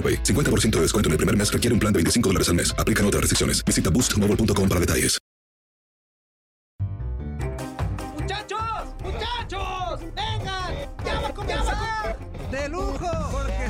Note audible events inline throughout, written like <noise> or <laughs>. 50% de descuento en el primer mes requiere un plan de 25 dólares al mes. Aplican otras restricciones. Visita boostmobile.com para detalles. ¡Muchachos! ¡Muchachos! ¡Vengan! ¡Ya va a comenzar! ¡De lujo! Porque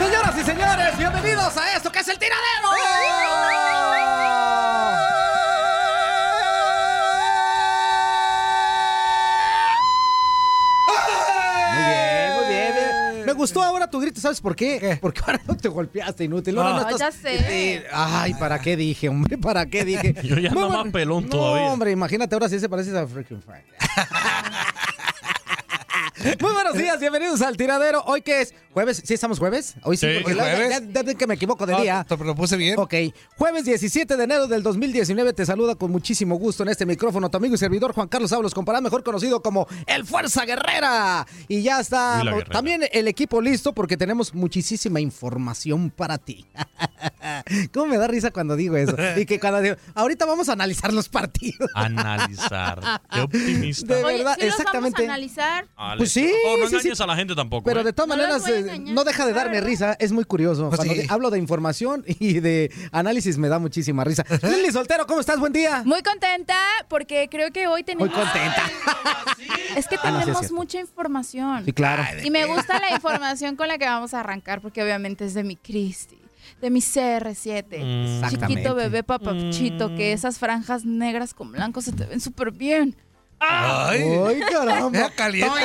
Señoras y señores, bienvenidos a esto que es el tiradero. Muy bien, muy bien, bien. Me gustó ahora tu grito, ¿sabes por qué? Porque ahora no te golpeaste, inútil. Ahora no Ah, estás- ya sé. este, ay, ¿para qué dije, hombre? ¿Para qué dije? Yo Muy ya ando bueno. más pelón No, todavía. hombre, imagínate, ahora sí se pareces a Freaking Frank. <laughs> Muy buenos días, bienvenidos al tiradero. Hoy que es jueves, ¿sí estamos jueves? Hoy sí, Sí. porque Hoy la- jueves. Ah, ya- ya- ya que me equivoco de día. te propuse bien. Ok, jueves 17 de enero del 2019 te saluda con muchísimo gusto en este micrófono tu amigo y servidor Juan Carlos Ábalos Comparado, mejor conocido como El Fuerza Guerrera. Y ya está Y la guerrera. también el equipo listo porque tenemos muchísima información para ti. <laughs> ¿Cómo me da risa cuando digo eso? Y que cuando digo, ahorita vamos a analizar los partidos. Analizar. Qué optimista. De verdad, sí los exactamente. vamos a analizar. Ale, Pues sí, por favor, no sí, engañes sí. a la gente tampoco. Pero ¿eh? de todas No los maneras, voy a eh, engañar, no deja de claro. darme risa. Es muy curioso. Pues Cuando sí. hablo de información y de análisis me da muchísima risa. Lili Soltero, ¿cómo estás? Buen día. Muy contenta porque creo que hoy tenemos. Muy contenta. Es que Ah, no, sí es tenemos cierto. mucha información. Sí, claro. Y me gusta la información con la que vamos a arrancar porque obviamente es de mi Cristi. de mi Mm, CR7. Chiquito bebé papachito, que esas franjas negras con blanco se te ven súper bien. ¡Ay! ¡Ay, caramba!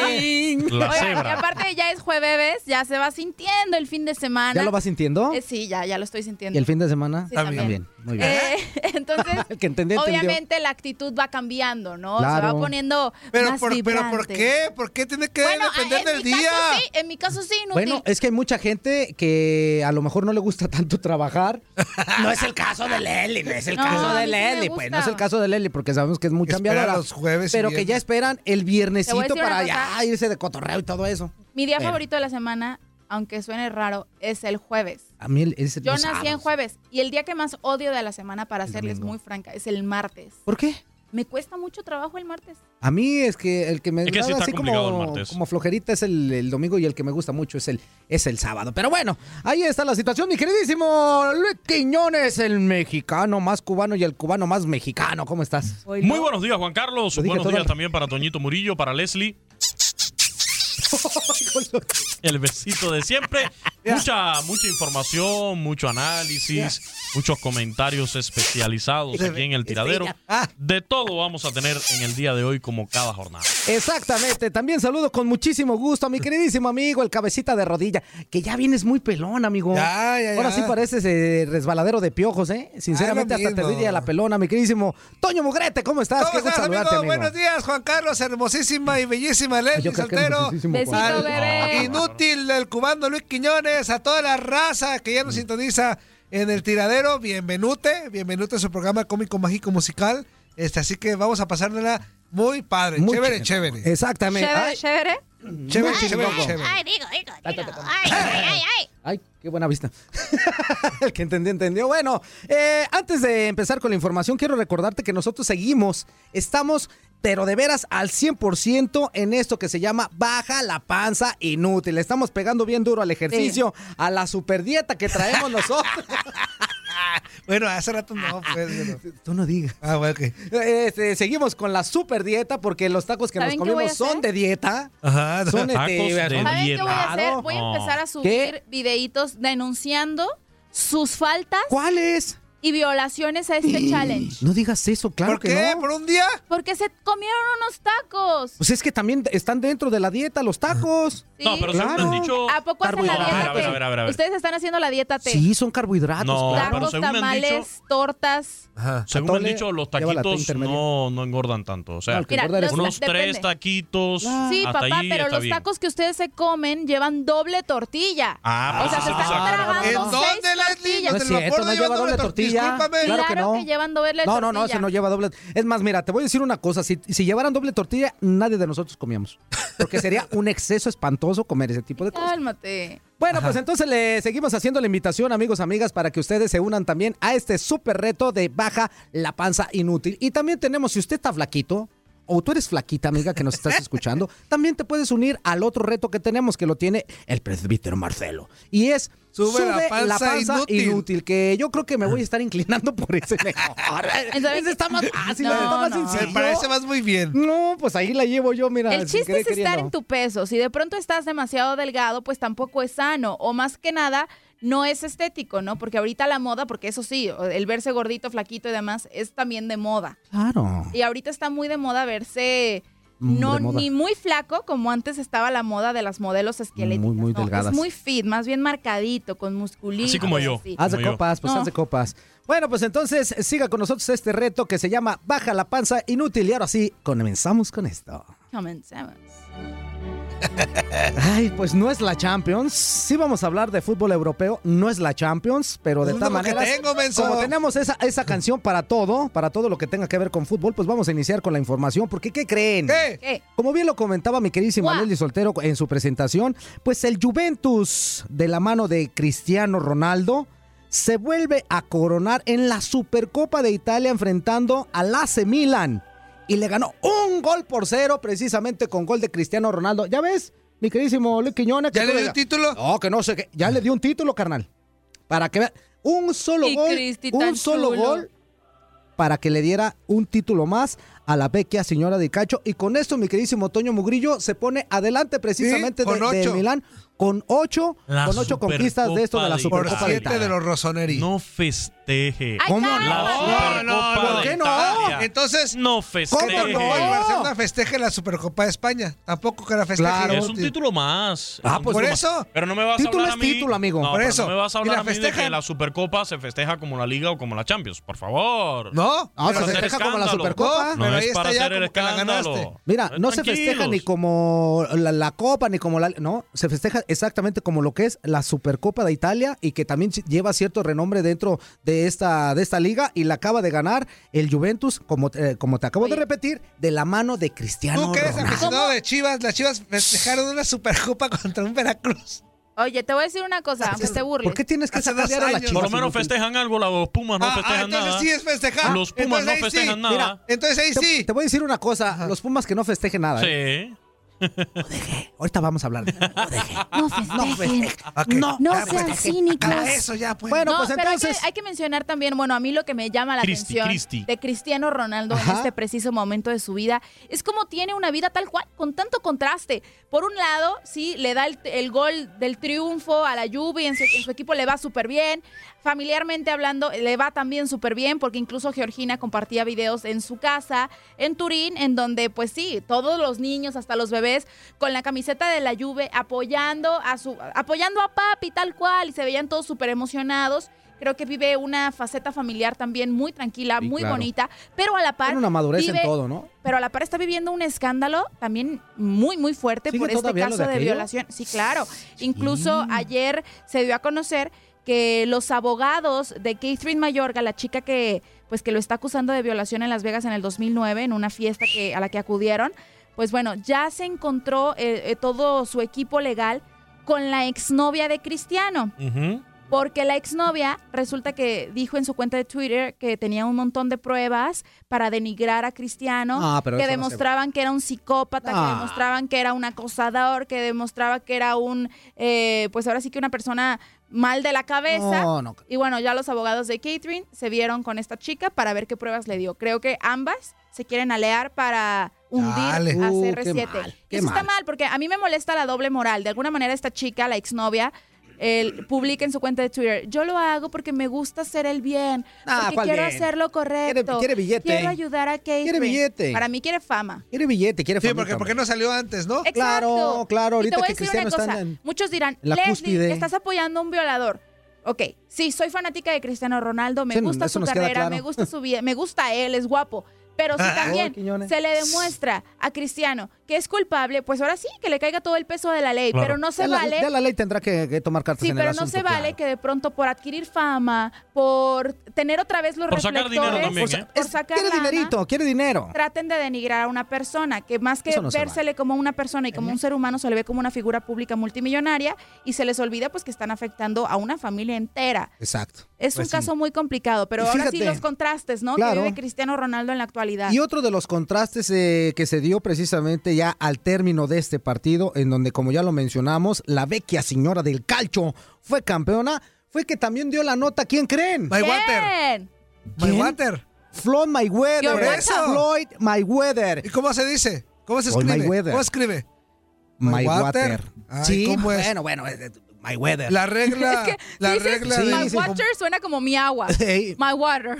Oye, La y cebra. aparte ya es jueves, ya se va sintiendo el fin de semana. ¿Ya lo vas sintiendo? Eh, sí, ya, ya lo estoy sintiendo. ¿Y el fin de semana? Sí, también. Muy bien. Eh, entonces, <laughs> El que entendió, entendió. obviamente la actitud va cambiando, ¿no? Se Claro. va poniendo Pero más por- pero ¿por vibrante. qué? ¿Por qué tiene que Bueno, depender eh, en del mi caso día? sí, en mi caso sí, inútil. Bueno, es que hay mucha gente que a lo mejor no le gusta <laughs> tanto trabajar. No es el caso de Leli, no es el No, caso a mí de sí me Leli. Pues Pues no es el caso de Leli, porque sabemos que es muy cambiadora. los jueves y Pero que viernes. ya esperan el Te voy a viernesito decir una para cosa. ya irse de cotorreo y todo eso. Mi día Bueno. favorito de la semana, aunque suene raro, es el jueves. A mí el- es Yo los nací en sábados. jueves y el día que más odio de la semana, para El serles domingo. muy franca, es el martes. ¿Por qué? Me cuesta mucho trabajo el martes. A mí es que el que me Es que sí da está así complicado el como, martes. como flojerita es el, el domingo y el que me gusta mucho es el, es el sábado. Pero bueno, ahí está la situación, mi queridísimo Luis Quiñones, el mexicano más cubano y el cubano más mexicano. ¿Cómo estás? Muy buenos días, Juan Carlos. Lo dije Buenos todo días al- también para Toñito Murillo, <laughs> para Leslie. El besito de siempre. Mucha, mucha información, mucho análisis, muchos comentarios especializados aquí en el tiradero. Ah. De todo vamos a tener en el día de hoy como cada jornada. Exactamente, también saludo con muchísimo gusto a mi queridísimo amigo, el cabecita de rodilla, que ya vienes muy pelón, amigo. Ya, ya, ya. Ahora sí pareces eh, resbaladero de piojos, ¿eh? Sinceramente, Ah, lo hasta te mismo. diría la pelona, mi queridísimo Toño Mugrete, ¿cómo estás? Qué ¿Cómo gusto estás, amigo? saludarte, amigo. Buenos días, Juan Carlos, hermosísima y bellísima Leli yo creo que Soltero. hermosísimo, Besito, al bebé. Inútil del cubano Luis Quiñones, a toda la raza que ya nos sintoniza en el tiradero. Bienvenute, bienvenute a su programa cómico, mágico, musical. Este, así que vamos a pasárnosla muy padre, Muy chévere, chévere. chévere. Exactamente. Chévere, Ay. chévere. Chévere, Muy chévere, chingón. chévere. Ay, digo, digo, Ta, ta, digo. ta, ta. Ay, ay, ay, ay. Ay, qué buena vista. <laughs> El que entendió, entendió. Bueno, eh, antes de empezar con la información, quiero recordarte que nosotros seguimos, estamos, pero de veras al 100% en esto que se llama Baja la Panza Inútil. Le Estamos pegando bien duro al ejercicio, a la superdieta que traemos nosotros. <laughs> Bueno, hace rato no, pues. bueno. Tú no digas. Ah, bueno, ok. Este, seguimos con la superdieta porque los tacos que nos ¿Saben qué voy a comimos son de dieta. Ajá, Son este, ¿Saben qué voy a hacer? Claro. Voy a empezar a subir ¿Qué? videitos denunciando sus faltas ¿Cuáles? y violaciones <clears throat> a este challenge. No digas eso, claro ¿Por que qué? no. ¿Por un día? Porque se comieron unos tacos. Pues es que también están dentro de la dieta los tacos. ¿sí? No, pero según han dicho. ¿A poco hacen la Carbohidratos. A dieta ver, a T? ver, a ver, a ver. Ustedes están haciendo la dieta T. Sí, son carbohidratos. No, claro. pero Tacos, según me han tamales, tortas. Según me Atole, han dicho, los lleva la T taquitos intermedia. no, no engordan tanto. O sea, No, el que Mira, engorda eres los- tú. unos depende. tres taquitos. Sí, pues, hasta papá, ahí pero está los bien. tacos que ustedes se comen llevan doble tortilla. Ah, o sea, se están Ah, ¿En tragando seis dónde, Leslie? tortillas. No es cierto, no lleva doble tortilla. Claro, Claro que no. que llevan doble no, tortilla. no, no, se no lleva doble. Es más, mira, te voy a decir una cosa. Si, si llevaran doble tortilla, nadie de nosotros comíamos. Porque sería un exceso espantoso comer ese tipo de cosas. Cálmate. Bueno, pues entonces le seguimos haciendo la invitación, amigos, amigas, para que ustedes se unan también a este súper reto de baja la panza inútil. Y también tenemos, si usted está flaquito o tú eres flaquita, amiga, que nos estás escuchando, también te puedes unir al otro reto que tenemos, que lo tiene el presbítero Marcelo. Y es... Sube, la panza, inútil. que yo creo que me voy a estar inclinando por ese mejor. Entonces- Ese está más fácil, No, está más no. sencillo. Me parece más muy bien. No, pues ahí la llevo yo, mira. El sin chiste querer es estar queriendo. en tu peso. Si de pronto estás demasiado delgado, pues tampoco es sano. O más que nada, no es estético, ¿no? Porque ahorita la moda, porque eso sí, el verse gordito, flaquito y demás, es también de moda. Claro. Y ahorita está muy de moda verse Mm, no de moda. ni muy flaco como antes estaba la moda de las modelos esqueléticas. Muy, muy no, delgadas. Es muy fit, más bien marcadito, con musculito. Así como yo. así. Haz de Como yo. copas, pues No. haz de copas. Bueno, pues entonces siga con nosotros este reto que se llama Baja la panza inútil. Y ahora sí, comenzamos con esto. Comencemos. Ay, pues no es la Champions. Sí vamos a hablar de fútbol europeo, no es la Champions, pero de Es tal Pues, lo que manera, tengo, menso. como tenemos esa, esa canción para todo, para todo lo que tenga que ver con fútbol, pues vamos a iniciar con la información, porque ¿qué creen? ¿Qué? ¿Qué? Como bien lo comentaba mi queridísima Guau. Lely Soltero en su presentación, pues el Juventus de la mano de Cristiano Ronaldo se vuelve a coronar en la Supercopa de Italia enfrentando al AC Milan y le ganó un gol por cero precisamente con gol de Cristiano Ronaldo. ¿Ya ves? Mi queridísimo Luis Quiñones. que ¿Ya tú le dio digas, el título? No, que no sé qué. Ya le dio un título, carnal. Para que vea. Un solo Y gol. Cristi un tan solo chulo. gol para que le diera un título más a la vecchia señora de Cacho. Y con esto, mi queridísimo Toño Mugrillo se pone adelante precisamente Sí, con de, de ocho. Milán con ocho, La con ocho conquistas de esto de la Supercopa de Supercopa de Italia. Italia. de los Rossoneri. No festeje. ¿Cómo La No, no, Supercopa ¿por de qué Italia. no? Entonces, no festeje. ¿cómo no? El Barcelona festeje la Supercopa de España. Tampoco que la festeje. es un título más. Ah, Es un pues título por más. eso. Pero no me vas Título a hablar es a mí. título, amigo. No, Por pero eso. No me vas a ¿Y hablar la a mí de que festejan? la Supercopa se festeja como la Liga o como la Champions. Por favor. No, ah, No, se hacer festeja como la escándalo. Supercopa. No, Pero es ahí para está ya hacer el como que la escándalo. Mira, no se Tranquilos. festeja ni como la, la Copa, ni como la... No, se festeja exactamente como lo que es la Supercopa de Italia y que también lleva cierto renombre dentro de esta, de esta liga y la acaba de ganar el Juventus, como, eh, como te acabo de repetir, de la mano de Cristiano Tú que eres Ronaldo. aficionado de Chivas, las Chivas festejaron una Supercopa contra un Veracruz. Oye, te voy a decir una cosa, aunque te burles. ¿Por qué tienes que Hace sacar dos diario a la años. Chivas? Por lo menos inútil? festejan algo, los Pumas no Ah, ah, festejan entonces nada. sí es festejar. Los Pumas Entonces no ahí sí. festejan nada. Mira, entonces ahí te- sí. Te voy a decir una cosa, los Pumas que no festejen nada. ¿eh? Sí. Ahorita vamos a hablar <laughs> de No festejen. No, No Ah, pues, sean es que- cínicos. Ah, eso ya, pues. Bueno, No, pues pero hay que- entonces. hay que, mencionar también, bueno, a mí lo que me llama la Cristi, atención Cristi. de Cristiano Ronaldo Ajá. en este preciso momento de su vida es como tiene una vida tal cual, con tanto contraste. Por un lado, sí, le da el, el gol del triunfo a la Juve, en su, en su equipo le va súper bien. Familiarmente hablando, le va también súper bien, porque incluso Georgina compartía videos en su casa, en Turín, en donde, pues sí, todos los niños, hasta los bebés, con la camiseta de la Juve apoyando a su apoyando a papi tal cual y se veían todos súper emocionados. Creo que vive una faceta familiar también muy tranquila, Sí, muy claro. bonita, pero a la par Tiene una madurez vive- en todo, ¿no? Pero a la par está viviendo un escándalo también muy muy fuerte ¿Sigue por este todavía lo caso de de, aquello? violación. Sí, claro. Incluso ayer se dio a conocer que los abogados de Catherine Mayorga, la chica que pues que lo está acusando de violación en Las Vegas en el 2009 en una fiesta que a la que acudieron, pues bueno, ya se encontró eh, eh, todo su equipo legal con la exnovia de Cristiano. Ujú. Porque la exnovia resulta que dijo en su cuenta de Twitter que tenía un montón de pruebas para denigrar a Cristiano, Ah, pero que eso no se demostraban que era un psicópata, Ah. que demostraban que era un acosador, que demostraba que era un, eh, pues ahora sí que una persona mal de la cabeza. No, no. Y bueno, ya los abogados de Catherine se vieron con esta chica para ver qué pruebas le dio. Creo que ambas se quieren alear para hundir Dale. a Uh, CR7. qué mal, Y qué eso está mal. mal porque a mí me molesta la doble moral. De alguna manera esta chica, la exnovia, él publica en su cuenta de Twitter, yo lo hago porque me gusta hacer el bien, Ah, porque ¿cuál quiero bien? hacer lo correcto. quiere billete. Quiero ayudar a Kate. billete. Para mí quiere fama. Quiere billete, quiere Sí, familia, porque, porque hombre. no salió antes, ¿no? Claro, Exacto. claro, Y te ahorita voy a que decir una Cristiano está cosa. en- Muchos dirán, en la Leslie, cúspide". estás apoyando a un violador. Ok, sí, soy fanática de Cristiano Ronaldo, me Sí, gusta eso su nos queda carrera, claro. Ah, me gusta su vida, me gusta él, es guapo. Pero si Ay, también Quiñones. se le demuestra a Cristiano que es culpable, pues ahora sí que le caiga todo el peso de la ley, Claro. pero no se ya, la- vale ya La, ley tendrá que, que tomar cartas Sí, en el pero no asunto, se vale claro. que de pronto por adquirir fama, por tener otra vez los Por sacar reflectores, dinero también, ¿eh? por Es- sacar quiere lana, dinerito, quiere dinero. traten de denigrar a una persona, que más que Eso no se vérsele como una persona y como un ser humano, se le ve como una figura pública multimillonaria y se les olvida pues que están afectando a una familia entera. Exacto. Es Pues un sí. caso muy complicado, pero Y ahora sí fíjate. los contrastes, ¿no? Claro. Que vive Cristiano Ronaldo en la actualidad. Y otro de los contrastes eh, que se dio precisamente ya al término de este partido, en donde, como ya lo mencionamos, la vecchia señora del calcho fue campeona, fue que también dio la nota, ¿quién creen? My Water. Bien. My ¿Quién? Water. Floyd Your Mayweather. Water. Floyd Mayweather. ¿Y cómo se dice? ¿Cómo se Floyd escribe? Mayweather. ¿Cómo escribe? Mayweather. Mayweather. Ay, Sí, ¿cómo es? bueno, bueno, eh, Mayweather. La <laughs> regla. la Dices, regla Sí, my de. sí, water suena como <laughs> mi agua. Hey, My water.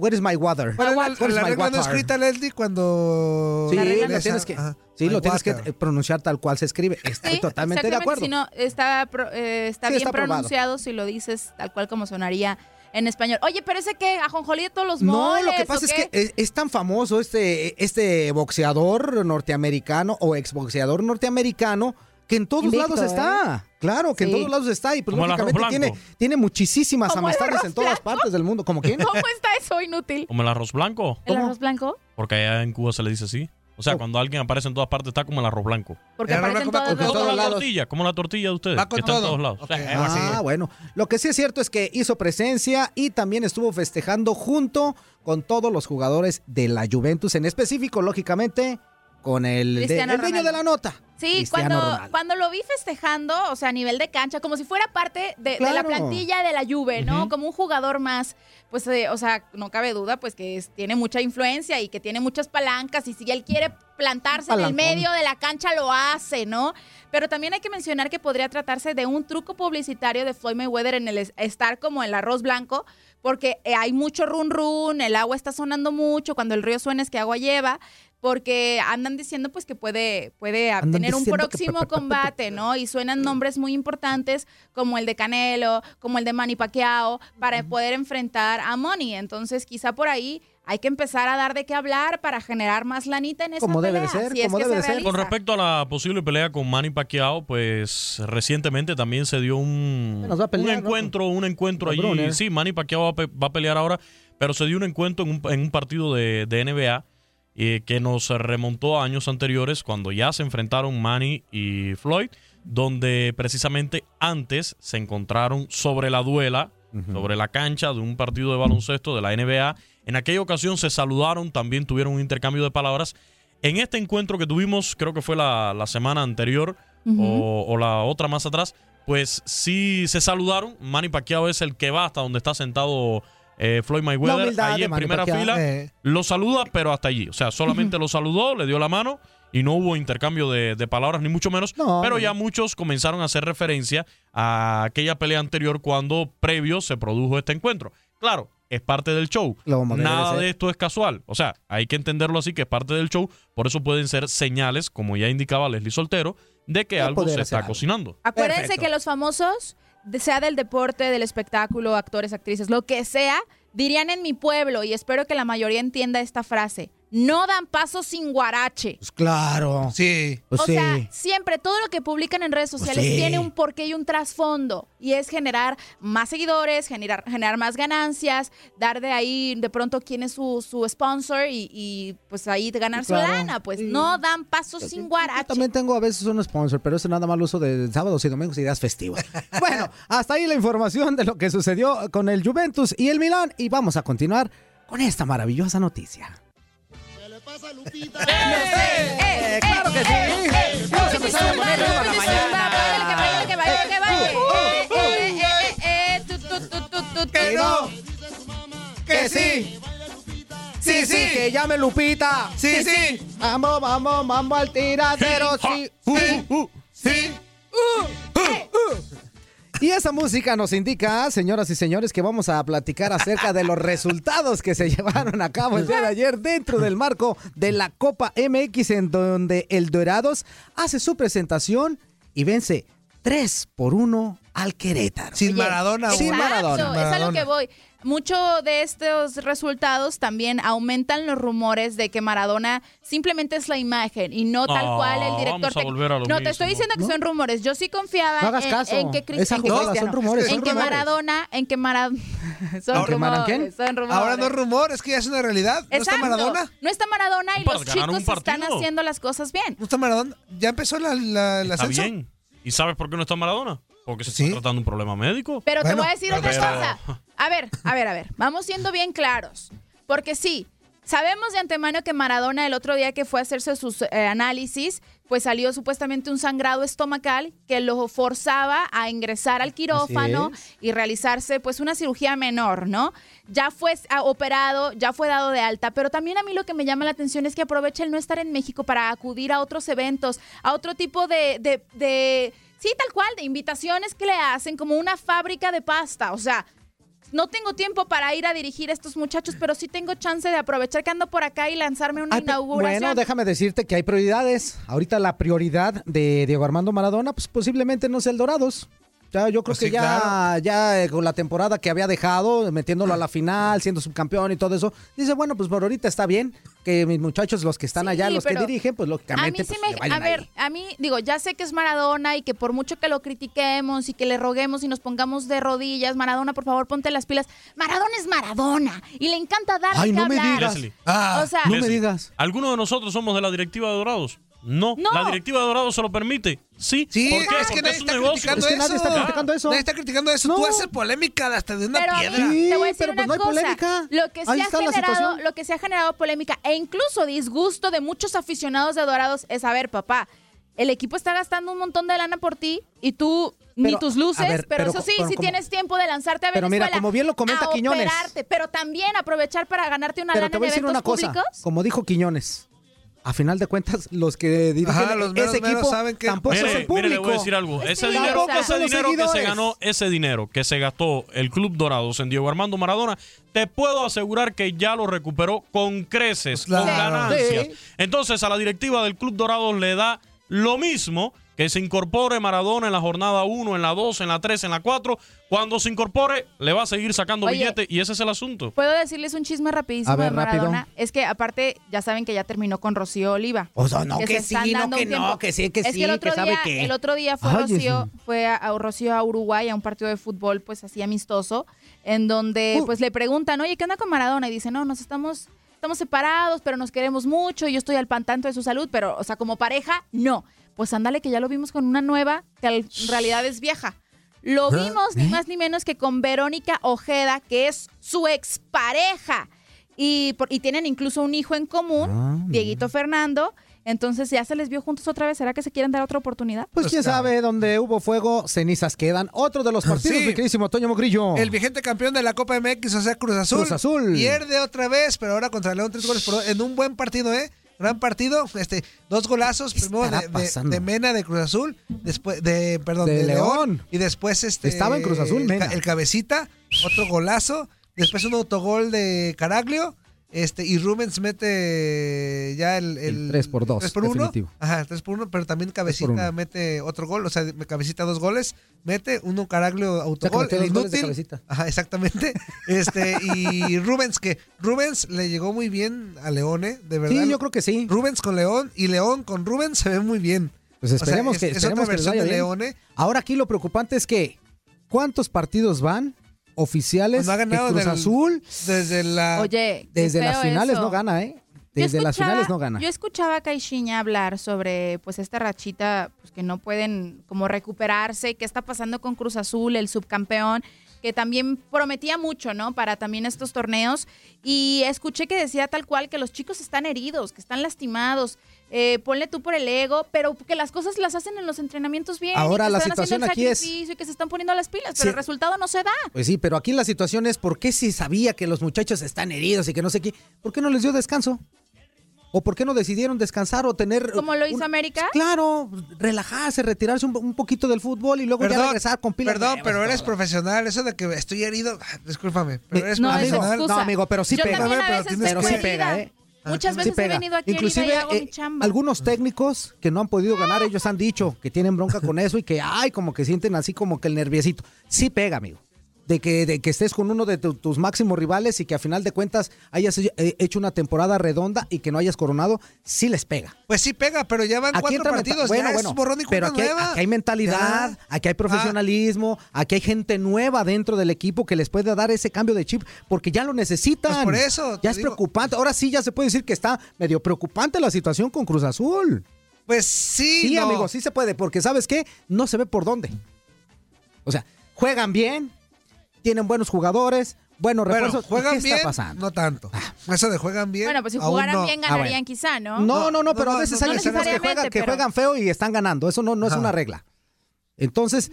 Where is my water? ¿Cuál es la- Where is la, my regla no water? escrita, Leslie, cuando. Sí, La regla lo no- tienes que, Ajá. sí, My lo tienes que water. eh, pronunciar tal cual se escribe. Estoy Sí, totalmente de exactamente, acuerdo. Si no, está, pro- eh, está Sí, bien está aprobado. pronunciado si lo dices tal cual como sonaría en español. Oye, pero ese que ajonjolí de todos los No, moles. lo que ¿o pasa es qué? que es, es tan famoso este, este boxeador norteamericano o exboxeador norteamericano que en todos Invicto, ¿eh? lados está. Claro, que Sí. en todos lados está y pues, Como el arroz lógicamente tiene, blanco. tiene muchísimas Como el amistades arroz en todas blanco. partes del mundo. ¿Como quién? ¿Cómo está eso inútil? Como el arroz blanco. ¿El ¿Cómo? arroz blanco? Porque allá en Cuba se le dice así. O sea, cuando alguien aparece en todas partes está como el arroz blanco. Porque El arroz aparecen blanco va todos con los todo. Como todos la lados. tortilla, como la tortilla de ustedes. Va con que está en todo. todos lados. Ok. O sea, Ah, Ah, sí. bueno. Lo que sí es cierto es que hizo presencia y también estuvo festejando junto con todos los jugadores de la Juventus, en específico, lógicamente, con el, de- Cristiano el dueño de Ronaldo. la nota, Sí, Cristiano cuando, Ronaldo. cuando lo vi festejando, o sea, a nivel de cancha, como si fuera parte de, de la Claro. plantilla de la Juve, ¿no? Ujú. Como un jugador más, pues, eh, o sea, no cabe duda, pues, que es- tiene mucha influencia y que tiene muchas palancas y si él quiere plantarse en el Palancón. medio de la cancha, lo hace, ¿no? Pero también hay que mencionar que podría tratarse de un truco publicitario de Floyd Mayweather en el es- estar como el arroz blanco, porque eh, hay mucho run run, el agua está sonando mucho, cuando el río suena es que agua lleva, porque andan diciendo pues que puede, puede a Andan tener un diciendo que- próximo combate, ¿no? Y suenan nombres muy importantes como el de Canelo, como el de Manny Pacquiao, para poder enfrentar a Money. Entonces, quizá por ahí hay que empezar a dar de qué hablar para generar más lanita en esa Como debe de pelea, ser, si es como que debe se de ser. realiza. Con respecto a la posible pelea con Manny Pacquiao, pues recientemente también se dio un, Nos va a pelear, un ¿no? encuentro, un encuentro Con allí. Brunner. Sí, Manny Pacquiao va, a pe- va a pelear ahora, pero se dio un encuentro en un, en un partido de, de NBA eh, que nos remontó a años anteriores cuando ya se enfrentaron Manny y Floyd, donde precisamente antes se encontraron sobre la duela, sobre la cancha de un partido de baloncesto de la NBA. En aquella ocasión se saludaron, también tuvieron un intercambio de palabras. En este encuentro que tuvimos, creo que fue la, la semana anterior Ujú. o, o la otra más atrás, pues sí se saludaron. Manny Pacquiao es el que va hasta donde está sentado eh, Floyd La Mayweather, humildad ahí de en Manny primera Pacquiao, fila. eh. Lo saluda, pero hasta allí. O sea, solamente lo saludó, le dio la mano y no hubo intercambio de, de palabras, ni mucho menos. pero ya muchos comenzaron a hacer referencia a aquella pelea anterior cuando previo se produjo este encuentro. Claro, es parte del show. como debe Nada ser. de esto es casual. O sea, hay que entenderlo así, que es parte del show. Por eso pueden ser señales, como ya indicaba Leslie Soltero, de que algo poder se hacer está algo. cocinando. Acuérdense que los famosos, de- sea del deporte, del espectáculo, actores, actrices, lo que sea, dirían en mi pueblo, y espero que la mayoría entienda esta frase, no dan paso sin guarache. Claro. Sí. Pues o sí. Pues sea, siempre todo lo que publican en redes sociales sí. tiene un porqué y un trasfondo. Y es generar más seguidores, generar, generar más ganancias, dar de ahí de pronto quién es su, su sponsor y, y, pues ahí ganar su Claro. lana. Pues Sí. Pues no dan paso sin guarache. Yo también tengo a veces un sponsor, pero eso nada más lo uso de sábados y domingos y días <laughs> festivos. bueno, hasta ahí la información de lo que sucedió con el Juventus y el Milán. Y vamos a continuar con esta maravillosa noticia. ¡Eh, claro que sí! ¡Vamos a empezar a poner rumba la mañana! ¡Que baile, que baile, Uh, que baile! ¡Eh, eh, eh, eh, tu, tu, tu, tu, tu, tu. Que no. ¡Que sí! Sí, sí. que llame Lupita. Sí, sí. Vamos, vamos, vamos al tiradero. Sí, sí, sí. Uh, eh. Y esa música nos indica, señoras y señores, que vamos a platicar acerca de los resultados que se llevaron a cabo el día de ayer dentro del marco de la Copa MX, en donde el Dorados hace su presentación y vence 3 por 1 al Querétaro. Sin Maradona, Sin Exacto, Maradona. Es a lo que voy. Mucho de estos resultados también aumentan los rumores de que Maradona simplemente es la imagen y no tal No, cual el director. Ah, vamos a tec- volver a lo no, te mismo. estoy diciendo que No. son rumores. Yo sí confiaba No hagas en, caso. en que, Cris- Esa en que jugada, Cristiano- son rumores, en son que rumores. Maradona, en que Maradona, <laughs> son ¿En que Maradona rumores, son rumores. Ahora no es rumor, es que ya es una realidad. ¿No está Exacto. Maradona? No está Maradona y Para los ganar un chicos están partido. haciendo las cosas bien. ¿No está Maradona? ¿Ya empezó la, la, el Está ascenso? bien. ¿Y sabes por qué no está Maradona? Porque se está tratando un problema médico. Pero te voy a decir otra Pero- cosa. A ver, a ver, a ver. Vamos siendo bien claros. Porque sí, sabemos de antemano que Maradona el otro día que fue a hacerse sus eh, análisis, pues salió supuestamente un sangrado estomacal que lo forzaba a ingresar al quirófano y realizarse pues una cirugía menor, ¿no? Ya fue ah, operado, ya fue dado de alta, pero también a mí lo que me llama la atención es que aprovecha el no estar en México para acudir a otros eventos, a otro tipo de... de- de- sí, tal cual, de invitaciones que le hacen como una fábrica de pasta, o sea... No tengo tiempo para ir a dirigir a estos muchachos, pero sí tengo chance de aprovechar que ando por acá y lanzarme una Ay, pe- inauguración. Bueno, déjame decirte que hay prioridades. Ahorita la prioridad de Diego Armando Maradona, pues posiblemente no sea el Dorados. Ya, yo creo Pues que sí, ya, claro. ya eh, con la temporada que había dejado, metiéndolo a la final, siendo subcampeón y todo eso, dice, bueno, pues por ahorita está bien que mis muchachos, los que están allá, los que pero dirigen, pues A lógicamente mí sí pues, le me. A vayan ver, ahí. a mí, digo, ya sé que es Maradona y que por mucho que lo critiquemos y que le roguemos y nos pongamos de rodillas, Maradona, por favor, ponte las pilas. Maradona es Maradona y le encanta dar Ay, de qué no me hablar. digas. Leslie. Ah, O sea- no me digas. ¿Alguno de nosotros somos de la directiva de Dorados? No, No. la directiva de Dorados se lo permite. Sí, Sí, ¿Por qué? Ah, es que Porque nadie es un está negocio. criticando eso. Nadie está criticando eso. Tú haces polémica hasta de una Pero a mí, piedra. te voy a decir pues, pues, una cosa. Lo que, Ahí sí ha está la generado, situación. lo que se ha generado polémica e incluso disgusto de muchos aficionados de Dorados es, a ver, papá, el equipo está gastando un montón de lana por ti y tú ni Pero, tus a luces, ver, pero, pero eso co- sí, pero si como- tienes tiempo de lanzarte a Pero Venezuela. mira, como bien lo comenta a Quiñones. operarte, pero también aprovechar para ganarte una Pero lana te voy a en decir eventos una cosa, públicos. como dijo Quiñones, a final de cuentas los que dirigen Ajá, los meros, ese equipo meros saben que- tampoco Mire, es el mire, público. le voy a decir algo. Ese Tampoco dinero, son ese los dinero que se seguidores. ganó, ese dinero que se gastó el Club Dorados en Diego Armando Maradona, te puedo asegurar que ya lo recuperó con creces, Claro. con ganancias. Sí. Entonces, a la directiva del Club Dorados le da lo mismo que se incorpore Maradona en la jornada 1, en la 2, en la 3, en la 4. Cuando se incorpore, le va a seguir sacando Oye. billetes y ese es el asunto. Puedo decirles un chisme rapidísimo A ver, de Maradona. rápido. Es que aparte ya saben que ya terminó con Rocío Oliva. O sea, no, se que están sí, no, dando que un no, tiempo. que sí, que Es sí, el otro que sabe día, que- El otro día fue Ay, Rocío, Jesús. fue a, a Rocío a Uruguay a un partido de fútbol pues así amistoso en Uh. donde pues le preguntan, "Oye, ¿qué onda con Maradona?" y dice, "No, nos estamos estamos separados, pero nos queremos mucho, y yo estoy al pan tanto de su salud, pero o sea, como pareja no. Pues ándale que ya lo vimos con una nueva que al- en realidad es vieja. Lo Ah, ¿Eh? vimos ni más ni menos que con Verónica Ojeda, que es su expareja. Y, por- y tienen incluso un hijo en común, Dieguito Fernando. Entonces ya se les vio juntos otra vez. ¿Será que se quieren dar otra oportunidad? Pues quién sabe, donde hubo fuego, cenizas quedan. Otro de los partidos, Sí. mi queridísimo Toño Mogrillo. El vigente campeón de la Copa MX, o sea, Cruz Azul. Cruz Azul. Pierde otra vez, pero ahora contra León, tres goles por dos. En un buen partido, ¿eh? Gran partido. Este, dos golazos, primero de, de- pasando? de Mena de Cruz Azul, después de, perdón, De de, León. León. Y después este. Estaba en Cruz Azul, el Mena. ca- El cabecita, otro golazo. Después un autogol de Caraglio. Este, y Rubens mete ya el, el 3 por 2, 3 por 1. definitivo. Ajá, 3 por 1, pero también por Cabecita uno. mete otro gol, o sea, Cabecita dos goles, mete uno Caraglio sea, que autogol, metió el dos goles de inútil. Cabecita. <laughs> Ajá, exactamente. Este, y Rubens, que Rubens le llegó muy bien a León, ¿eh? De verdad. yo creo que sí. Rubens con León y León con Rubens se ve muy bien. Pues O sea, esperemos es- que, es esperemos otra que les versión vaya de bien. León, ¿eh? Ahora aquí lo preocupante es que ¿cuántos partidos van oficiales? Pues no ha que ganado Cruz del- Ah. Azul Desde la. Oye, qué desde las feo finales eso. no gana, ¿eh? Yo Desde las escuchaba- finales no gana. Yo escuchaba a Caixinha hablar sobre pues esta rachita pues, que no pueden como recuperarse, qué está pasando con Cruz Azul, el subcampeón, que también prometía mucho, ¿no? Para también estos torneos. Y escuché que decía tal cual que los chicos están heridos, que están lastimados. eh, ponle tú por el ego, pero que las cosas las hacen en los entrenamientos bien. y Ahora que la están haciendo situación el aquí es- sacrificio Y que se están poniendo las pilas, pero Sí. el resultado no se da. Pues sí, pero aquí la situación es por qué si sabía que los muchachos están heridos y que no sé qué, ¿por qué no les dio descanso? ¿O por qué no decidieron descansar o tener... Como lo hizo un- América. Claro, relajarse, retirarse un, un poquito del fútbol y luego ya regresar con pilas perdón nuevas y pero eres todo. profesional. Eso de que estoy herido, ah, discúlpame. Pero eres No, profesional. amigo, no, amigo, pero sí Yo pega. también a Pero veces tienes- me pero sí fui herida. pega, ¿eh? Muchas Sí veces he pega. venido aquí Inclusive, herida y hago eh, mi chamba. algunos técnicos que no han podido ganar, ellos han dicho que tienen bronca con eso y que, ay, como que sienten así como que el nerviecito. Sí pega, amigo. De que, de que estés con uno de tu- tus máximos rivales y que a final de cuentas hayas he- hecho una temporada redonda y que no hayas coronado, sí les pega. Pues sí pega, pero ya van cuatro entra menta- partidos. ya es borrón y pero cuenta aquí hay, nueva. aquí hay mentalidad, Ya. Ah. aquí hay profesionalismo, aquí hay gente nueva dentro del equipo que les puede dar ese cambio de chip porque ya lo necesitan. Pues por eso, te Ya es digo. preocupante. Ahora sí ya se puede decir que está medio preocupante la situación con Cruz Azul. Pues sí. Sí, no. amigo, sí se puede, porque ¿sabes qué? No se ve por dónde. O sea, juegan bien, tienen buenos jugadores, buenos Bueno, refuerzos. juegan ¿Qué bien, está pasando? no tanto. Eso de juegan bien. Bueno, pues si aún jugaran no. bien Ah, bueno. ganarían quizá, ¿no? No, no, no, pero a veces no hay equipos que, necesariamente, juegan, que pero- juegan feo y están ganando. Eso no, no es una regla. Entonces,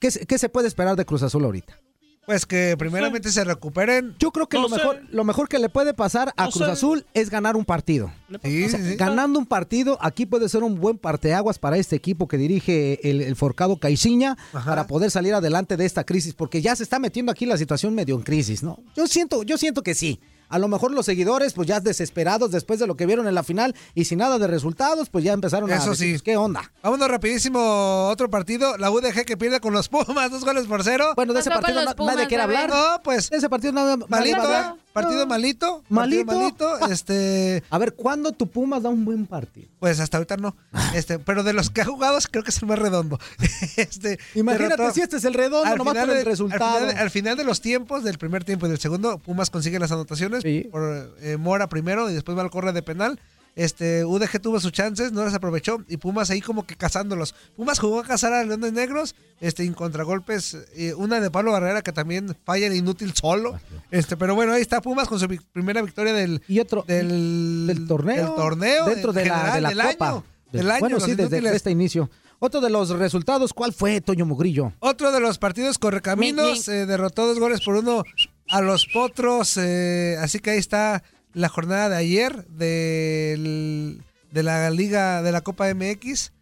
¿qué, se- qué se puede esperar de Cruz Azul ahorita? Pues que primeramente se recuperen. Yo creo que No lo, sé. mejor, lo mejor que le puede pasar a No Cruz sé. Azul es ganar un partido. Sí, O sea, sí, sí. Ganando un partido, aquí puede ser un buen parteaguas para este equipo que dirige el, el Forcado Caixinha para poder salir adelante de esta crisis, porque ya se está metiendo aquí la situación medio en crisis, ¿no? Yo siento, yo siento que sí. A lo mejor los seguidores, pues ya desesperados después de lo que vieron en la final y sin nada de resultados, pues ya empezaron a Eso decir, sí. "Pues, ¿qué onda? Vámonos rapidísimo, otro partido. La UDG que pierde con los Pumas, dos goles por cero. Bueno, de ese Pasó con partido los na- Pumas, nadie quiere bebé. hablar. No, pues. Ese partido nada nadie Malito, va a hablar. ¿eh? Partido malito. partido Malito. malito. Este. A ver, ¿cuándo tu Pumas da un buen partido? Pues hasta ahorita no. Este, pero de los que ha jugado, creo que es el más redondo. <laughs> Este, Imagínate derrotó- si este es el redondo, nomás por el de- resultado. Al final, al final de los tiempos, del primer tiempo y del segundo, Pumas consigue las anotaciones por eh, Mora primero y después va al corre de penal. Este, UDG tuvo sus chances, no las aprovechó y Pumas ahí como que cazándolos. Pumas jugó a cazar a Leones Negros, este, en contragolpes, eh, una de Pablo Barrera que también falla el inútil solo. Este, pero bueno, ahí está Pumas con su vic- primera victoria del y otro del, del torneo, del torneo dentro en de la- de la del Copa. año. del año. Bueno, los sí, desde inútiles. este inicio. Otro de los resultados, ¿cuál fue, Toño Mugrillo? Otro de los partidos correcaminos eh, derrotó dos goles por uno a los potros. eh, así que ahí está la jornada de ayer del- de la Liga de la Copa MX.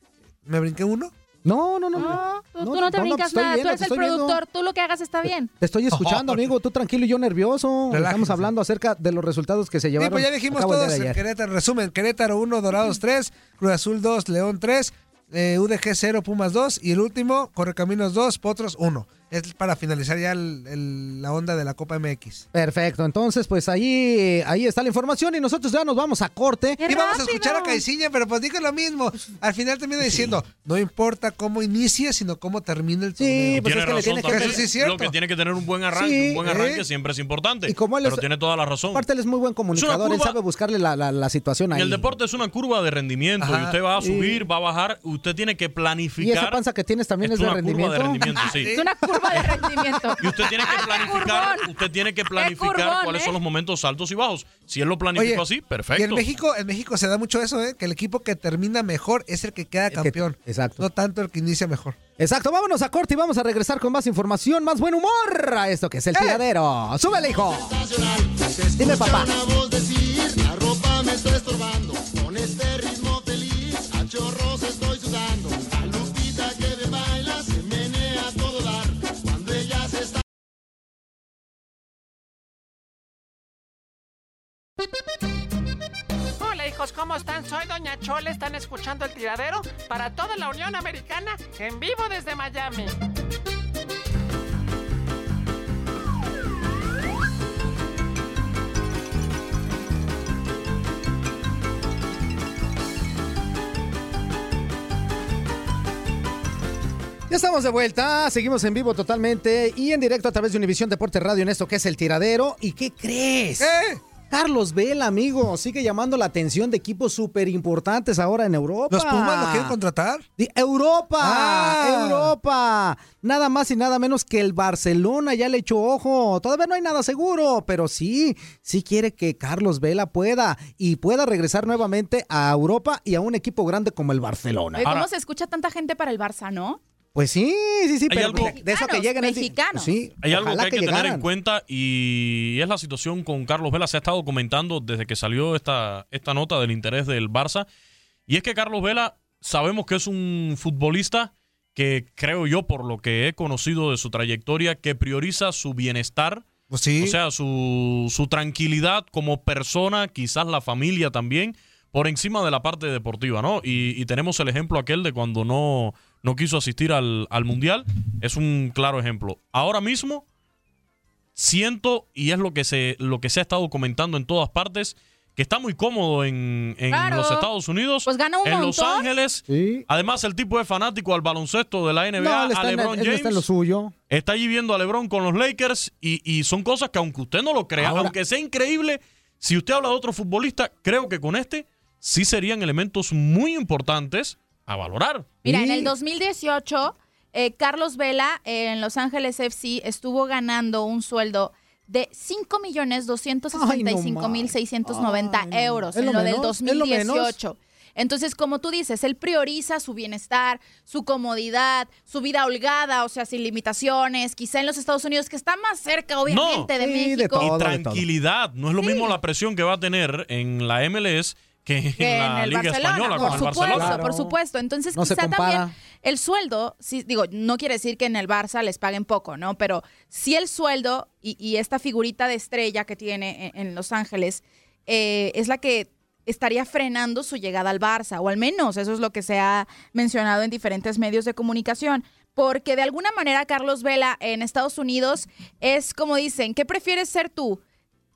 ¿Me brinqué uno? No, no, no. No, tú, No, tú no te no, no, brincas estoy nada, viendo, tú eres te el estoy viendo. productor, tú lo que hagas está bien. Te estoy <laughs> escuchando, amigo. Tú tranquilo y yo nervioso. Estamos Relájense. hablando acerca de los resultados que se Sí, llevaron. pues ya dijimos a cabo el todos día de en ayer. Querétaro. Resumen, Querétaro 1, Dorados 3, Cruz Azul 2, León 3, eh, UDG 0, Pumas 2 y el último, Correcaminos 2, Potros 1. Es para finalizar ya el- el- la onda de la Copa MX. Perfecto, entonces pues ahí, ahí está la información y nosotros ya nos vamos a corte. Y vamos a escuchar a Caiciña, pero pues digo lo mismo. Al final termina diciendo, no importa cómo inicie, sino cómo termine el torneo. pues Tiene razón también. Eso sí es Lo cierto. que tiene que tener un buen arranque, Sí, un buen arranque ¿eh? siempre es importante. Y como él pero es- tiene toda la razón. Aparte él es muy buen comunicador, él curva- sabe buscarle la, la- la situación Y ahí. el deporte es una curva de rendimiento. Ajá, y usted va a y- subir, va a bajar. Usted tiene que planificar. Y esa panza que tienes también es, es de una rendimiento. curva de rendimiento, sí. Es una curva de rendimiento. Y usted tiene que planificar, usted tiene que planificar curvón, cuáles ¿eh? son los momentos altos y bajos. Si él lo planificó Oye, así, perfecto. Y en México, en México se da mucho eso, ¿eh? que el equipo que termina mejor es el que queda campeón. exacto. No tanto el que inicia mejor. Exacto, vámonos a corte y vamos a regresar con más información, más buen humor a esto que es el tiradero. ¡Súbele, hijo! Dime, papá. La ropa me está estorbando, con este ritmo feliz, a chorros estoy sudando. La lupita que me baila se menea a todo dar, cuando ella se está... Hola hijos, ¿cómo están? Soy Doña Chole, están escuchando el tiradero para toda la Unión Americana en vivo desde Miami. Ya estamos de vuelta, seguimos en vivo totalmente y en directo a través de Univisión Deporte Radio en esto que es el tiradero. ¿Y qué crees? Carlos Vela, amigo, sigue llamando la atención de equipos súper importantes ahora en Europa. ¿Los Pumas lo quieren contratar? De Europa, Ah. Europa. Nada más y nada menos que el Barcelona ya le echó ojo. Todavía no hay nada seguro, pero sí, sí quiere que Carlos Vela pueda y pueda regresar nuevamente a Europa y a un equipo grande como el Barcelona. Oye, ¿Cómo se escucha tanta gente para el Barça, no? Pues sí, sí, sí, Hay pero algo- de- de eso que Mexicanos, llegan es- mexicanos. Sí, Hay algo que ojalá hay que, tener en llegaran. cuenta y es la situación con Carlos Vela. Se ha estado comentando desde que salió esta, esta nota del interés del Barça. Y es que Carlos Vela sabemos que es un futbolista que creo yo, por lo que he conocido de su trayectoria, que prioriza su bienestar. O sea, su, su tranquilidad como persona, quizás la familia también, por encima de la parte deportiva, ¿no? Y, y tenemos el ejemplo aquel de cuando no, no quiso asistir al, al Mundial. Es un claro ejemplo. Ahora mismo, siento, y es lo que se, lo que se ha estado comentando en todas partes, que está muy cómodo en, en Claro. los Estados Unidos, Pues gana un en Los montón. Ángeles. Además, el tipo es fanático al baloncesto de la No, NBA, él a está, en, LeBron él James. está en lo suyo. Está allí viendo a LeBron con los Lakers y, y son cosas que aunque usted no lo crea, aunque sea increíble, si usted habla de otro futbolista, creo que con este sí serían elementos muy importantes a valorar. Mira, en el 2018, eh, Carlos Vela eh, en Los Ángeles FC estuvo ganando un sueldo de 5.265.690 euros Es en lo lo del menos, es lo menos. 2018. Entonces, como tú dices, él prioriza su bienestar, su comodidad, su vida holgada, o sea, sin limitaciones, quizá en los Estados Unidos, que está más cerca, obviamente, de México. y tranquilidad. No es lo mismo la presión que va a tener en la MLS que <laughs> en que la Liga Española por con el supuesto, Barcelona. por supuesto. Entonces, No se quizá compara. también el sueldo, sí, digo, no quiere decir que en el Barça les paguen poco, ¿no? Pero sí el sueldo y, y esta figurita de estrella que tiene e, en, en Los Ángeles eh, es la que estaría frenando su llegada al Barça, o al menos eso es lo que se ha mencionado en diferentes medios de comunicación. Porque de alguna manera Carlos Vela en Estados Unidos es como dicen, ¿qué prefieres ser tú?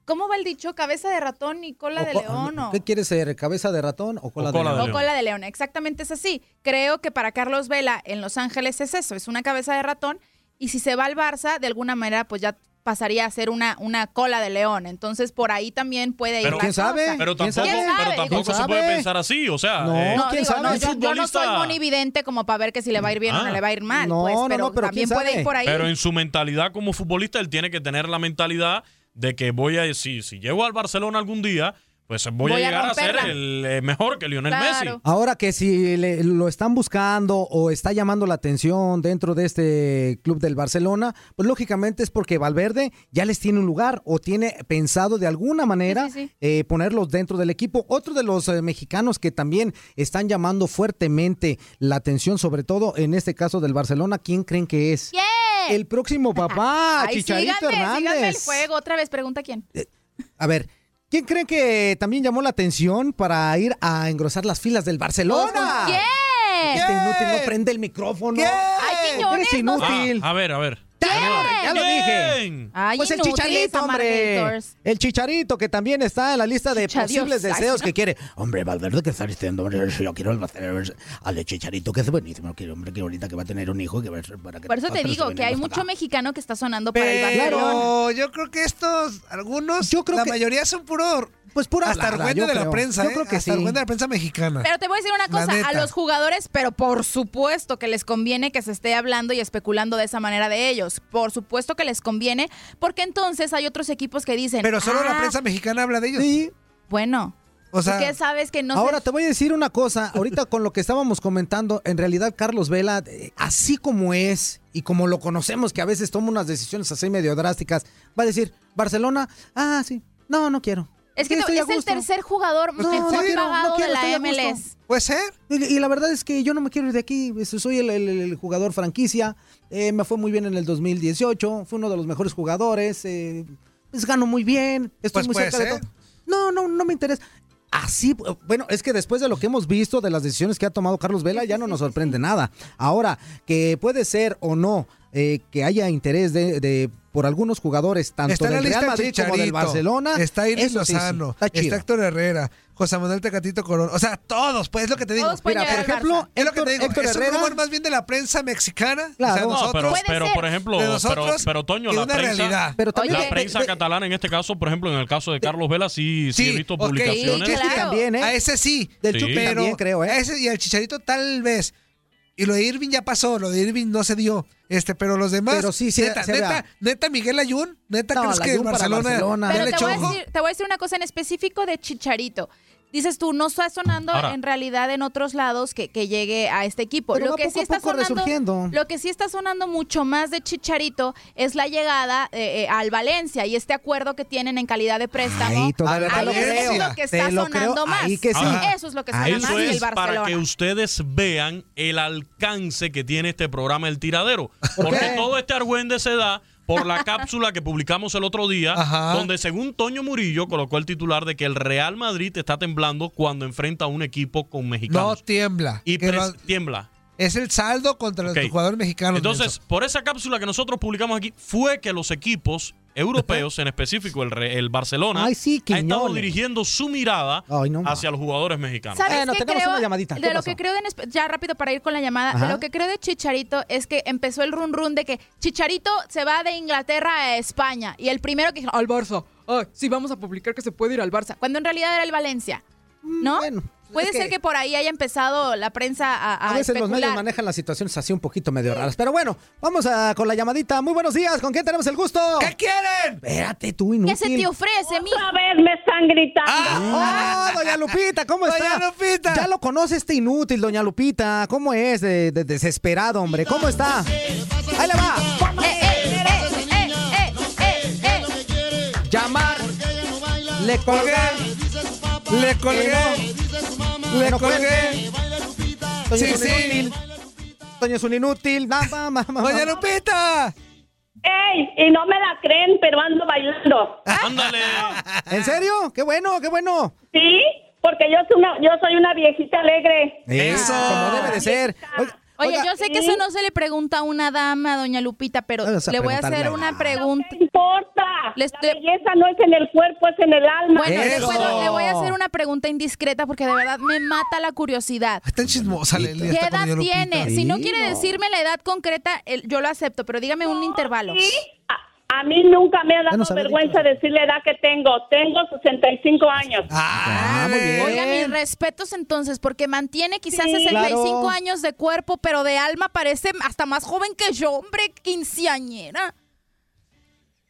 ¿Cómo va el dicho? ¿Cabeza de ratón y cola O de co- león? o- ¿Qué quieres ser? ¿Cabeza de ratón o cola, de, león? o cola de león, exactamente es así. Creo que para Carlos Vela en Los Ángeles es eso, es una cabeza de ratón y si se va al Barça, de alguna manera pues ya pasaría a ser una, una cola de león. Entonces por ahí también puede ir Pero, la cosa. Pero tampoco, ¿Quién sabe? pero tampoco Digo, se puede pensar así. O sea, No, eh, no, digo, no, un yo, yo no soy futbolista- monividente como para ver que si le va a ir bien o Ah. no le va a ir mal, No, pues, no, pero, no, pero también ¿quién puede sabe? ir por ahí. Pero en su mentalidad como futbolista, él tiene que tener la mentalidad de que voy a decir, si llego al Barcelona algún día, pues voy, Voy a a llegar a, ser romperla. el eh, mejor que Lionel Messi. Ahora que si le- lo están buscando o está llamando la atención dentro de este club del Barcelona, pues lógicamente es porque Valverde ya les tiene un lugar o tiene pensado de alguna manera eh, ponerlos dentro del equipo. Otro de los eh, mexicanos que también están llamando fuertemente la atención, sobre todo en este caso del Barcelona, ¿quién creen que es? El próximo papá, <laughs> Ay, Chicharito síganme, Hernández. síganme el juego. Otra vez, pregunta quién. A ver, ¿quién cree que también llamó la atención para ir a engrosar las filas del Barcelona? ¿Quién? Este inútil no prende el micrófono. Ay, Quiñones, Eres inútil. Ah, a ver, a ver. Ya lo dije. Ay, pues el inútiles, chicharito, hombre. amargadores. El chicharito que también está en la lista de Chichadios. posibles Ay, deseos ¿no? que quiere. Hombre, Valverde que está diciendo, hombre, yo quiero el Barcelona, al de chicharito que es buenísimo, que hombre, que ahorita que va a tener un hijo que va a ser para que Por eso te nosotros digo que hay venimos mucho mexicano que está sonando para el Barcelona. Pero yo creo que estos, algunos, la mayoría son puro. Pues pura Hasta habla, yo de la creo. prensa. Yo ¿eh? creo que Hasta sí. de la prensa mexicana. Pero te voy <laughs> a decir una La cosa, a neta. los jugadores, pero por supuesto que les conviene que se esté hablando y especulando de esa manera de ellos. Por supuesto que les conviene, porque entonces hay otros equipos que dicen. Pero solo la "Ah, prensa mexicana habla de ellos. Sí. Bueno. O sea, ¿tú qué sabes que no se- Ahora te voy a decir una cosa, ahorita con lo que estábamos comentando, en realidad Carlos Vela, eh, así como es y como lo conocemos, que a veces toma unas decisiones así medio drásticas, va a decir, Barcelona, ah, sí, no, no quiero. Es que estoy te- a es el gusto. Pues tercer jugador No, mejor no quiero, pagado no quiero, de estoy la a gusto. MLS. Puede ser. Y, y la verdad es que yo no me quiero ir de aquí, pues, soy el, el- el jugador franquicia, eh, me fue muy bien en el 2018, fue uno de los mejores jugadores, eh, pues gano muy bien, estoy Pues muy puede cerca de ser. todo. No, no, no me interesa. Así, eh, bueno, es que después de lo que hemos visto, de las decisiones que ha tomado Carlos Vela, ya no nos sorprende nada. Ahora, que puede ser o no eh, que haya interés de, de- por algunos jugadores, tanto está en la del lista Real Madrid Chicharito, como del Barcelona. Está Iris eso sí, sí, Lozano. está está chido. Héctor Herrera. José Manuel Tecatito Corona. O sea, todos, pues es lo que te digo. Todos pueden Mira, llegar por al ejemplo, Barça. es lo que Héctor- te digo. Héctor es un Herrera. rumor más bien de la prensa mexicana. Claro. No, o sea, No, pero, nosotros, pero, por ejemplo, de pero, nosotros, pero, Toño, y la una prensa, realidad. Pero también la de- prensa catalana en este caso, por ejemplo, en el caso de Carlos Vela, sí, sí, he visto ok, publicaciones. que este Claro. también, ¿eh? A ese sí. Del Sí. Chucky Pero también, creo, ¿eh? a ese y al Chicharito tal vez. Y lo de Irving ya pasó, lo de Irving no se dio. Este, pero los demás. Pero sí, sí, neta, se neta, vea. neta Miguel Ayun, neta No, crees que Layún para Barcelona, Barcelona. ya Pero le te voy, a echó ojo? decir, te voy a decir una cosa en específico de Chicharito. Dices tú, no está sonando Ahora. en realidad en otros lados que, que llegue a este equipo. Pero lo va que poco sí a está poco resurgiendo. sonando, lo que sí está sonando mucho más de Chicharito es la llegada eh, eh, al Valencia y este acuerdo que tienen en calidad de préstamo. Ahí todavía te Ahí lo es creo. lo que está Te lo creo, sonando más. ahí que sí. Ahora, Eso es lo que suena más Eso del es para que Barcelona. ustedes vean el alcance que tiene este programa El Tiradero. Porque todo este argüende se da por la cápsula que publicamos el otro día, Ajá. donde según Toño Murillo colocó el titular de que el Real Madrid está temblando cuando enfrenta a un equipo con No mexicanos. tiembla. y que pres- no- tiembla. es el saldo contra Ok. los jugadores mexicanos. Entonces, Nelson. por esa cápsula que nosotros publicamos aquí, fue que los equipos europeos, en específico el, Re- el Barcelona, Ay, sí, ha estado Quiñones. dirigiendo su mirada Ay, no, ma. hacia los jugadores mexicanos. ¿Sabes Bueno, qué tenemos creo? una llamadita. ¿Qué De lo pasó? que creo, en espe- ya rápido para ir con la llamada, Ajá. de lo que creo de Chicharito es que empezó el run run de que Chicharito se va de Inglaterra a España y el primero que dijo, al Barça, Ay, sí vamos a publicar que se puede ir al Barça, cuando en realidad era el Valencia, ¿no? Puede Mm, es ser que... que- por ahí haya empezado la prensa a, a A veces los medios especular. manejan las situaciones así un poquito medio raras. Pero bueno, vamos a, Ah, con la llamadita. Muy buenos días. ¿Con quién tenemos el gusto? ¿Qué quieren? Espérate, tú ¿Qué inútil. se te ofrece, mi? Otra vez me están gritando. ¡Ah, doña Lupita! ¿Cómo Doña está? Lupita. Ya lo conoce este inútil, doña Lupita. ¿Cómo es? De- de- desesperado, hombre. ¿Cómo está? ¡Ahí le va! Llamar. Le colgué. Le colgué. Le no colgué. Doña Sí, es un sí. inútil. Doña es un inútil. Na, ma, ma, ma, ma. Doña Lupita. ¡Ey! Y no me la creen, pero ando bailando. ¡Ándale! ¿En serio? ¡Qué bueno, qué bueno! ¿Sí? Porque yo soy una, yo soy una viejita alegre. Eso. Ah, Como debe de ser. Oiga, Oye, oiga, yo sé que eso no se le pregunta a una dama, doña Lupita, pero Vamos a le voy a preguntarle hacer a- una pregunta. ¿Qué importa? Les- La belleza no es en el cuerpo, es en el alma. Bueno, le, Eso. puedo- le voy a hacer una pregunta indiscreta porque de verdad me mata la curiosidad. Está chismosa, Leli. ¿Qué esta con edad doña Lupita. tiene? Si no quiere decirme la edad concreta, el- yo lo acepto, pero dígame un intervalo. Sí, a, a mí nunca me ha dado Ya nos había vergüenza decir la edad que tengo. Tengo 65 años. Ah, muy bien. Oiga, mis respetos entonces, porque mantiene quizás Sí. 65 Claro. años de cuerpo, pero de alma parece hasta más joven que yo, hombre, quinceañera.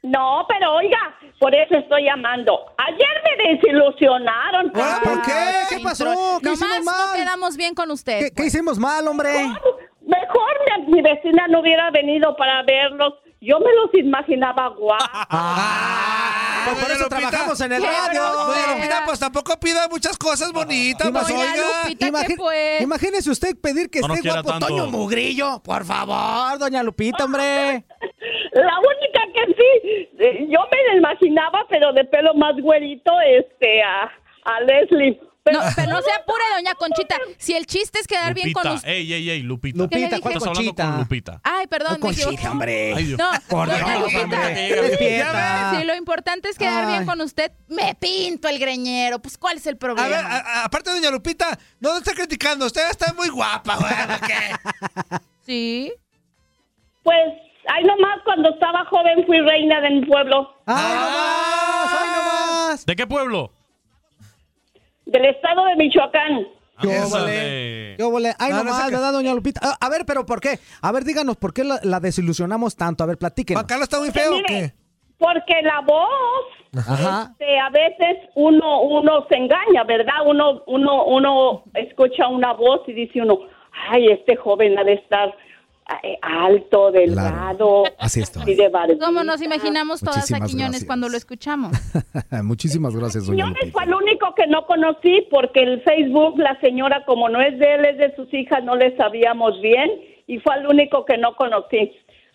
No, pero oiga, por eso estoy llamando. Ayer me desilusionaron. Ah, ¿Por qué? ¿Qué pasó? ¿Qué Nomás hicimos no mal? quedamos bien con usted. ¿Qué, qué hicimos mal, hombre? Mejor mi, mi vecina no hubiera venido para verlos. Yo me los imaginaba guau. Ah, Pues por eso trabajamos en el Pero, radio. bueno, Lupita, pues tampoco pida muchas cosas bonitas, pues, Imagina- oiga. imagi- Imagínese usted pedir que No nos esté quiera guapo tanto. Toño Mugrillo. Por favor, Ah, doña Lupita, hombre. <laughs> La única que sí, eh, yo me la imaginaba, pero de pelo más güerito, este, a, a Leslie. No, pero no se apure, doña Conchita. Si el chiste es quedar bien con Lupita, usted. ey, ey, ey, Lupita. Lupita, ¿Qué le dije? estás hablando Conchita. con Lupita? Ay, perdón, me equivoqué. hombre. Ay, Dios. No, Por doña Dios, Lupita, hombre. es que- Despierta. Ah. Si lo importante es quedar bien con usted, me pinto el greñero. Pues, ¿cuál es el A ver, problema? a- a- aparte, doña Lupita, no nos está criticando. Usted está muy guapa, <laughs> güey. Sí. Pues, ahí nomás cuando estaba joven fui reina de mi pueblo. Ah. ¿De qué pueblo? Del estado de Michoacán. Ah, Yo Esa volé. de- Yo volé. Ay, No, no, no nomás, saca. ¿verdad, doña Lupita? Ah, A ver, pero ¿por qué? A ver, díganos, ¿por qué la, la desilusionamos tanto? A ver, platíquenos. Carlos está muy Porque, feo o mire, qué? Porque la voz, Ajá. este, a veces uno, uno se engaña, ¿verdad? Uno, uno, uno escucha una voz y dice uno, ay, este joven ha de estar eh, alto, delgado, Así es. y de barbita. ¿Cómo nos imaginamos todas a Muchísimas Quiñones gracias. cuando lo escuchamos? Muchísimas gracias, <laughs> doña Quiñones Lupita. fue el único que no conocí porque el Facebook, la señora, como no es de él, es de sus hijas, no le sabíamos bien y fue el único que no conocí.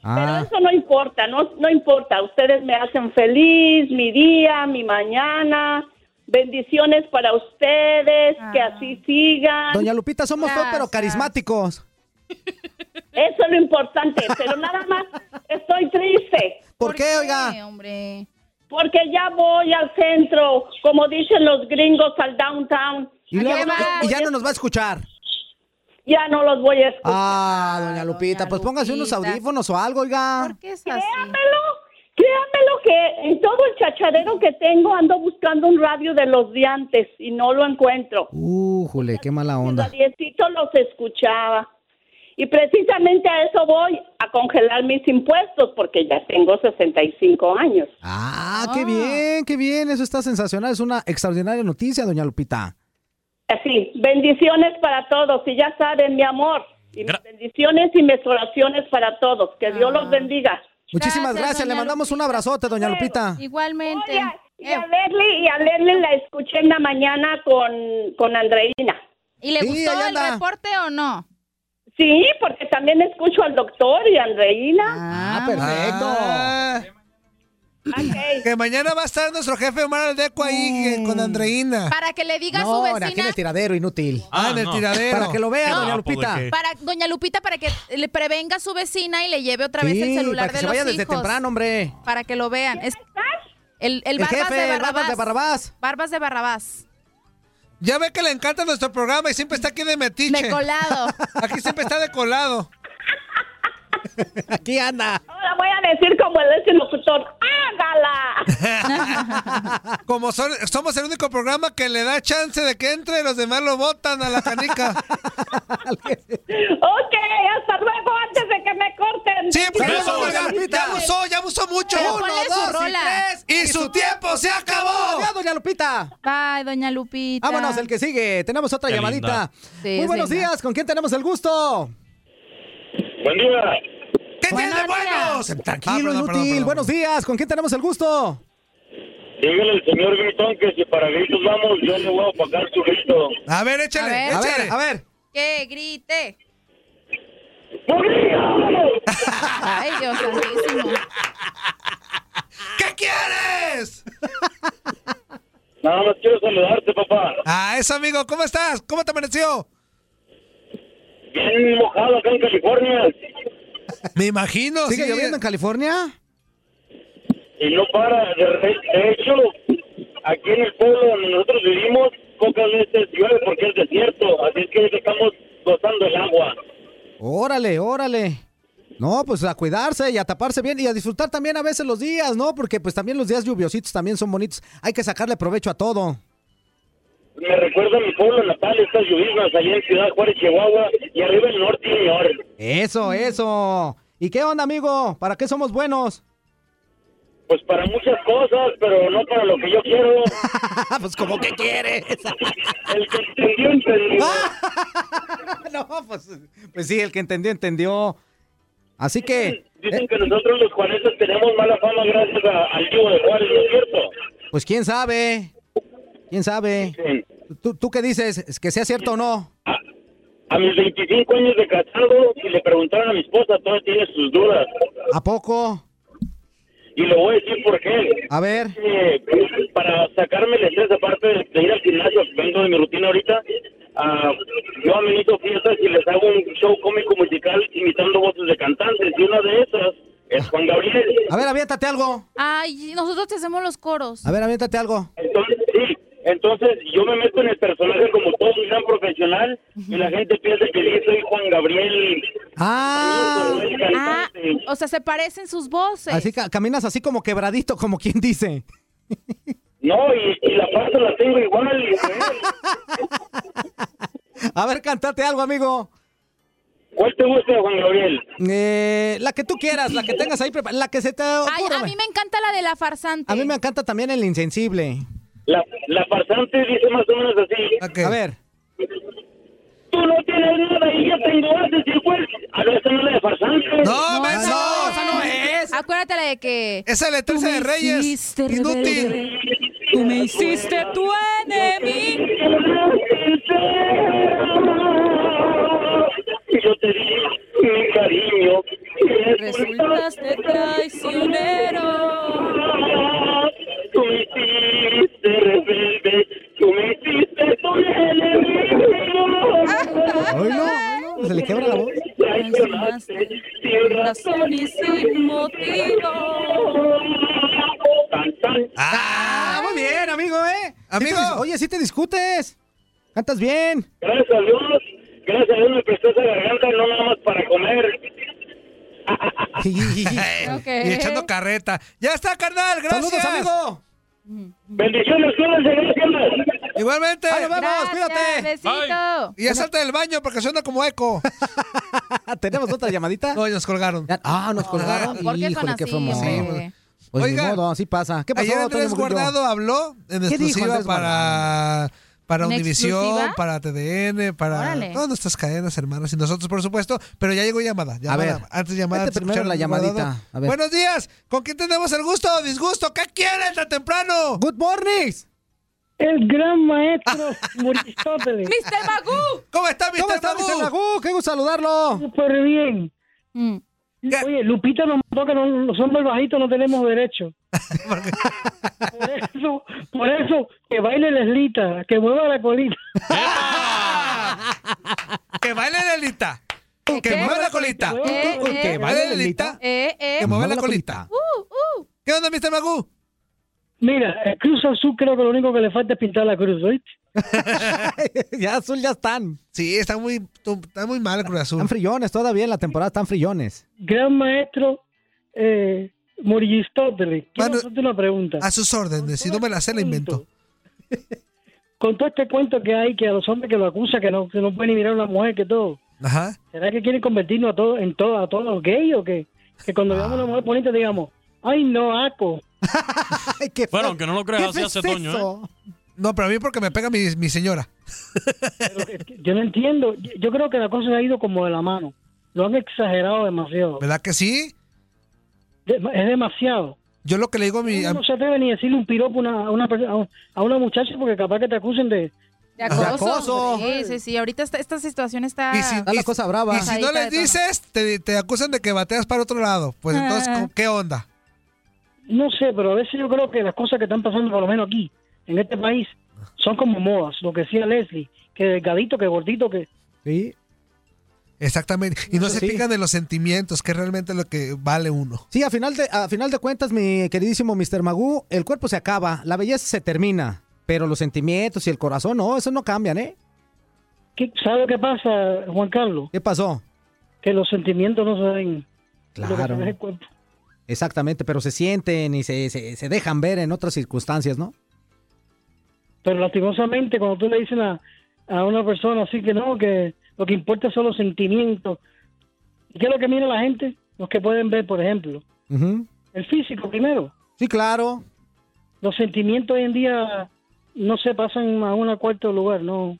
Pero Ah, eso no importa, no, no importa. Ustedes me hacen feliz, mi día, mi mañana. Bendiciones para ustedes, que así sigan. doña Lupita, somos todos pero carismáticos. Eso es lo importante, pero nada más estoy triste. ¿Por, qué, oiga? Hombre. Porque ya voy al centro, como dicen los gringos, al downtown. Y, luego- y ya no nos va a escuchar. Ya no los voy a escuchar. Ah, doña Lupita, pues póngase unos Lupita. audífonos o algo, oiga. ¿Qué es Créamelo, créamelo que en todo el chachadero que tengo ando buscando un radio de los de antes y no lo encuentro. Újule, qué mala onda. Diecito los escuchaba. Y precisamente a eso voy, a congelar mis impuestos, porque ya tengo 65 años. Ah, Oh. qué bien, qué bien. Eso está sensacional. Es una extraordinaria noticia, doña Lupita. Así, bendiciones para todos. Y ya saben, mi amor, y mis bendiciones y mis oraciones para todos. Que Dios Ah. los bendiga. Muchísimas gracias. doña Le mandamos un abrazote, doña Lupita. Igualmente. Y a Leslie, y a Leslie la escuché en la mañana con, con Andreina. ¿Y le gustó el reporte o no? Sí, porque también escucho al doctor y a Andreina. Ah, perfecto. Que mañana va a estar nuestro jefe Omar Aldeco ahí Mm. que- con Andreina. Para que le diga No, a en su aquí en vecina. el tiradero, inútil. Ah, en el tiradero. Ah, Para que lo vea, No. doña Lupita. Para doña Lupita para que le prevenga a su vecina y le lleve otra vez Sí, el celular para que de se los vaya desde hijos. temprano, hombre. Para que lo vean. Es el, el El barbas jefe, de el Barrabás. Barbas de Barrabás. Barbas de Barrabás. Ya ve que le encanta nuestro programa y siempre está aquí de metiche. De colado. <laughs> Aquí siempre está de colado. <laughs> Aquí anda. Ahora voy a decir como el ese locutor, ¡hágala! <laughs> Como son- somos el único programa que le da chance de que entre y los demás lo botan a la <laughs> canica. ok, hasta luego, antes de que me corten. Sí, pues, Besos. vamos, doña Lupita. ya abusó, ya abusó mucho. Pero Uno, ponle su dos y rola. tres. Y su tiempo se acabó. Adiós, doña Lupita. Bye, doña Lupita. Vámonos, el que sigue. Tenemos otra Qué llamadita. linda. Sí, Muy es buenos linda. días. ¿Con quién tenemos el gusto? Buen día. ¿Qué tiene de buenos? Tranquilo, inútil. Buenos días. ¿Con quién tenemos el gusto? Dígale al señor Gritón que si para gritos vamos, yo le voy a pagar su grito. A ver, échale, A ver, échale. a ver. Que grite. Ay, Dios santísimo. ¿Qué quieres? Nada más quiero saludarte, papá. Ah, eso, amigo. ¿Cómo estás? ¿Cómo te amaneció? Bien mojado acá en California. Me imagino. ¿Sigue sí. lloviendo en California? Y no para. De, re- de hecho, aquí en el pueblo donde nosotros vivimos, pocas veces llueve porque es desierto. Así es que estamos gozando el agua. Órale, órale. No, pues a cuidarse y a taparse bien y a disfrutar también a veces los días, ¿no? Porque pues también los días lluviositos también son bonitos. Hay que sacarle provecho a todo. Me recuerda a mi pueblo natal, estas lluvias allá en Ciudad Juárez, Chihuahua, y arriba el norte, señor. Mm. Eso, eso. ¿Y qué onda, amigo? ¿Para qué somos buenos? Pues para muchas cosas, pero no para lo que yo quiero. <laughs> pues como que <laughs> quieres. El que entendió, entendió. <laughs> no, pues, pues sí, el que entendió, entendió. Así que, Dicen que nosotros los juaneses tenemos mala fama gracias a- al Chivo de Juárez, ¿no es cierto? pues quién sabe. ¿Quién sabe? ¿Tú, tú qué dices? ¿Es ¿Que sea cierto o no? A mis 25 años de casado, y le preguntaron a mi esposa, todavía tiene sus dudas. ¿A poco? Y le voy a decir por qué. A ver. Eh, para sacarme el estrés, aparte de, de ir al gimnasio, vengo de mi rutina ahorita, ah, yo amenizo fiestas y les hago un show cómico musical imitando voces de cantantes. Y una de esas es Juan Gabriel. A ver, aviéntate algo. Ay, nosotros te hacemos los coros. A ver, aviéntate algo. Entonces yo me meto en el personaje como todo un gran profesional y la gente piensa que yo soy Juan Gabriel. Ah. Ah, o sea, se parecen sus voces. Así ca- caminas así como quebradito, como quien dice. No, y, y la parte la tengo igual. y, güey, A ver, cantate algo, amigo. ¿Cuál te gusta, Juan Gabriel? Eh, la que tú quieras, la que tengas ahí preparada, la que se te Ay, ocurra. a mí me encanta la de la farsante. A mí me encanta también el insensible. La, la farsante dice más o menos así. A ver. Tú no tienes nada y yo tengo antes y pues. A ver, esa no es la de farsante. No, esa menso, esa no es. Acuérdate la de que. Esa de Terza de Reyes. Inútil. Tú me hiciste tu enemigo. Yo te di mi cariño. Resultaste traicionero. Tú me hiciste rebelde. Tú me hiciste tu enemigo. Se le quebra la voz. Traicionaste sin razón y sin motivo. Ah, muy bien, amigo, ¿eh? Amigo. Sí te dis- oye, sí te discutes. Cantas bien. Gracias a Dios, gracias a Dios me prestó esa garganta no nada más para comer. Ok. Y echando carreta. Ya está, carnal. Gracias. Saludos, amigo. Bendiciones, cuídense, gracias. Igualmente. Ahí nos vemos, Gracias, cuídate. besito. Y ya salta del baño porque suena como eco. Ah, ¿Tenemos otra llamadita? <laughs> No, y nos colgaron. Ya- Ah, nos colgaron. ¿por qué son Híjole, qué así, famoso. hombre? Pues Oiga, ni modo, así pasa. ¿Qué pasó, Ayer Toño Andrés Murillo? Guardado habló en ¿Qué dijo exclusiva Andrés para, para ¿Una Univisión, exclusiva? para TDN, para Órale. todas nuestras cadenas hermanas y nosotros, por supuesto. Pero ya llegó llamada. llamada. ver, antes llamada. vete antes de primero escuchar la a Andrés llamadita, Guardado. a ver. Buenos días. ¿Con quién tenemos el gusto o disgusto? ¿Qué quieres tan temprano? Good morning. El gran maestro Aristóteles. ¡Mr. Magoo! ¿Cómo está, Mr. ¿Cómo está, Magoo? Mr. Magoo? Qué gusto saludarlo. Súper bien. Mm. Oye, Lupita nos mandó que no- los hombres bajitos no tenemos derecho. por eso, por eso, que baile Leslita, que mueva la colita. Que baile Lelita. ¿Qué, Que qué? mueva la colita. Eh, Que eh, baile Lelita. eh, eh. Que mueva la colita. Uh, uh. ¿Qué onda, Mr. Magoo? Mira, el Cruz Azul creo que lo único que le falta es pintar la cruz, ¿oíste? <laughs> ya azul ya están. Sí, está muy, está muy mal el Cruz Azul. Están frillones todavía en la temporada, están frillones. Gran maestro eh, Moristóteles, quiero Manu- hacerte una pregunta. A sus órdenes. Si no me la sé, la invento. Con todo este cuento que hay, que a los hombres que lo acusan, que no, que no pueden ni mirar a una mujer, que todo. Ajá. ¿Será que quieren convertirnos a todos en todo, a todos los gays o qué? Que cuando Ah. veamos una mujer bonita digamos, ay no, Aco. Ay, qué Bueno, feo. aunque no lo creas, ¿Qué así feo hace es Toño, ¿eh? eso? No, pero a mí porque me pega mi, mi señora. Yo no entiendo. Yo- Yo creo que la cosa se ha ido como de la mano. Lo han exagerado demasiado. ¿Verdad que sí? De- es demasiado. Yo lo que le digo a mi... Uno a- no se atreve ni a decirle un piropo a una, a una, per- a un- a una muchacha porque capaz que te acusen de... De acoso. acoso. Sí, sí, sí. Ahorita esta, esta situación está. y si, Está la y- cosa brava. y si no Bajadita de les tono. dices, te, te acusan de que bateas para otro lado. Pues entonces, Ah. ¿con ¿qué onda? No sé, pero a veces yo creo que las cosas que están pasando, por lo menos aquí, en este país, son como modas. Lo que decía Leslie, que delgadito, que gordito, que... Sí. Exactamente. Y no pues Sí. se pican en los sentimientos, que es realmente lo que vale uno. Sí, a final, de, a final de cuentas, mi queridísimo Mr. Magoo, el cuerpo se acaba, la belleza se termina, pero los sentimientos y el corazón, no, eso no cambian, ¿eh? ¿Qué- ¿Sabe qué pasa, Juan Carlos? ¿Qué pasó? Que los sentimientos no se ven. Lo que se Claro, ve es el cuerpo. exactamente, pero se sienten y se, se- se dejan ver en otras circunstancias, ¿no? Pero lastimosamente, cuando tú le dices a, a una persona así que no, que lo que importa son los sentimientos, ¿y qué es lo que mira la gente? Los que pueden ver, por ejemplo, Ujú. el físico primero. Sí, claro. Los sentimientos hoy en día no se pasan a un cuarto lugar, no.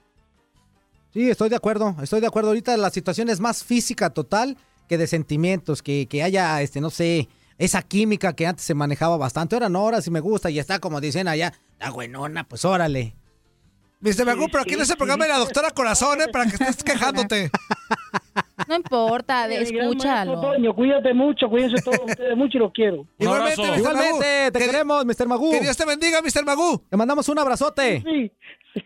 Sí, estoy de acuerdo, estoy de acuerdo. Ahorita la situación es más física total que de sentimientos, que, que haya, este, no sé, esa química que antes se manejaba bastante. Ahora no, ahora sí me gusta y está como dicen allá, la buenona, pues órale. Mr. Magoo, pero aquí no se programa de la doctora Corazón, ¿eh? Para que <laughs> estés quejándote. <laughs> No importa, de- escúchalo. Toño, cuídate mucho, cuídense <laughs> todos ustedes mucho y los quiero. Igualmente, Mr. Magoo. Igualmente, te Que- queremos, Mr. Magoo. Que Dios te bendiga, Mr. Magoo. Te mandamos un abrazote. Sí,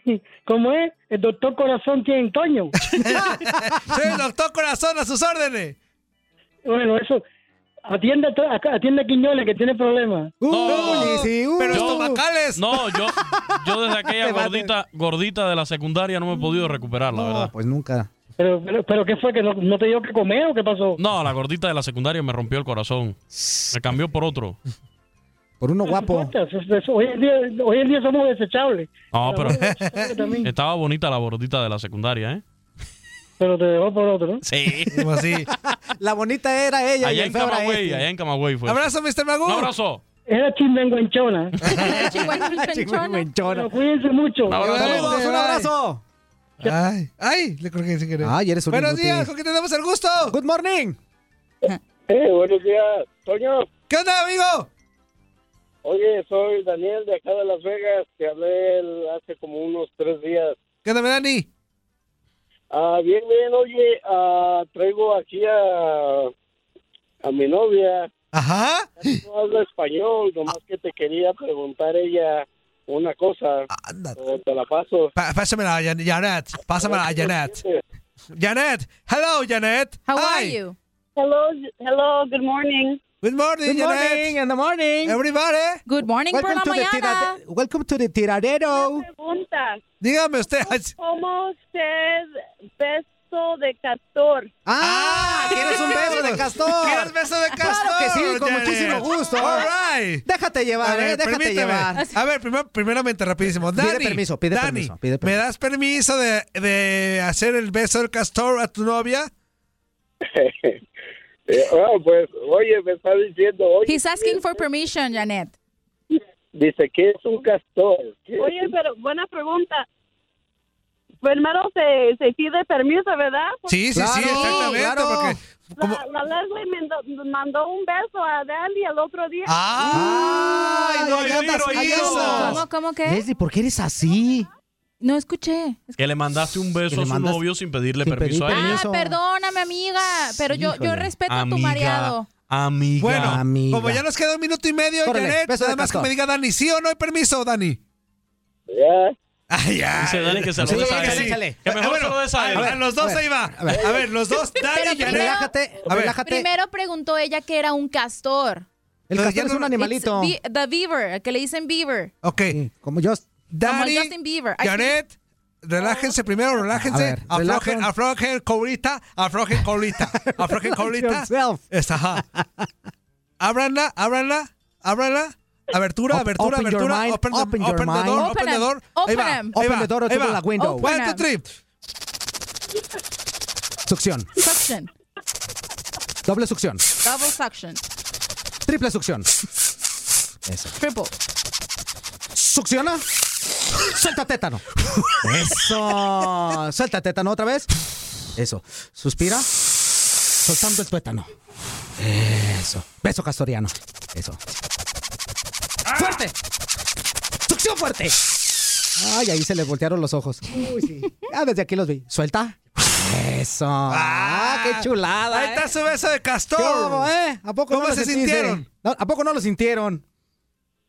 sí. Como es, el doctor Corazón tiene <laughs> Toño. Soy el doctor Corazón a sus órdenes. Bueno, eso. Atiende a, to- a- atiende a Quiñones que tiene problemas. Uh, No, pero yo- estomacales. No, yo, yo desde aquella gordita, gordita de la secundaria no me he podido recuperar, la verdad. Pues nunca. Pero, pero, pero ¿qué fue? ¿Que no, no te dio que comer o qué pasó? No, la gordita de la secundaria me rompió el corazón. Me cambió por otro. Por uno guapo. Putas, eso- eso- hoy, en día, hoy en día somos desechables. No, pero También, estaba bonita la gordita de la secundaria, ¿eh? pero te dejó por otro, ¿no? Sí. así? <laughs> La bonita era ella y Allá el en feo era Camagüey, este. allá en Camagüey fue. Abrazo, Mr. Magoo. Un abrazo. Era chingüengüenchona. Chingüengüenchona. Pero cuídense mucho. Un abrazo. Amigos, un abrazo. Ay, ay, le colgué sin querer. Ay, eres un Buenos inútil. días, ¿con qué tenemos el gusto? Good morning. <laughs> Eh, buenos días, Toño. ¿Qué onda, amigo? Oye, soy Daniel de acá de Las Vegas. Te hablé el- hace como unos tres días. ¿Qué onda, mi Dani? Ah, bien, bien, oye, ah, traigo aquí a, a mi novia. Ajá. Casi No habla español, nomás que te quería preguntar ella una cosa. O te la paso. Pa- pásamela a Jan- Janet. Pásamela a Janet. Janet. Hello, Janet. How Hi. are you? Hello, hello, good morning. Good morning, Good Janet. morning, in the morning. Everybody. Good morning por la to the mañana. tirade- welcome to the tiradero. Pregunta, Dígame usted. ¿cómo usted beso de castor? Ah, ¿quieres un beso de castor? ¿Quieres beso de castor? Claro que sí, con Janet? muchísimo gusto. All right. Déjate llevar, eh, déjate permíteme. llevar. A ver, primero, primeramente, rapidísimo. Pide Dani, permiso, pide Dani, permiso, pide ¿me permiso. das permiso de, de hacer el beso del castor a tu novia? <laughs> Eh, ah, pues, oye, me está diciendo, oye, He's asking for permission, Janet. dice que es un castor. ¿Qué- Oye, pero buena pregunta. Primero Pues, se, se pide permiso, ¿verdad? Sí, sí, sí, Claro, exactamente. claro. Porque, La, la Leslie mendo- mandó, un beso a Dali el otro día. ¡Ah! Ay, no, ahí andas, ahí andas. ¿Cómo, cómo que? Leslie, ¿por qué eres así? No escuché. Que le mandaste un beso le a su mandas- novio sin pedirle sin permiso pedir a ella. Ah, perdóname, amiga, pero yo, yo Híjole. respeto a tu Amiga, mareado. Amiga. bueno, Amiga. como ya nos queda un minuto y medio, Órale, Janet, beso de nada más que castor. me diga Dani, ¿sí o no hay permiso, Dani? Ya. Ay, ya. Dice Dani que se lo Sí, des a échale, él. échale. Que mejor Ah, bueno, se lo des a él. A ver, los dos ahí va. A ver, los dos, Dani Pero y Janet. primero- Relájate, A ver. relájate. Primero preguntó ella que era un castor. el Pero castor ya es no- un animalito. It's be- the beaver, el que le dicen beaver. Ok, Sí, Como yo. Como Dani, Justin Bieber. Ay, Janet, relájense primero, relájense. A ver, aflojen, relaja. aflojen colita, <laughs> aflojen colita, aflojen colita. Yourself. Esta, ajá. Ábranla, ábranla, ábranla. Abertura, Op- abertura, open your abertura. mind, open, the, open your open the mind. door, Open open the 'em, door. Ahí open va, 'em. ahí Open va, the door, ahí open va. the window. Open One, two, 'em. three. Succión. Suction. Doble succión. Double suction. Triple succión. Eso. Triple. Succiona. Suelta tétano. Eso. Suelta tétano otra vez. Eso. Suspira. Soltando el tuétano. Eso. Beso castoriano. Eso. Ah. ¡Fuerte! ¡Succión fuerte! Ay, ahí se le voltearon los ojos. Uy, sí. Ah, desde aquí los vi. Suelta. Eso. Ah, qué chulada. Ahí ¿eh? está su beso de castor. ¿Qué hubo, eh? ¿A poco ¿Cómo no lo se sentiste? sintieron? No, ¿A poco no lo sintieron?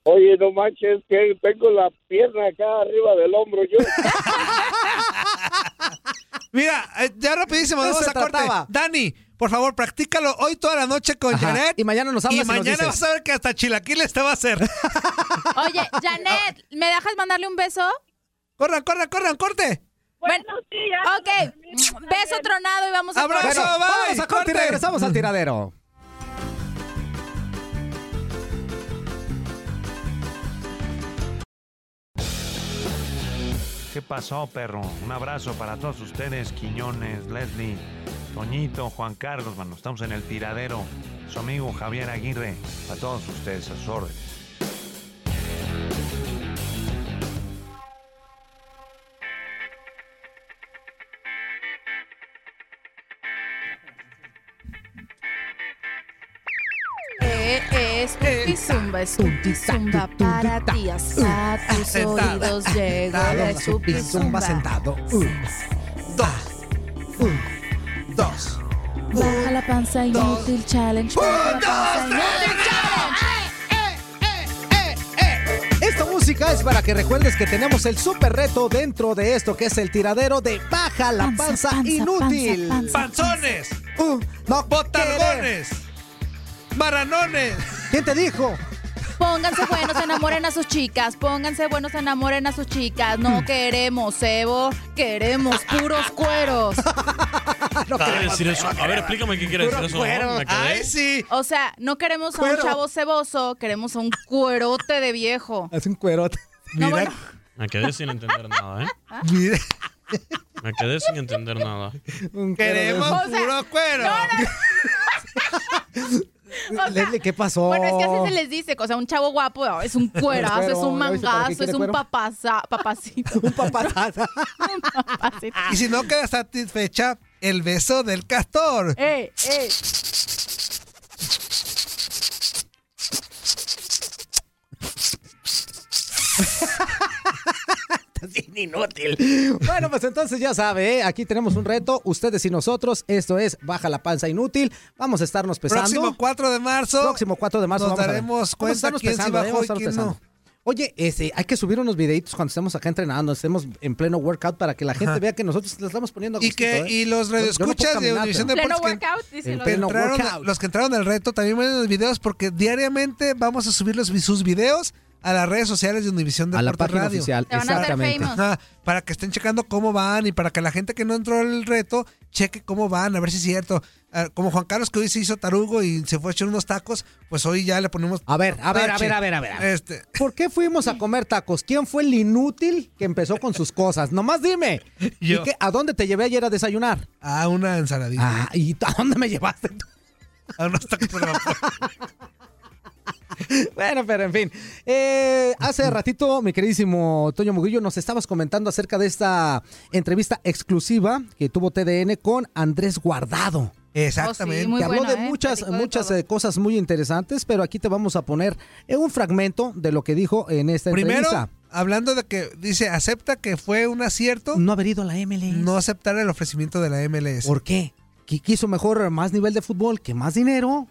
Oye, no manches, que tengo la pierna acá arriba del hombro yo. Mira, eh, ya rapidísimo, De eso vamos se a corte. trataba. Dani, por favor, practícalo hoy toda la noche con Ajá. Janet. Y mañana nos Y hablas y nos mañana dices. vas a ver que hasta chilaquiles te va a hacer. Oye, <laughs> Janet, ¿me dejas mandarle un beso? corran, corran, corran, corte. Bueno, sí, ya. ok. Beso tronado y vamos a Abrazo. correr. Bueno, bye, vamos a corte y corte. regresamos al tiradero. ¿Qué pasó, perro? Un abrazo para todos ustedes, Quiñones, Leslie, Toñito, Juan Carlos, mano. Estamos en el tiradero. Su amigo Javier Aguirre, a todos ustedes, a sus órdenes. que es Zumba, es Zumba para ti. Hasta tus Sentada. oídos llega Dado, la la supi, zumba Zumba. sentado. Uno, dos, uno, dos. Baja la panza inútil challenge. Baja la panza inútil Esta música es para que recuerdes que tenemos el super reto dentro de esto que es el tiradero de baja la Panza, panza, panza, inútil. panza, panza, ¡Panzones! Uh, no ¡Botargones! ¡Maranones! ¿Quién te dijo? Pónganse buenos, enamoren a sus chicas. Pónganse buenos, enamoren a sus chicas. Mm. No queremos cebo, queremos puros cueros. ¿Qué quiere decir eso? A ver, explícame qué quiere decir eso. amor, me quedé. sí! O sea, no queremos a Cuero. un chavo ceboso, queremos a un cuerote de viejo. Es un cuerote. No, bueno, Me quedé sin entender nada, ¿eh? Mira. Me quedé sin entender nada. ¡Queremos O sea, puro cuero! Leslie, ¿qué pasó? Bueno, es que <laughs> así se les dice, o sea, un chavo guapo oh, es un cuerazo, Cuero, es un ¿ya viste para qué mangazo, quiere es un cuero? papaza, papacito. <laughs> un papazazo. Y si no queda satisfecha, el beso del castor. ¡Ey, ey! inútil. Bueno, pues entonces ya sabe, ¿eh? aquí tenemos un reto, ustedes y nosotros. Esto es Baja la Panza Inútil. Vamos a estarnos pesando. Próximo 4 de marzo. Próximo 4 de marzo. Nos vamos a ver. daremos Vamos a cuenta estarnos quién sí pesando, ¿eh? bajó Vamos a y estarnos quién no. pesando. Oye, este, hay que subir unos videitos cuando estemos acá entrenando, estemos en pleno workout para que la gente Ajá. vea que nosotros le estamos poniendo a Y gustito, que- ¿eh? y los Yo- yo no puedo radioescuchas de caminar, pero- Univisión Deportes Pleno que- workout, dice En los- pleno entraron- workout. los que entraron al reto también ven los videos porque diariamente vamos a subir los, sus videos a las redes sociales de Univisión A la Deportes página Radio. oficial, Te van a hacer exactamente. famous. Ajá, para que estén checando cómo van y para que la gente que no entró al reto cheque cómo van, a ver si es cierto. Ah, Como Juan Carlos que hoy se hizo tarugo y se fue a echar unos tacos, pues hoy ya le ponemos... A ver, a ver, a ver, a ver, a ver. a Este, ver. ¿Por qué fuimos a comer tacos? ¿Quién fue el inútil que empezó con sus cosas? Nomás dime. <laughs> Yo. ¿Y qué- ¿A dónde te llevé ayer a desayunar? A una ensaladita. Ah, ¿y a dónde me llevaste tú? A unos tacos por la- <laughs> Bueno, pero en fin. Eh, hace ratito, mi queridísimo Toño Murillo, nos estabas comentando acerca de esta entrevista exclusiva que tuvo TDN con Andrés Guardado. Exactamente. Oh, sí, muy que habló buena, de ¿eh? muchas, Platicó de muchas eh, cosas muy interesantes, pero aquí te vamos a poner eh, un fragmento de lo que dijo en esta Primero, entrevista. hablando de que dice, acepta que fue un acierto. No haber ido a la MLS. No aceptar el ofrecimiento de la MLS. ¿Por qué? ¿Que quiso mejor más nivel de fútbol que más dinero?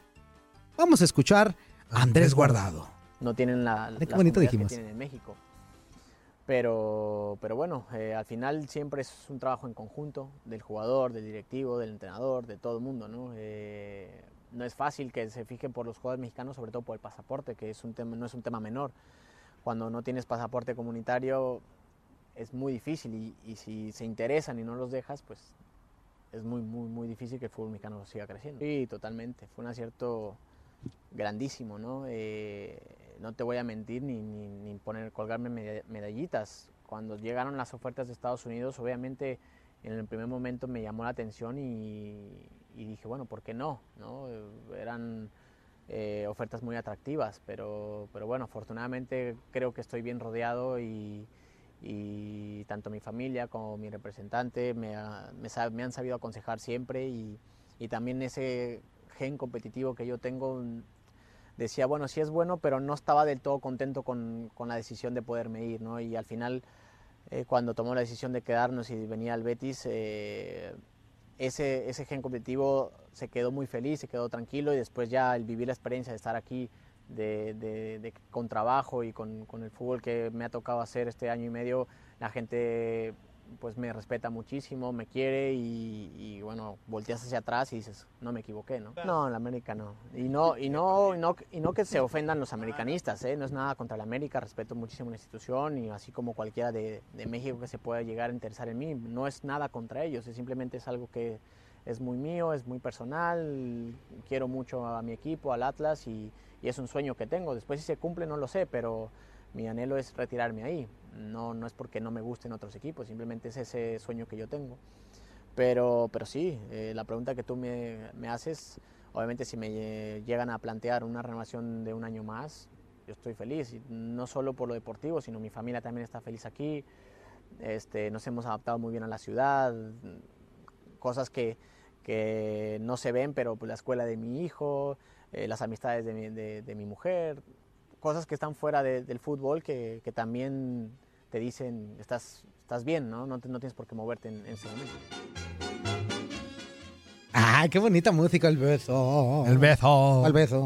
Vamos a escuchar a Andrés Guardado. no tienen la, qué bonito la comunidad que dijimos. tienen en México. Pero, pero bueno, eh, al final siempre es un trabajo en conjunto del jugador, del directivo, del entrenador, de todo el mundo. ¿no? Eh, no es fácil que se fijen por los jugadores mexicanos, sobre todo por el pasaporte, que es un tema, no es un tema menor. Cuando no tienes pasaporte comunitario es muy difícil y, y si se interesan y no los dejas, pues es muy, muy, muy difícil que el fútbol mexicano siga creciendo. Sí, totalmente. Fue un acierto grandísimo, ¿no? Eh, no te voy a mentir ni, ni, ni poner, colgarme meda- medallitas. Cuando llegaron las ofertas de Estados Unidos, obviamente en el primer momento me llamó la atención y, y dije, bueno, ¿por qué no? ¿No? Eh, Eran eh, ofertas muy atractivas, pero, pero bueno, afortunadamente creo que estoy bien rodeado y, y tanto mi familia como mi representante me, ha- me sa- me han sabido aconsejar siempre y, y también ese gen competitivo que yo tengo mm, decía, bueno, sí es bueno, pero no estaba del todo contento con, con la decisión de poderme ir, ¿no? Y al final, eh, cuando tomó la decisión de quedarnos y venir al Betis, eh, ese, ese gen competitivo se quedó muy feliz, se quedó tranquilo y después ya el vivir la experiencia de estar aquí de, de- de- con trabajo y con, con el fútbol que me ha tocado hacer este año y medio, la gente pues me respeta muchísimo, me quiere y, y, bueno, volteas hacia atrás y dices, no me equivoqué, ¿no? No, en la América no. Y no, y no, y no, y no que se ofendan los americanistas, ¿eh? No es nada contra la América, respeto muchísimo la institución y así como cualquiera de, de México que se pueda llegar a interesar en mí, no es nada contra ellos, es simplemente es algo que es muy mío, es muy personal, quiero mucho a mi equipo, al Atlas y, y es un sueño que tengo. Después si se cumple no lo sé, pero mi anhelo es retirarme ahí. No, no es porque no me gusten otros equipos, simplemente es ese sueño que yo tengo. Pero, pero sí, eh, la pregunta que tú me, me haces, obviamente si me lle- llegan a plantear una renovación de un año más, yo estoy feliz, y no solo por lo deportivo, sino mi familia también está feliz aquí. Este, nos hemos adaptado muy bien a la ciudad, cosas que, que no se ven, pero pues, la escuela de mi hijo, eh, las amistades de mi, de- de mi mujer, cosas que están fuera de- del fútbol que, que también te dicen, estás, estás bien, ¿no? No, te- no tienes por qué moverte en- en ese momento. Ah, qué bonita música, el beso. El beso. El beso.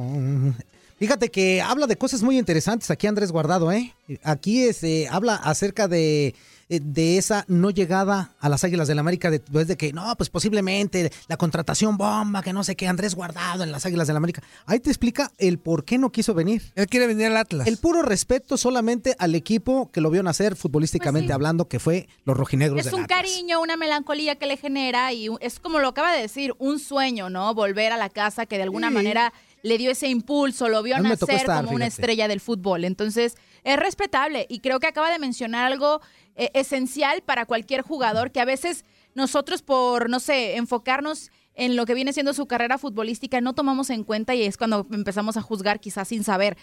Fíjate que habla de cosas muy interesantes aquí Andrés Guardado, ¿eh? Aquí es, eh, habla acerca de, eh, de esa no llegada a las Águilas del América después de que, no, pues posiblemente la contratación bomba, que no sé qué, Andrés Guardado en las Águilas del América. Ahí te explica el por qué no quiso venir. Él quiere venir al Atlas. El puro respeto solamente al equipo que lo vio nacer futbolísticamente hablando, que fue los rojinegros Pues Es del un Atlas. cariño, una melancolía que le genera y un- es como lo acaba de decir, un sueño, ¿no? Volver a la casa que de alguna Sí. manera le dio ese impulso, lo vio A mí me tocó nacer estar, como una fíjate. estrella del fútbol. Entonces, es respetable y creo que acaba de mencionar algo eh, esencial para cualquier jugador que a veces nosotros por, no sé, enfocarnos en lo que viene siendo su carrera futbolística no tomamos en cuenta y es cuando empezamos a juzgar quizás sin saber.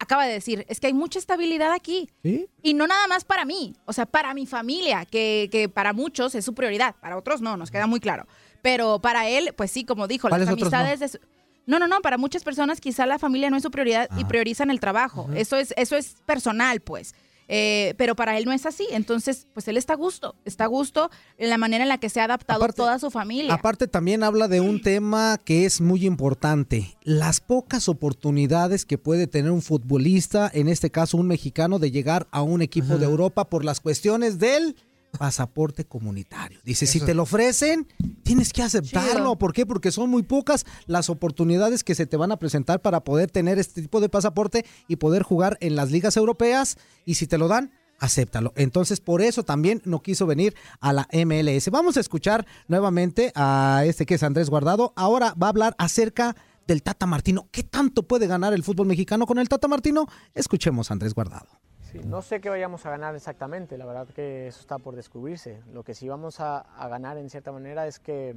Acaba de decir, es que hay mucha estabilidad aquí. ¿Sí? Y no nada más para mí, o sea, para mi familia, que, que para muchos es su prioridad, para otros no, nos queda muy claro. Pero para él, pues sí, como dijo, las ¿Cuáles otros amistades... de su- No, no, no, para muchas personas quizá la familia no es su prioridad Ah. y priorizan el trabajo. Eso es eso es personal, pues. Eh, pero para él no es así, entonces, pues él está a gusto, está a gusto en la manera en la que se ha adaptado toda su familia. Aparte también habla de un tema que es muy importante, las pocas oportunidades que puede tener un futbolista, en este caso un mexicano, de llegar a un equipo de Europa por las cuestiones del pasaporte comunitario. Dice, si te lo ofrecen, tienes que aceptarlo. ¿Por qué? Porque son muy pocas las oportunidades que se te van a presentar para poder tener este tipo de pasaporte y poder jugar en las ligas europeas. Y si te lo dan, acéptalo. Entonces, por eso también no quiso venir a la MLS. Vamos a escuchar nuevamente a este que es Andrés Guardado. Ahora va a hablar acerca del Tata Martino. ¿Qué tanto puede ganar el fútbol mexicano con el Tata Martino? Escuchemos a Andrés Guardado. Sí, no sé qué vayamos a ganar exactamente, la verdad que eso está por descubrirse. Lo que sí vamos a, a ganar en cierta manera es que,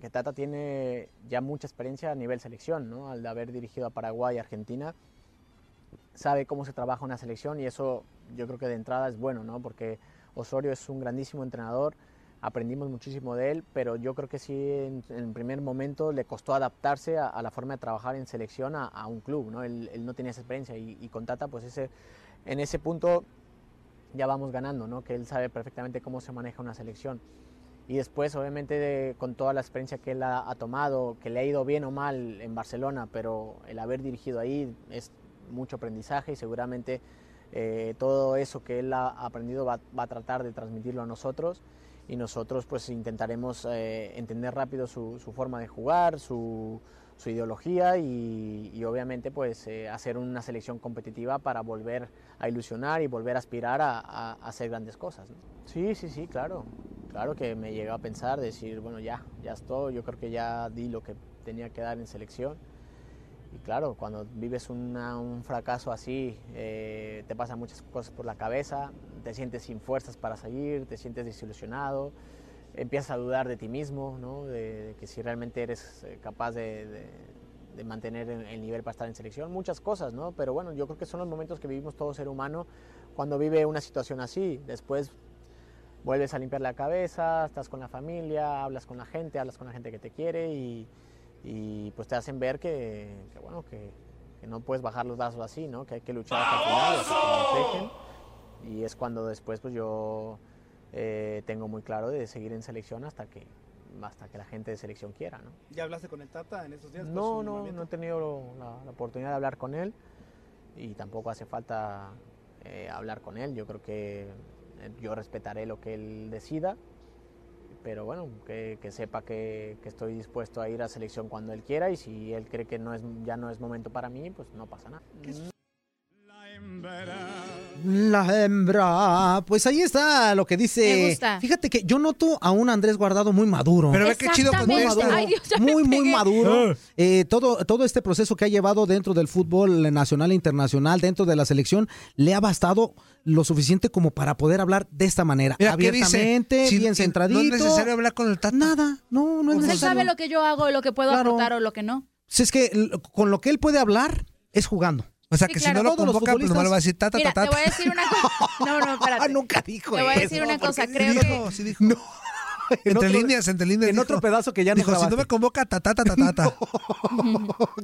que Tata tiene ya mucha experiencia a nivel selección, ¿no? al haber dirigido a Paraguay y Argentina, sabe cómo se trabaja una selección y eso yo creo que de entrada es bueno, ¿no? porque Osorio es un grandísimo entrenador, aprendimos muchísimo de él, pero yo creo que sí en, en primer momento le costó adaptarse a, a la forma de trabajar en selección a, a un club, ¿no? Él, él no tenía esa experiencia y, y con Tata pues ese en ese punto ya vamos ganando, ¿no? Que él sabe perfectamente cómo se maneja una selección. Y después, obviamente, de- con toda la experiencia que él ha, ha tomado, que le ha ido bien o mal en Barcelona, pero el haber dirigido ahí es mucho aprendizaje y seguramente eh, todo eso que él ha aprendido va, va a tratar de transmitirlo a nosotros y nosotros pues intentaremos eh, entender rápido su, su forma de jugar, su, su ideología y, y, obviamente pues eh, hacer una selección competitiva para volver a ilusionar y volver a aspirar a, a- a hacer grandes cosas. ¿no? Sí, sí, sí, claro. Claro que me llegó a pensar, decir, bueno, ya, ya es todo, yo creo que ya di lo que tenía que dar en selección. Y claro, cuando vives una- un fracaso así, eh, te pasan muchas cosas por la cabeza, te sientes sin fuerzas para seguir, te sientes desilusionado, empiezas a dudar de ti mismo, ¿no? de, de que si realmente eres eh, capaz de, de- de mantener el- el nivel para estar en selección, muchas cosas, ¿no? pero bueno, yo creo que son los momentos que vivimos todo ser humano cuando vive una situación así, después vuelves a limpiar la cabeza, estás con la familia, hablas con la gente, hablas con la gente que te quiere y, y, pues te hacen ver que, que, bueno, que, que no puedes bajar los brazos así, ¿no? Que hay que luchar hasta el final, hasta que nos dejen. Y es cuando después pues yo eh, tengo muy claro de seguir en selección hasta que hasta que la gente de selección quiera, ¿no? ¿Ya hablaste con el Tata en esos días? pues, por No, su no, nombramiento? no he tenido la, la oportunidad de hablar con él y tampoco hace falta eh, hablar con él. Yo creo que eh, yo respetaré lo que él decida, pero bueno, que, que sepa que, que estoy dispuesto a ir a selección cuando él quiera y si él cree que no es, ya no es momento para mí, pues no pasa nada. La hembra. Pues ahí está lo que dice. Me gusta. Fíjate que yo noto a un Andrés Guardado muy maduro. Pero ve qué chido Muy Exactamente. maduro. Ay, Dios, ya muy, le muy pegué. maduro. Ah. Eh, todo, todo este proceso que ha llevado dentro del fútbol nacional e internacional, dentro de la selección, le ha bastado lo suficiente como para poder hablar de esta manera. Mira, ¿qué dice? Abiertamente, Sin- bien sin- centradito. No es necesario hablar con el Tata. <laughs> Nada, no, no es Pues él necesario. sabe lo que yo hago, lo que puedo Claro. aportar o lo <laughs> que no. Si es que l- con lo que él puede hablar es jugando. O sea, Sí, que claro. si no lo Todos los convoca, pues nomás futbolistas- le va a decir tata, Mira, tata. <laughs> <laughs> Ah, te voy a decir una cosa. No, no, espérate. Nunca dijo Te voy a decir eso, una ¿por cosa, qué creo dijo? que Sí No. en <laughs> entre otro- líneas, entre líneas. en dijo, otro pedazo que ya no Dijo, si no me grabaste". convoca, tatata, tatata. <laughs>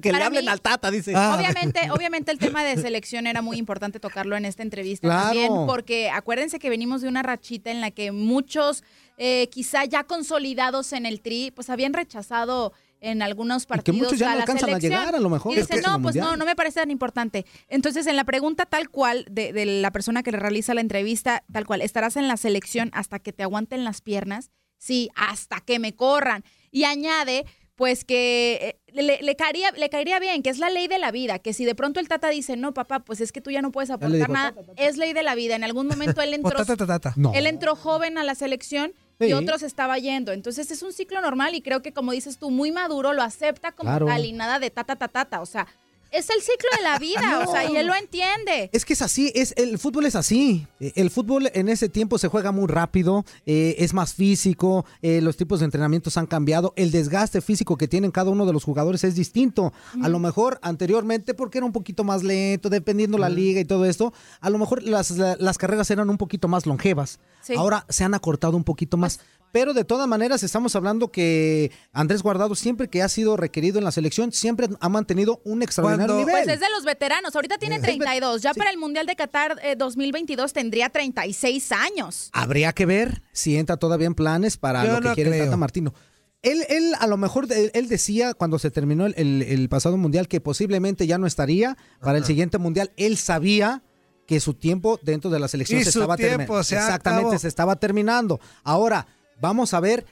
que le Para hablen mí, al Tata, dice. Ah. Obviamente, obviamente el tema de selección era muy importante tocarlo en esta entrevista Claro. también, porque acuérdense que venimos de una rachita en la que muchos, eh, quizá ya consolidados en el tri, pues habían rechazado en algunos que partidos muchos ya a no la alcanzan a selección. llegar, a lo mejor, Y es dicen, que- no, pues no, mundial". no me parece tan importante. Entonces, en la pregunta tal cual de, de la persona que le realiza la entrevista, tal cual, ¿estarás en la selección hasta que te aguanten las piernas? Sí, hasta que me corran. Y añade, pues que eh, le, le caería, le caería bien, que es la ley de la vida, que si de pronto el tata dice, no, papá, pues es que tú ya no puedes le aportar dijo, nada, es ley de la vida. En algún momento <laughs> él O entró, tatatatata. él entró joven a la selección. Sí. Y otros estaba yendo. Entonces es un ciclo normal y creo que, como dices tú, muy maduro, lo acepta como Claro. tal y nada de tata, tata, tata. O sea, es el ciclo <laughs> de la vida. O sea, y él lo entiende. Es que es así, es, el fútbol es así. Eh, El fútbol en ese tiempo se juega muy rápido, eh, es más físico, eh, los tipos de entrenamientos han cambiado, el desgaste físico que tienen cada uno de los jugadores es distinto. A lo mejor anteriormente, porque era un poquito más lento, dependiendo la liga y todo esto, a lo mejor las, la- las carreras eran un poquito más longevas. Sí. Ahora se han acortado un poquito más. Pero de todas maneras estamos hablando que Andrés Guardado siempre que ha sido requerido en la selección, siempre ha mantenido un extraordinario nivel. Pues es de los veteranos. Ahorita tiene 32. Ya para el Mundial de Qatar eh, 2022 tendría 36 años. Habría que ver si entra todavía en planes para Yo lo que no quiere el creo. Tata Martino. Él, él a lo mejor, él, él decía cuando se terminó el, el- el pasado mundial que posiblemente ya no estaría para el siguiente mundial. Él sabía que su tiempo dentro de la selección Y se su estaba tiempo terminando. se Exactamente, acabó. se estaba terminando. Ahora, vamos a ver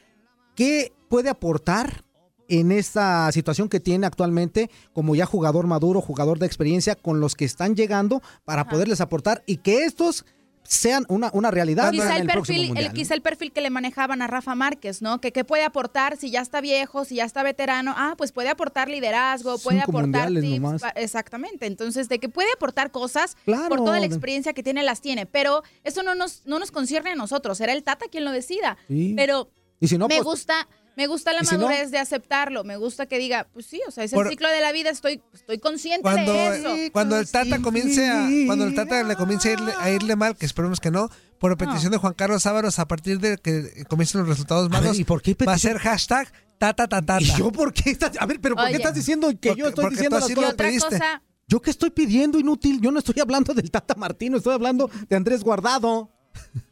qué puede aportar en esta situación que tiene actualmente como ya jugador maduro, jugador de experiencia con los que están llegando para poderles aportar y que estos sean una, una realidad. Quizá en el, el próximo perfil, mundial, el, ¿no? quizá el perfil que le manejaban a Rafa Márquez, ¿no? Que qué puede aportar si ya está viejo, si ya está veterano. Ah, pues puede aportar liderazgo, puede Cinco aportar mundiales tips, nomás. pa- Exactamente. Entonces, de que puede aportar cosas Claro. por toda la experiencia que tiene, las tiene. Pero eso no nos, no nos concierne a nosotros. Será el Tata quien lo decida. Sí. Pero Y si no, me pues- gusta. Me gusta la ¿Y si no? madurez de aceptarlo, me gusta que diga, pues sí, o sea, es el Por- ciclo de la vida, estoy, estoy consciente cuando, eh, de eso. cuando el Tata comience a, cuando el Tata le comience a irle, a irle mal, que esperemos que no, por petición de Juan Carlos Ábaros, a partir de que comiencen los resultados malos, ¿y por qué va a ser hashtag Tata Tata. ¿Y yo por qué? estás- a ver, pero ¿por Oye. qué estás diciendo que Porque- yo estoy porque diciendo tú las así lo cosas? pediste. Otra cosa- ¿Yo qué estoy pidiendo inútil? Yo no estoy hablando del Tata Martino, estoy hablando de Andrés Guardado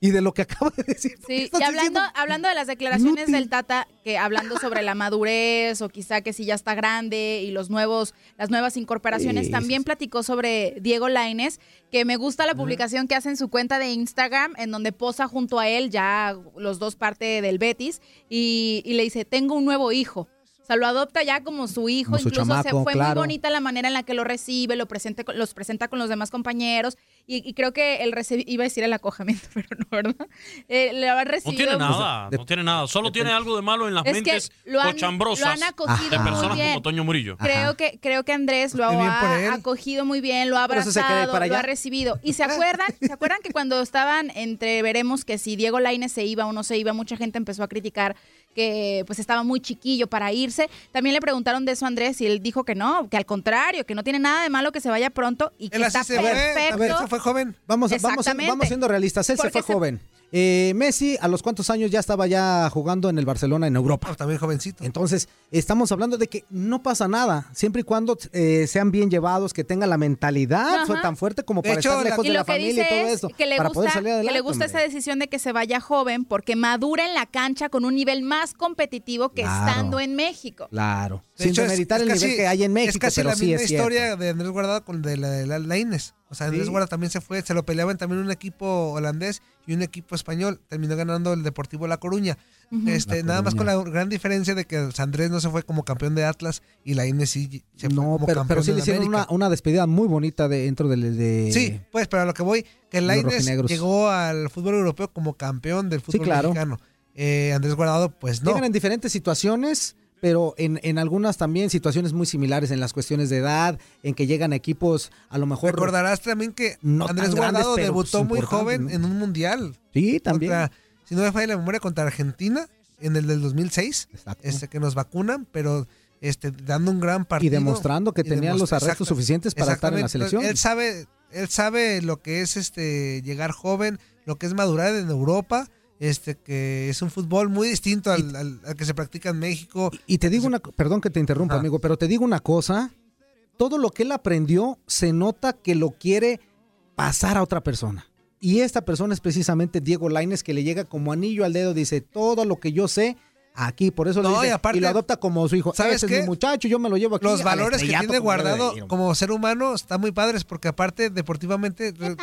y de lo que acaba de decir. Sí, y hablando, hablando de las declaraciones Inútil. del Tata, que hablando sobre la madurez o quizá que si ya está grande y los nuevos, las nuevas incorporaciones, Sí, también platicó sobre Diego Laines, que me gusta la publicación que hace en su cuenta de Instagram, en donde posa junto a él, ya los dos parte del Betis, y, y le dice, tengo un nuevo hijo. O sea, lo adopta ya como su hijo, Como su incluso se chamaco, fue muy claro. bonita la manera en la que lo recibe, lo presenta, con- los presenta con los demás compañeros, y, y creo que el recibi- iba a decir el acojamiento, <laughs> pero no, ¿verdad? Eh, lo ha No recibido tiene nada, no tiene nada. Solo tiene algo de malo en las Es que mentes lo han- cochambrosas lo han acogido de muy personas bien. como Toño Murillo. Creo que, creo que Andrés lo Qué Pues, bien por él. ha acogido muy bien, lo ha Por eso abrazado, se queda para lo ha allá. recibido. <laughs> Y se acuerdan, se acuerdan que cuando estaban entre veremos que si Diego Lainez se iba o no se iba, mucha gente empezó a criticar que pues estaba muy chiquillo para irse. También le preguntaron de eso a Andrés y él dijo que no, que al contrario, que no tiene nada de malo que se vaya pronto y que Él está así se fue. perfecto. A ver, se fue joven. Vamos, vamos, vamos siendo realistas, él se Porque fue se- joven. Eh, Messi, a los cuantos años ya estaba ya jugando en el Barcelona, en Europa. también jovencito. Entonces, estamos hablando de que no pasa nada, siempre y cuando eh, sean bien llevados, que tengan la mentalidad Ajá. Ah, pues tan fuerte como De para hecho, estar lejos y de lo la que familia y dice todo es eso. Que le para gusta, poder salir adelante. que le gusta hombre. esa decisión de que se vaya joven porque madura en la cancha con un nivel más competitivo que Claro. estando en México. Claro. De Sin hecho, es- demeritar es el casi- nivel que hay en México, Es casi pero la sí misma es cierto. historia de Andrés Guardado con de la, de la- la Inés. O sea, Andrés Sí. Guardado también se fue, se lo peleaban también un equipo holandés y un equipo español. Terminó ganando el Deportivo La Coruña. Ujú. este, La Nada más con Coruña. la gran diferencia de que o sea, Andrés no se fue como campeón de Atlas y la Inés sí se fue No, como pero, campeón pero sí de le la hicieron América. una, una despedida muy bonita dentro del... De, Sí, pues, pero a lo que voy, que Los Lainez rojinegros. llegó al fútbol europeo como campeón del fútbol claro. mexicano. Eh, Andrés Guardado, pues no. Llegan en diferentes situaciones, pero en, en algunas también situaciones muy similares en las cuestiones de edad, en que llegan a equipos a lo mejor... Recordarás también que No tan Andrés grandes, Guardado pero, debutó pues, muy importantes, joven ¿no? en un mundial. Sí, también. Contra- si no me falla la memoria, contra Argentina en el del 2006. Este, que nos vacunan, pero este, dando un gran partido. Y demostrando que tenían los arrestos suficientes para estar en la exactamente. selección. Él sabe, él sabe lo que es este llegar joven, lo que es madurar en Europa. este que es un fútbol muy distinto al, al- al que se practica en México. Y te digo una, co- perdón que te interrumpa, Ajá. amigo, pero te digo una cosa, todo lo que él aprendió se nota que lo quiere pasar a otra persona. Y esta persona es precisamente Diego Laines que le llega como anillo al dedo, dice, todo lo que yo sé aquí, por eso le No, dice- y aparte- lo adopta como su hijo. ¿Sabes "Ese es qué? mi muchacho, yo me lo llevo aquí. Los al valores que estrellato, tiene como debe de guardado ir, hombre". como ser humano están muy padres porque aparte deportivamente, te,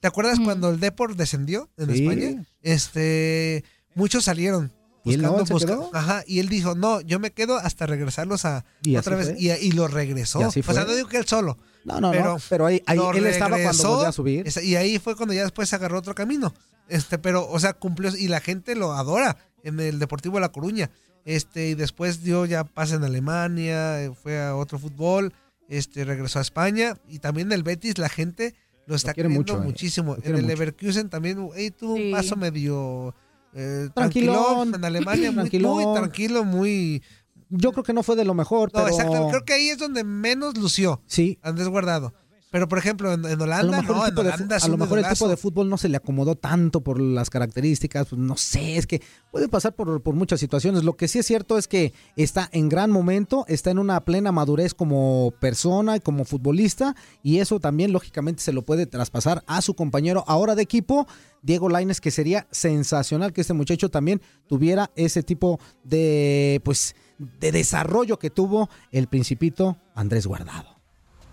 te acuerdas cuando el Depor descendió en Sí. España? Este, muchos salieron. ¿Y él no? buscando- ¿Se busca- quedó? Ajá, y él dijo, no, yo me quedo hasta regresarlos a Y así otra vez. fue. Y, y lo regresó. Y así O sea, fue. no digo que él solo. No, no, no, pero ahí- ahí lo él estaba cuando volvió a subir. Esa- Y ahí fue cuando ya después agarró otro camino. Este, pero, o sea, cumplió y la gente lo adora en el Deportivo La Coruña. Este, y después dio ya pase en Alemania, eh, fue a otro fútbol, este, regresó a España. Y también el Betis, la gente lo está quiere queriendo mucho, eh, muchísimo. lo En el quiere mucho. Leverkusen también eh, tuvo un paso medio eh, Tranquilón. tranquilo en Alemania, muy, Tranquilón. muy tranquilo, muy. Yo creo que no fue de lo mejor, No, pero... exactamente. Creo que ahí es donde menos lució Sí. Andrés Guardado. Pero, por ejemplo, en, en A lo Holanda, mejor, no, el, en tipo de, Holanda fu- es a lo un mejor el golazo. tipo de fútbol no se le acomodó tanto por las características, pues, no sé, es que puede pasar por, por muchas situaciones. Lo que sí es cierto es que está en gran momento, está en una plena madurez como persona y como futbolista, y eso también lógicamente se lo puede traspasar a su compañero ahora de equipo, Diego Laines, que sería sensacional que este muchacho también tuviera ese tipo de, pues, de desarrollo que tuvo el principito Andrés Guardado.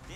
<laughs>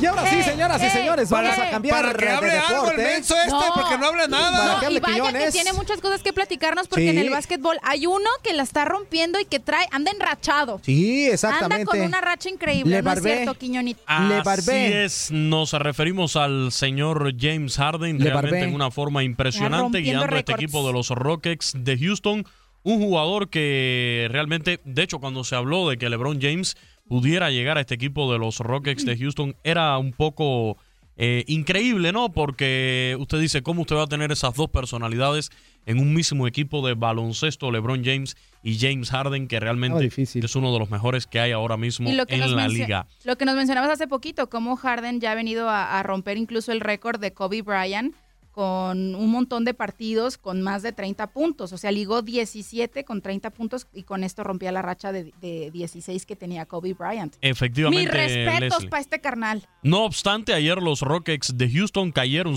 Y ahora sí, señoras y ¡Eh! señores, ¡Eh! vamos a cambiar Para que de hable algo el deporte. ¿eh? menso este, No. porque no habla nada. Para que No, hable y vaya que Quiñones. tiene muchas cosas que platicarnos porque Sí. en el básquetbol hay uno que la está rompiendo y que trae, anda enrachado. Sí, exactamente. Anda con una racha increíble, Le ¿no es barbé. cierto, Quiñonito? Así es, nos referimos al señor James Harden, Le realmente Barbé. en una forma impresionante, Rompiendo guiando a este récords. equipo de los Rockets de Houston. Un jugador que realmente, de hecho, cuando se habló de que LeBron James pudiera llegar a este equipo de los Rockets Mm. de Houston, era un poco eh, increíble, ¿no? Porque usted dice, ¿cómo usted va a tener esas dos personalidades en un mismo equipo de baloncesto, LeBron James y James Harden, que realmente es uno de los mejores que hay ahora mismo Y lo que, nos en la mencio- liga? lo que nos mencionabas hace poquito, cómo Harden ya ha venido a, a romper incluso el récord de Kobe Bryant con un montón de partidos con más de 30 puntos. O sea, ligó 17 con 30 puntos y con esto rompía la racha de, de 16 que tenía Kobe Bryant. Mis Efectivamente, respetos Leslie. para este carnal. No obstante, ayer los Rockets de Houston cayeron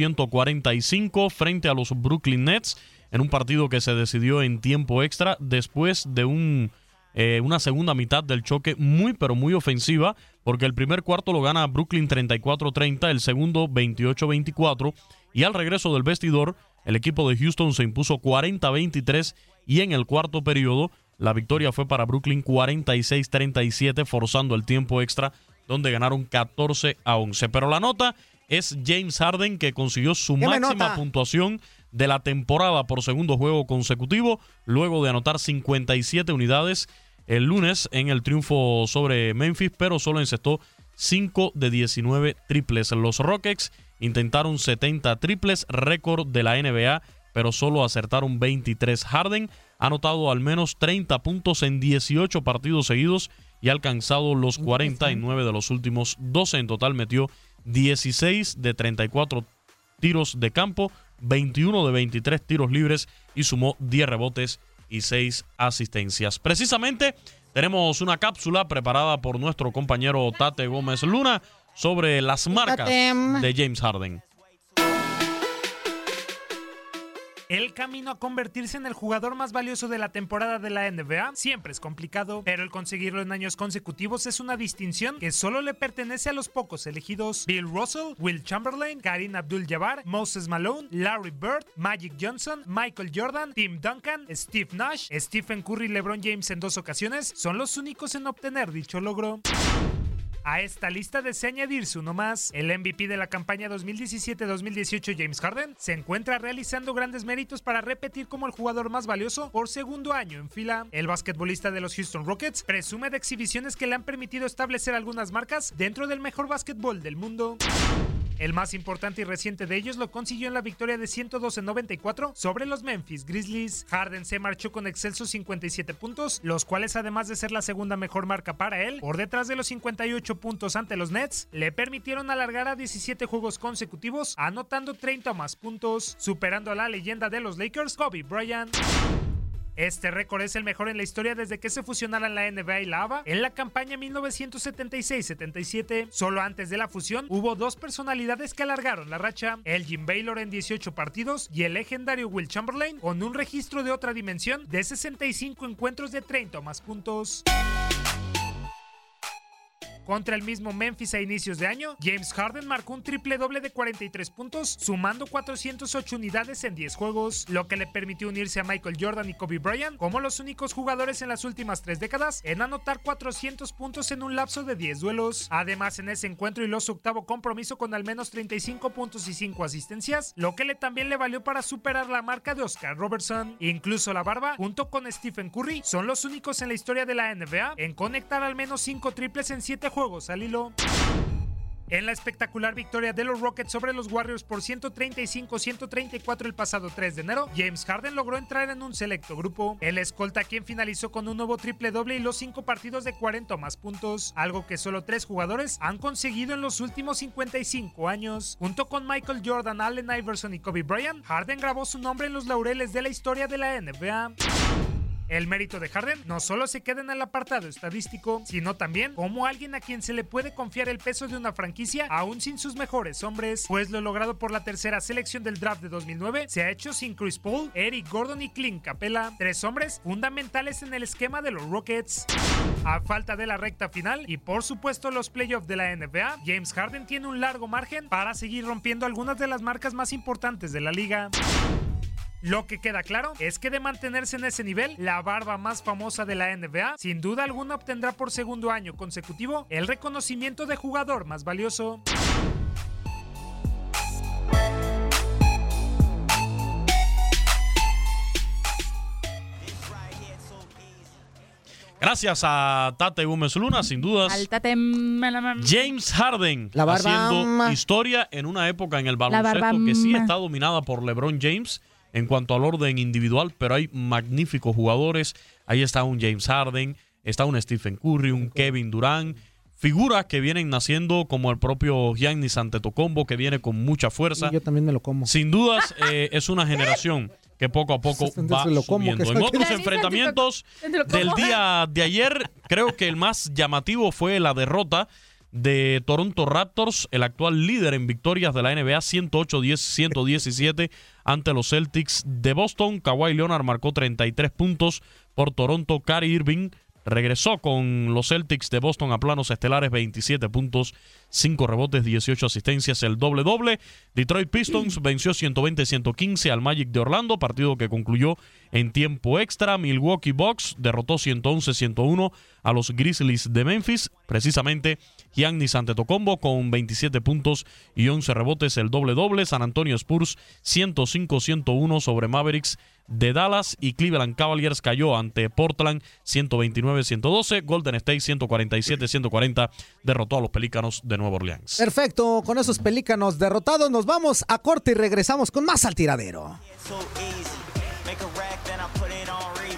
142-145 frente a los Brooklyn Nets en un partido que se decidió en tiempo extra después de un, eh, una segunda mitad del choque muy pero muy ofensiva porque el primer cuarto lo gana Brooklyn 34-30, el segundo 28-24 y al regreso del vestidor el equipo de Houston se impuso 40-23 y en el cuarto periodo la victoria fue para Brooklyn 46-37 forzando el tiempo extra donde ganaron 14 a 11. Pero la nota es James Harden que consiguió su Deme máxima nota. puntuación de la temporada por segundo juego consecutivo luego de anotar 57 unidades el lunes en el triunfo sobre Memphis, pero solo encestó 5 de 19 triples. Los Rockets intentaron 70 triples, récord de la NBA, pero solo acertaron 23. Harden ha anotado al menos 30 puntos en 18 partidos seguidos y ha alcanzado los 49 de los últimos 12. En total metió 16 de 34 tiros de campo, 21 de 23 tiros libres y sumó 10 rebotes y 6 asistencias. Precisamente tenemos una cápsula preparada por nuestro compañero Tate Gómez Luna sobre las marcas Tatem. de James Harden. El camino a convertirse en el jugador más valioso de la temporada de la NBA siempre es complicado, pero el conseguirlo en años consecutivos es una distinción que solo le pertenece a los pocos elegidos Bill Russell, Will Chamberlain, Karim Abdul-Jabbar, Moses Malone, Larry Bird, Magic Johnson, Michael Jordan, Tim Duncan, Steve Nash, Stephen Curry y LeBron James en dos ocasiones son los únicos en obtener dicho logro. A esta lista desea añadirse uno más. El MVP de la campaña 2017-2018, James Harden, se encuentra realizando grandes méritos para repetir como el jugador más valioso por segundo año en fila. El basquetbolista de los Houston Rockets presume de exhibiciones que le han permitido establecer algunas marcas dentro del mejor básquetbol del mundo. El más importante y reciente de ellos lo consiguió en la victoria de 112-94 sobre los Memphis Grizzlies. Harden se marchó con excelsos 57 puntos, los cuales además de ser la segunda mejor marca para él, por detrás de los 58 puntos ante los Nets, le permitieron alargar a 17 juegos consecutivos, anotando 30 o más puntos, superando a la leyenda de los Lakers, Kobe Bryant. Este récord es el mejor en la historia desde que se fusionaran la NBA y la ABA en la campaña 1976-77. Solo antes de la fusión hubo dos personalidades que alargaron la racha, el Jim Baylor en 18 partidos y el legendario Will Chamberlain con un registro de otra dimensión de 65 encuentros de 30 o más puntos contra el mismo Memphis a inicios de año, James Harden marcó un triple doble de 43 puntos, sumando 408 unidades en 10 juegos, lo que le permitió unirse a Michael Jordan y Kobe Bryant como los únicos jugadores en las últimas tres décadas en anotar 400 puntos en un lapso de 10 duelos. Además, en ese encuentro hiló su octavo compromiso con al menos 35 puntos y 5 asistencias, lo que le también le valió para superar la marca de Oscar Robertson. Incluso la barba, junto con Stephen Curry, son los únicos en la historia de la NBA en conectar al menos 5 triples en 7 juegos al hilo. En la espectacular victoria de los Rockets sobre los Warriors por 135-134 el pasado 3 de enero, James Harden logró entrar en un selecto grupo. El escolta quien finalizó con un nuevo triple doble y los 5 partidos de 40 o más puntos, algo que solo 3 jugadores han conseguido en los últimos 55 años. Junto con Michael Jordan, Allen Iverson y Kobe Bryant, Harden grabó su nombre en los laureles de la historia de la NBA. El mérito de Harden no solo se queda en el apartado estadístico, sino también como alguien a quien se le puede confiar el peso de una franquicia aún sin sus mejores hombres, pues lo logrado por la tercera selección del draft de 2009 se ha hecho sin Chris Paul, Eric Gordon y Clint Capella, tres hombres fundamentales en el esquema de los Rockets. A falta de la recta final y por supuesto los playoffs de la NBA, James Harden tiene un largo margen para seguir rompiendo algunas de las marcas más importantes de la liga. Lo que queda claro es que de mantenerse en ese nivel, la barba más famosa de la NBA sin duda alguna obtendrá por segundo año consecutivo el reconocimiento de jugador más valioso. Gracias a Tate Gómez Luna, sin dudas. Al tate- me la- me- James Harden La barba- haciendo historia en una época en el barba- baloncesto que sí está dominada por LeBron James en cuanto al orden individual, pero hay magníficos jugadores. Ahí está un James Harden, está un Stephen Curry, un Kevin Durant, figuras que vienen naciendo como el propio Giannis Antetokounmpo que viene con mucha fuerza. Y yo también me lo como. Sin dudas eh, es una generación que poco a <laughs> poco Entonces va se lo como, subiendo. que En se- otros Giannis enfrentamientos Antetokounmpo. del día de ayer, creo que el más llamativo fue la derrota de Toronto Raptors, el actual líder en victorias de la NBA, 108-117 ante los Celtics de Boston. Kawhi Leonard marcó 33 puntos por Toronto. Cary Irving regresó con los Celtics de Boston a planos estelares, 27 puntos, 5 rebotes, 18 asistencias, el doble-doble. Detroit Pistons venció 120-115 al Magic de Orlando, partido que concluyó en tiempo extra. Milwaukee Bucks derrotó 111-101 a los Grizzlies de Memphis, precisamente Giannis Antetokounmpo con 27 puntos y 11 rebotes, el doble-doble. San Antonio Spurs 105-101 sobre Mavericks de Dallas y Cleveland Cavaliers cayó ante Portland 129-112. Golden State 147-140 derrotó a los Pelícanos de Nueva Orleans. Perfecto, con esos pelícanos derrotados nos vamos a corte y regresamos con más al tiradero. so easy. Make a rack, then I put it on repeat.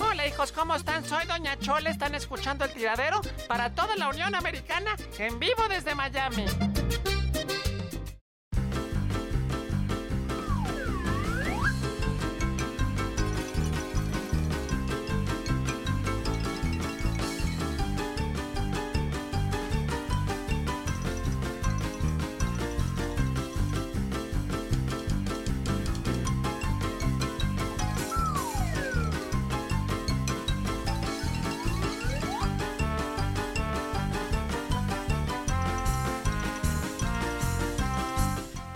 Hola hijos, ¿cómo están? Soy Doña Chole, están escuchando el tiradero para toda la Unión Americana en vivo desde Miami.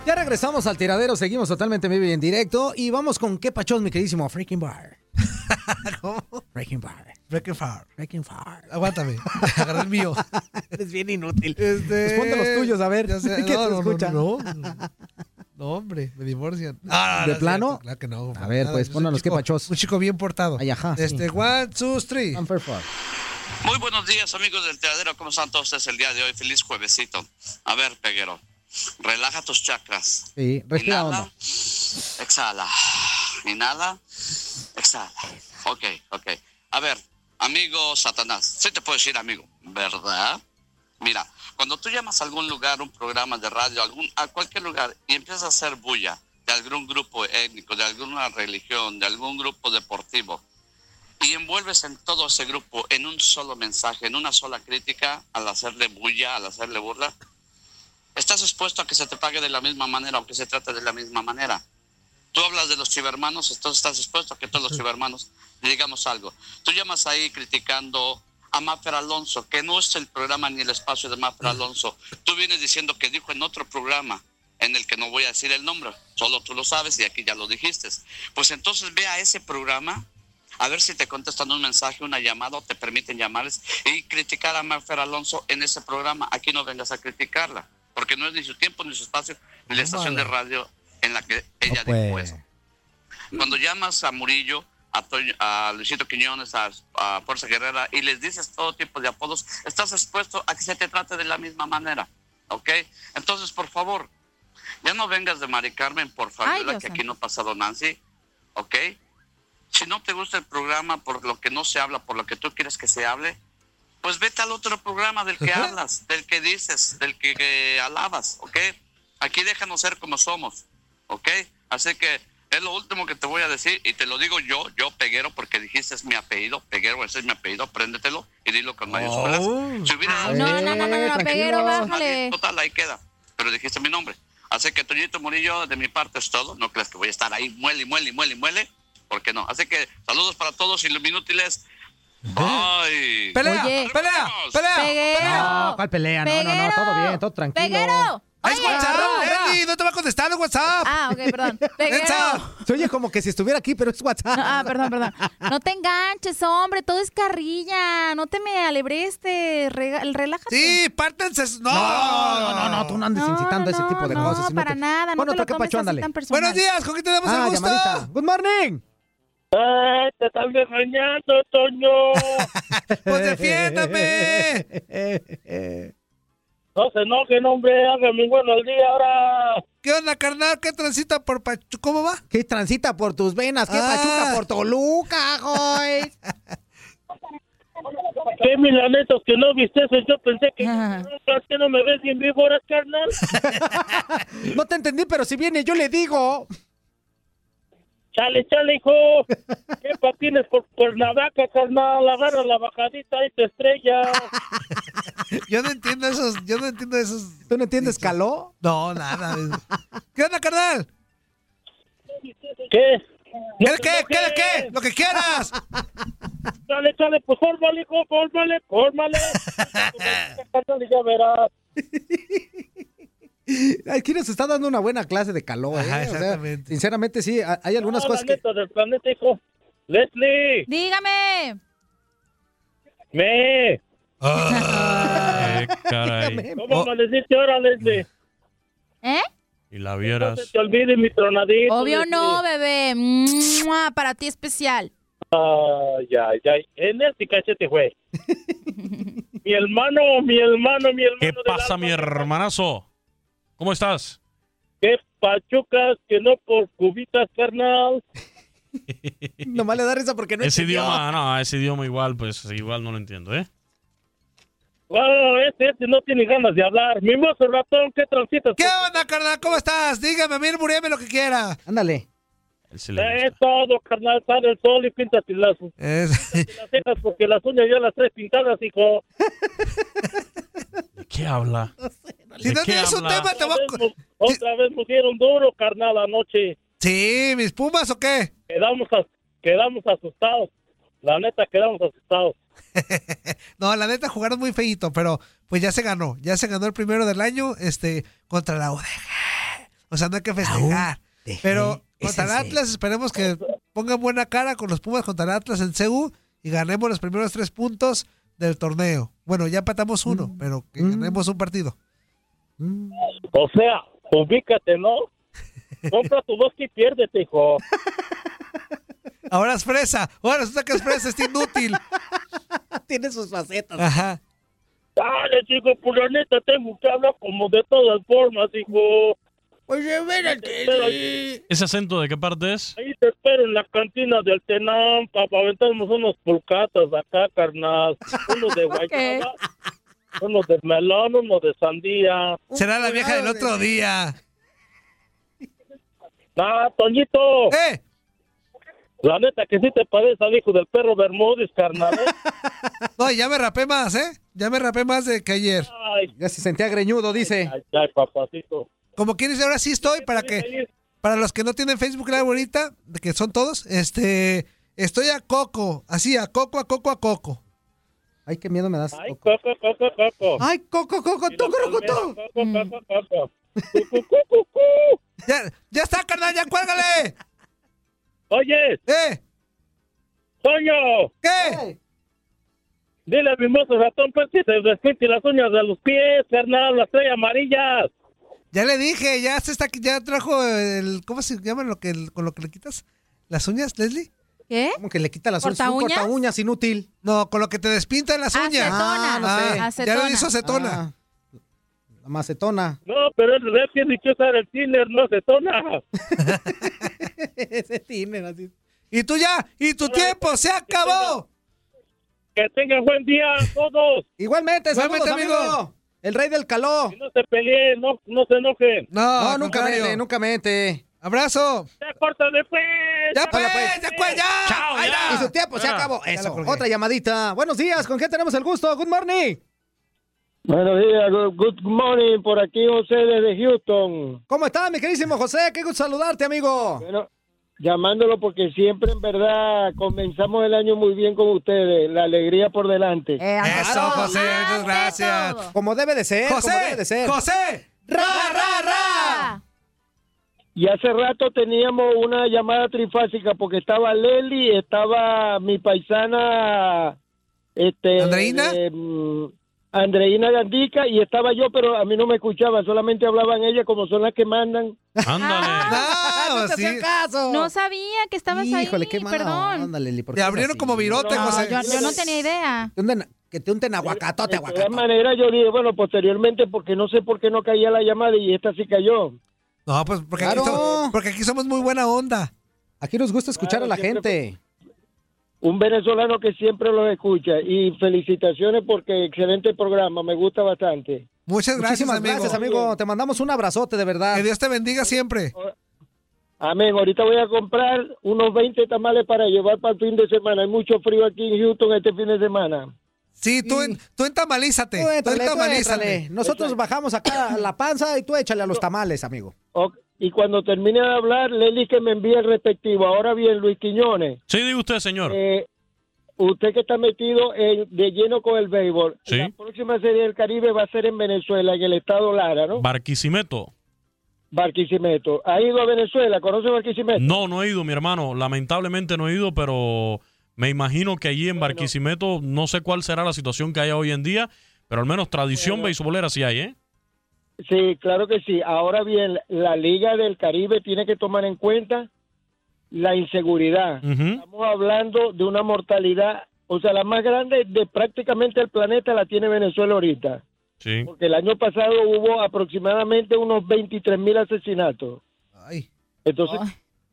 Ya regresamos al tiradero, seguimos totalmente en vivo y en directo y vamos con qué pachos, mi queridísimo Freaking Bar. Breaking Fire. Breaking Fire. Breaking Fire. Aguántame. <laughs> Agarré el mío. <laughs> Es bien inútil. Este, Pues ponte los tuyos, a ver. ya sé, <laughs> ¿Qué no, se no, no, escucha? no, no. No, hombre, me divorcian. Ah, ¿De es plano? cierto, Claro que no. A ver, pues, los pónganos, qué pachos. Un chico bien portado. Ay, ajá, sí. Este, one, two, three. Muy buenos días, amigos del tiradero. ¿Cómo están todos ustedes el día de hoy? Feliz juevesito. A ver, Peguero, relaja tus chakras. Sí, respira hondo. Exhala. Inhala. Exhala. Ok, ok. A ver, amigo Satanás, sí te puedo decir amigo, ¿verdad? Mira, cuando tú llamas a algún lugar, un programa de radio, algún, a cualquier lugar y empiezas a hacer bulla de algún grupo étnico, de alguna religión, de algún grupo deportivo, y envuelves en todo ese grupo en un solo mensaje, en una sola crítica, al hacerle bulla, al hacerle burla, estás expuesto a que se te pague de la misma manera o que se trate de la misma manera. Tú hablas de los cibermanos, entonces estás expuesto a que todos los cibermanos le digamos algo. Tú llamas ahí criticando a Mafer Alonso, que no es el programa ni el espacio de Mafer Alonso. Tú vienes diciendo que dijo en otro programa en el que no voy a decir el nombre, solo tú lo sabes y aquí ya lo dijiste. Pues entonces ve a ese programa a ver si te contestan un mensaje, una llamada o te permiten llamarles y criticar a Mafer Alonso en ese programa. Aquí no vengas a criticarla, porque no es ni su tiempo, ni su espacio, ni la estación de radio en la que ella pues. dijo eso. Cuando llamas a Murillo, a, Toño- a Luisito Quiñones, a, a Fuerza Guerrera y les dices todo tipo de apodos, estás expuesto a que se te trate de la misma manera. ¿Ok? Entonces, por favor, ya no vengas de Mari Carmen, por Ay, favor, Dios que santo. aquí no ha pasado Nancy. ¿Ok? si no te gusta el programa por lo que no se habla, por lo que tú quieres que se hable, pues vete al otro programa del que hablas, del que dices, del que, que alabas, ¿ok? Aquí déjanos ser como somos, ¿ok? Así que es lo último que te voy a decir y te lo digo yo, yo Peguero, porque dijiste es mi apellido, Peguero, ese es mi apellido, préndetelo y dilo con mayúsculas. Uh, Si hubiera- Ay, Oh, no, no, no, no, no, Peguero, bájale. Total, ahí queda. Pero dijiste mi nombre. Así que Toñito Murillo, de mi parte es todo. No creas que voy a estar ahí muele, y muele, y muele, y muele. ¿Por qué no? Así que saludos para todos y los inútiles. Bye. Pelea, pelea, pelea, pelea. No, ¿cuál pelea? No, no, no, todo bien, todo tranquilo. ¡Peguero! ¡Ay, Oye, guacharrón, ahora. Lenny! ¡No te va a contestar el WhatsApp! Ah, ok, <laughs> perdón. ¡Lenza! Peguero. Se oye como que si estuviera aquí, pero es WhatsApp. No, ah, perdón, perdón. No te enganches, hombre, todo es carrilla. No te me alebreste. Rega- Relájate. Sí, pártense. No, no, no, no, tú no andes incitando ese tipo de cosas. para nada, no Bueno, te lo ¿qué tomes pacho? así Ándale. tan personal. Buenos días, ¿con quién te damos Ah, el gusto? llamadita. Good morning. ¡Ay, Eh, te estás regañando, Toño! <laughs> ¡Pues defiéndame! No se enojen, hombre, hágame buenos días ahora. ¿Qué onda, carnal? ¿Qué transita por Pachuca? ¿Cómo va? ¿Qué transita por tus venas? ¿Qué Ah. pachuca por Toluca, joy? ¿Qué milanetos que no viste eso? Yo pensé que... ¿Por qué no me ves sin víboras, carnal? <laughs> No te entendí, pero si viene, yo le digo. Chale, chale, hijo. ¿Qué patines por Cuernavaca, carnal? Agarra la bajadita y te estrella. Yo no entiendo esos, yo no entiendo esos. ¿Tú no entiendes caló? No, nada. de eso. ¿Qué onda, carnal? ¿Qué? ¿Qué, qué, qué, qué? Lo que quieras. Chale, chale, pues fórmale, hijo, fórmale, <laughs> fórmale. Carnal, y ya verás. Ay, Aquí nos está dando una buena clase de caló, ¿eh? Ajá, O sea, exactamente. sinceramente, sí, ha- hay algunas No, cosas que... planeta del planeta, hijo. Leslie, Dígame. me. <laughs> Caray. Oh. ¿Cómo amaneciste ahora, Leslie? ¿Eh? Y la No vieras. se te olvide mi tronadito. Obvio Leslie. no, bebé. Mua, Para ti especial. Ay, ay, ay. En este cachete, güey. mi hermano, mi hermano, mi hermano. ¿Qué pasa, mi hermanazo? ¿Cómo estás? Qué pachucas que no por cubitas, <laughs> carnal. Nomás le da risa porque no ese entendió. idioma, no, ese idioma igual, pues igual no lo entiendo, ¿eh? Wow, este, este no tiene ganas de hablar. Mi mozo ratón, qué troncitas. ¿Qué onda, carnal? ¿Cómo estás? Dígame, mire, murieme lo que quiera. Ándale. Es todo, carnal. Sale el sol y píntate las, las cejas porque las uñas ya las tres pintadas, hijo. ¿De qué habla? Si no tienes un tema, te voy Otra vez nos- Otra vez nos dieron duro, carnal, anoche. Sí, mis pumas o qué? Quedamos, as- quedamos asustados. La neta, quedamos asustados. No, la neta jugaron muy feíto, pero pues ya se ganó. Ya se ganó el primero del año, este, contra la UDG. O sea, no hay que festejar. Pero es contra en el Atlas esperemos que pongan buena cara con los Pumas contra el Atlas en CU y ganemos los primeros tres puntos del torneo. Bueno, ya empatamos uno, Mm. pero que ganemos un partido. O sea, ubícate, ¿no? Compra tu bosque y piérdete, hijo. <laughs> Ahora es fresa. Ahora resulta que es fresa, es inútil. <laughs> Tiene sus facetas. Ajá. Dale, chico, pues la neta tengo que hablar como de todas formas, hijo. Oye, espérate. ¿Ese acento de qué parte es? Ahí te espero en la cantina del Tenam para aventarnos unos pulcatas acá, carnal. Unos de guayaba, unos de melón, unos de sandía. Será la vieja del otro día. Ah, Toñito. ¿Eh? La neta que sí te parece al hijo del perro Bermúdez, carnal. ¿eh? <laughs> No, y ya me rapé más, ¿eh? Ya me rapé más de que ayer. Ya se sentía greñudo, dice. Ay, ay, papacito. Como quieres, ahora sí estoy para que para los que no tienen Facebook Live ahorita, de que son todos, este estoy a coco, así a coco, a coco, a coco. Ay, qué miedo me das. Ay, coco, coco, coco. Ay, coco, coco, Y la toco, roco, palmera, toco. coco, coco, coco. Mm. Ya, ya está, carnal, ya cuélgale. Oye. ¿Eh? Toño. ¿Qué? Dile a mi mozo ratón pues, que se desquite las uñas de los pies, carnal, las trae amarillas. Ya le dije, ya se está ya trajo el ¿cómo se llama lo que el- con lo que le quitas las uñas, Leslie? ¿Qué? Como que le quita las ¿Corta un uñas? corta uñas inútil. No, con lo que te despintan las uñas. Acetona. Ah, no sé. Ya Acetona. le hizo acetona. Ah, la macetona. No, pero es verdad que es dichosa el tiner, no se tona. <laughs> Ese tiner así. Y tú ya, y tu tiempo se acabó. Que tengan buen día a todos. Igualmente, saludos, Igualmente, amigo. amigo. El rey del caló. No se peleen, no, no se enojen. No, No, al nunca contrario. mente, nunca mente. Abrazo. Ya corta después. Ya pues, Hola, pues. ya pues, ya. Chao, Ahí ya. va. Y su tiempo se Ya. acabó. Ya la Eso. colgué. Otra llamadita. Buenos días. ¿Con qué tenemos el gusto? Good morning. Buenos días, good, good morning, por aquí José desde Houston. ¿Cómo estás, mi queridísimo José? Qué gusto saludarte, amigo. Bueno, llamándolo porque siempre en verdad comenzamos el año muy bien con ustedes, la alegría por delante. Eh, Eso, claro. José, muchas gracias. Como debe de ser. como debe de José, ser. José. Ra, ra, ra. Y hace rato teníamos una llamada trifásica porque estaba Leli, estaba mi paisana este ¿Andreina? eh, mm, Andreina Gandica y estaba yo, pero a mí no me escuchaban, solamente hablaban ellas como son las que <laughs> mandan. Ah. Ándale. <laughs> No, No te sí. hacía caso. No sabía que estabas ahí. Ah, Híjole, qué mala Perdón. onda, Leli, ¿por Te qué es abrieron así? como virote, No, José. yo, yo no tenía idea. Te hunden- Que te unten De aguacatote, todas aguacatote. maneras yo dije, bueno, posteriormente porque no sé por qué no caía la llamada y esta sí cayó. No, pues porque, Claro. aquí somos, porque aquí somos muy buena onda. Aquí nos gusta escuchar Claro, a la siempre pues, gente. Un venezolano que siempre los escucha y felicitaciones porque excelente programa, me gusta bastante. Muchas gracias, Muchísimas amigo. gracias, amigo. Te mandamos un abrazote, de verdad. Que Dios te bendiga siempre. Amén. Ahorita voy a comprar unos 20 tamales para llevar para el fin de semana. Hay mucho frío aquí en Houston este fin de semana. Sí, tú, en- tú entamalízate. Tú tú échale, tú échale. entamalízate. Nosotros bajamos acá a la panza y tú échale a los tamales, amigo. O- y cuando termine de hablar, Leli que me envíe el respectivo. Ahora bien, Luis Quiñones, Sí, diga usted, señor. eh, usted que está metido en- de lleno con el béisbol, Sí. la próxima serie del Caribe va a ser en Venezuela, en el estado Lara, ¿no? Barquisimeto. Barquisimeto. ¿Ha ido a Venezuela? ¿Conoce Barquisimeto? No, no he ido, mi hermano. Lamentablemente no he ido, pero me imagino que allí en Barquisimeto, no sé cuál será la situación que haya hoy en día, pero al menos tradición beisbolera sí hay, ¿eh? Sí, claro que sí. Ahora bien, la Liga del Caribe tiene que tomar en cuenta la inseguridad. Ujú. Estamos hablando de una mortalidad, o sea, la más grande de prácticamente el planeta la tiene Venezuela ahorita. Sí. Porque el año pasado hubo aproximadamente unos 23 mil asesinatos. Ay. Entonces,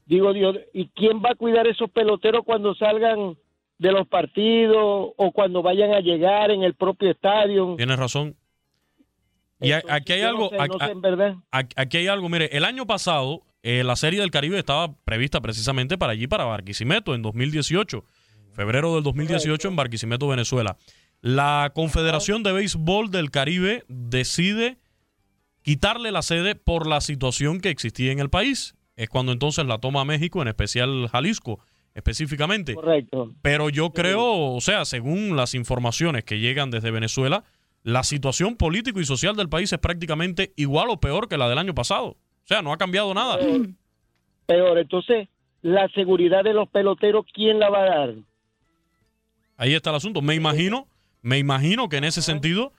digo Dios, ¿y quién va a cuidar esos peloteros cuando salgan de los partidos o cuando vayan a llegar en el propio estadio? Tienes razón. Y a- Entonces, aquí hay yo no algo, sé, a- no a- sé, en verdad. Aquí aquí hay algo, mire, el año pasado eh, la Serie del Caribe estaba prevista precisamente para allí, para Barquisimeto, en 2018, febrero del 2018 en Barquisimeto, Venezuela. La Confederación de Béisbol del Caribe decide quitarle la sede por la situación que existía en el país. Es cuando entonces la toma México, en especial Jalisco, específicamente. Correcto. Pero yo creo, o sea, según las informaciones que llegan desde Venezuela, la situación político y social del país es Ah. prácticamente igual o peor que la del año pasado. O sea, no ha cambiado nada. peor. Entonces, la seguridad de los peloteros, ¿quién la va a dar? Ahí está el asunto. Me imagino, me imagino que en ese sentido,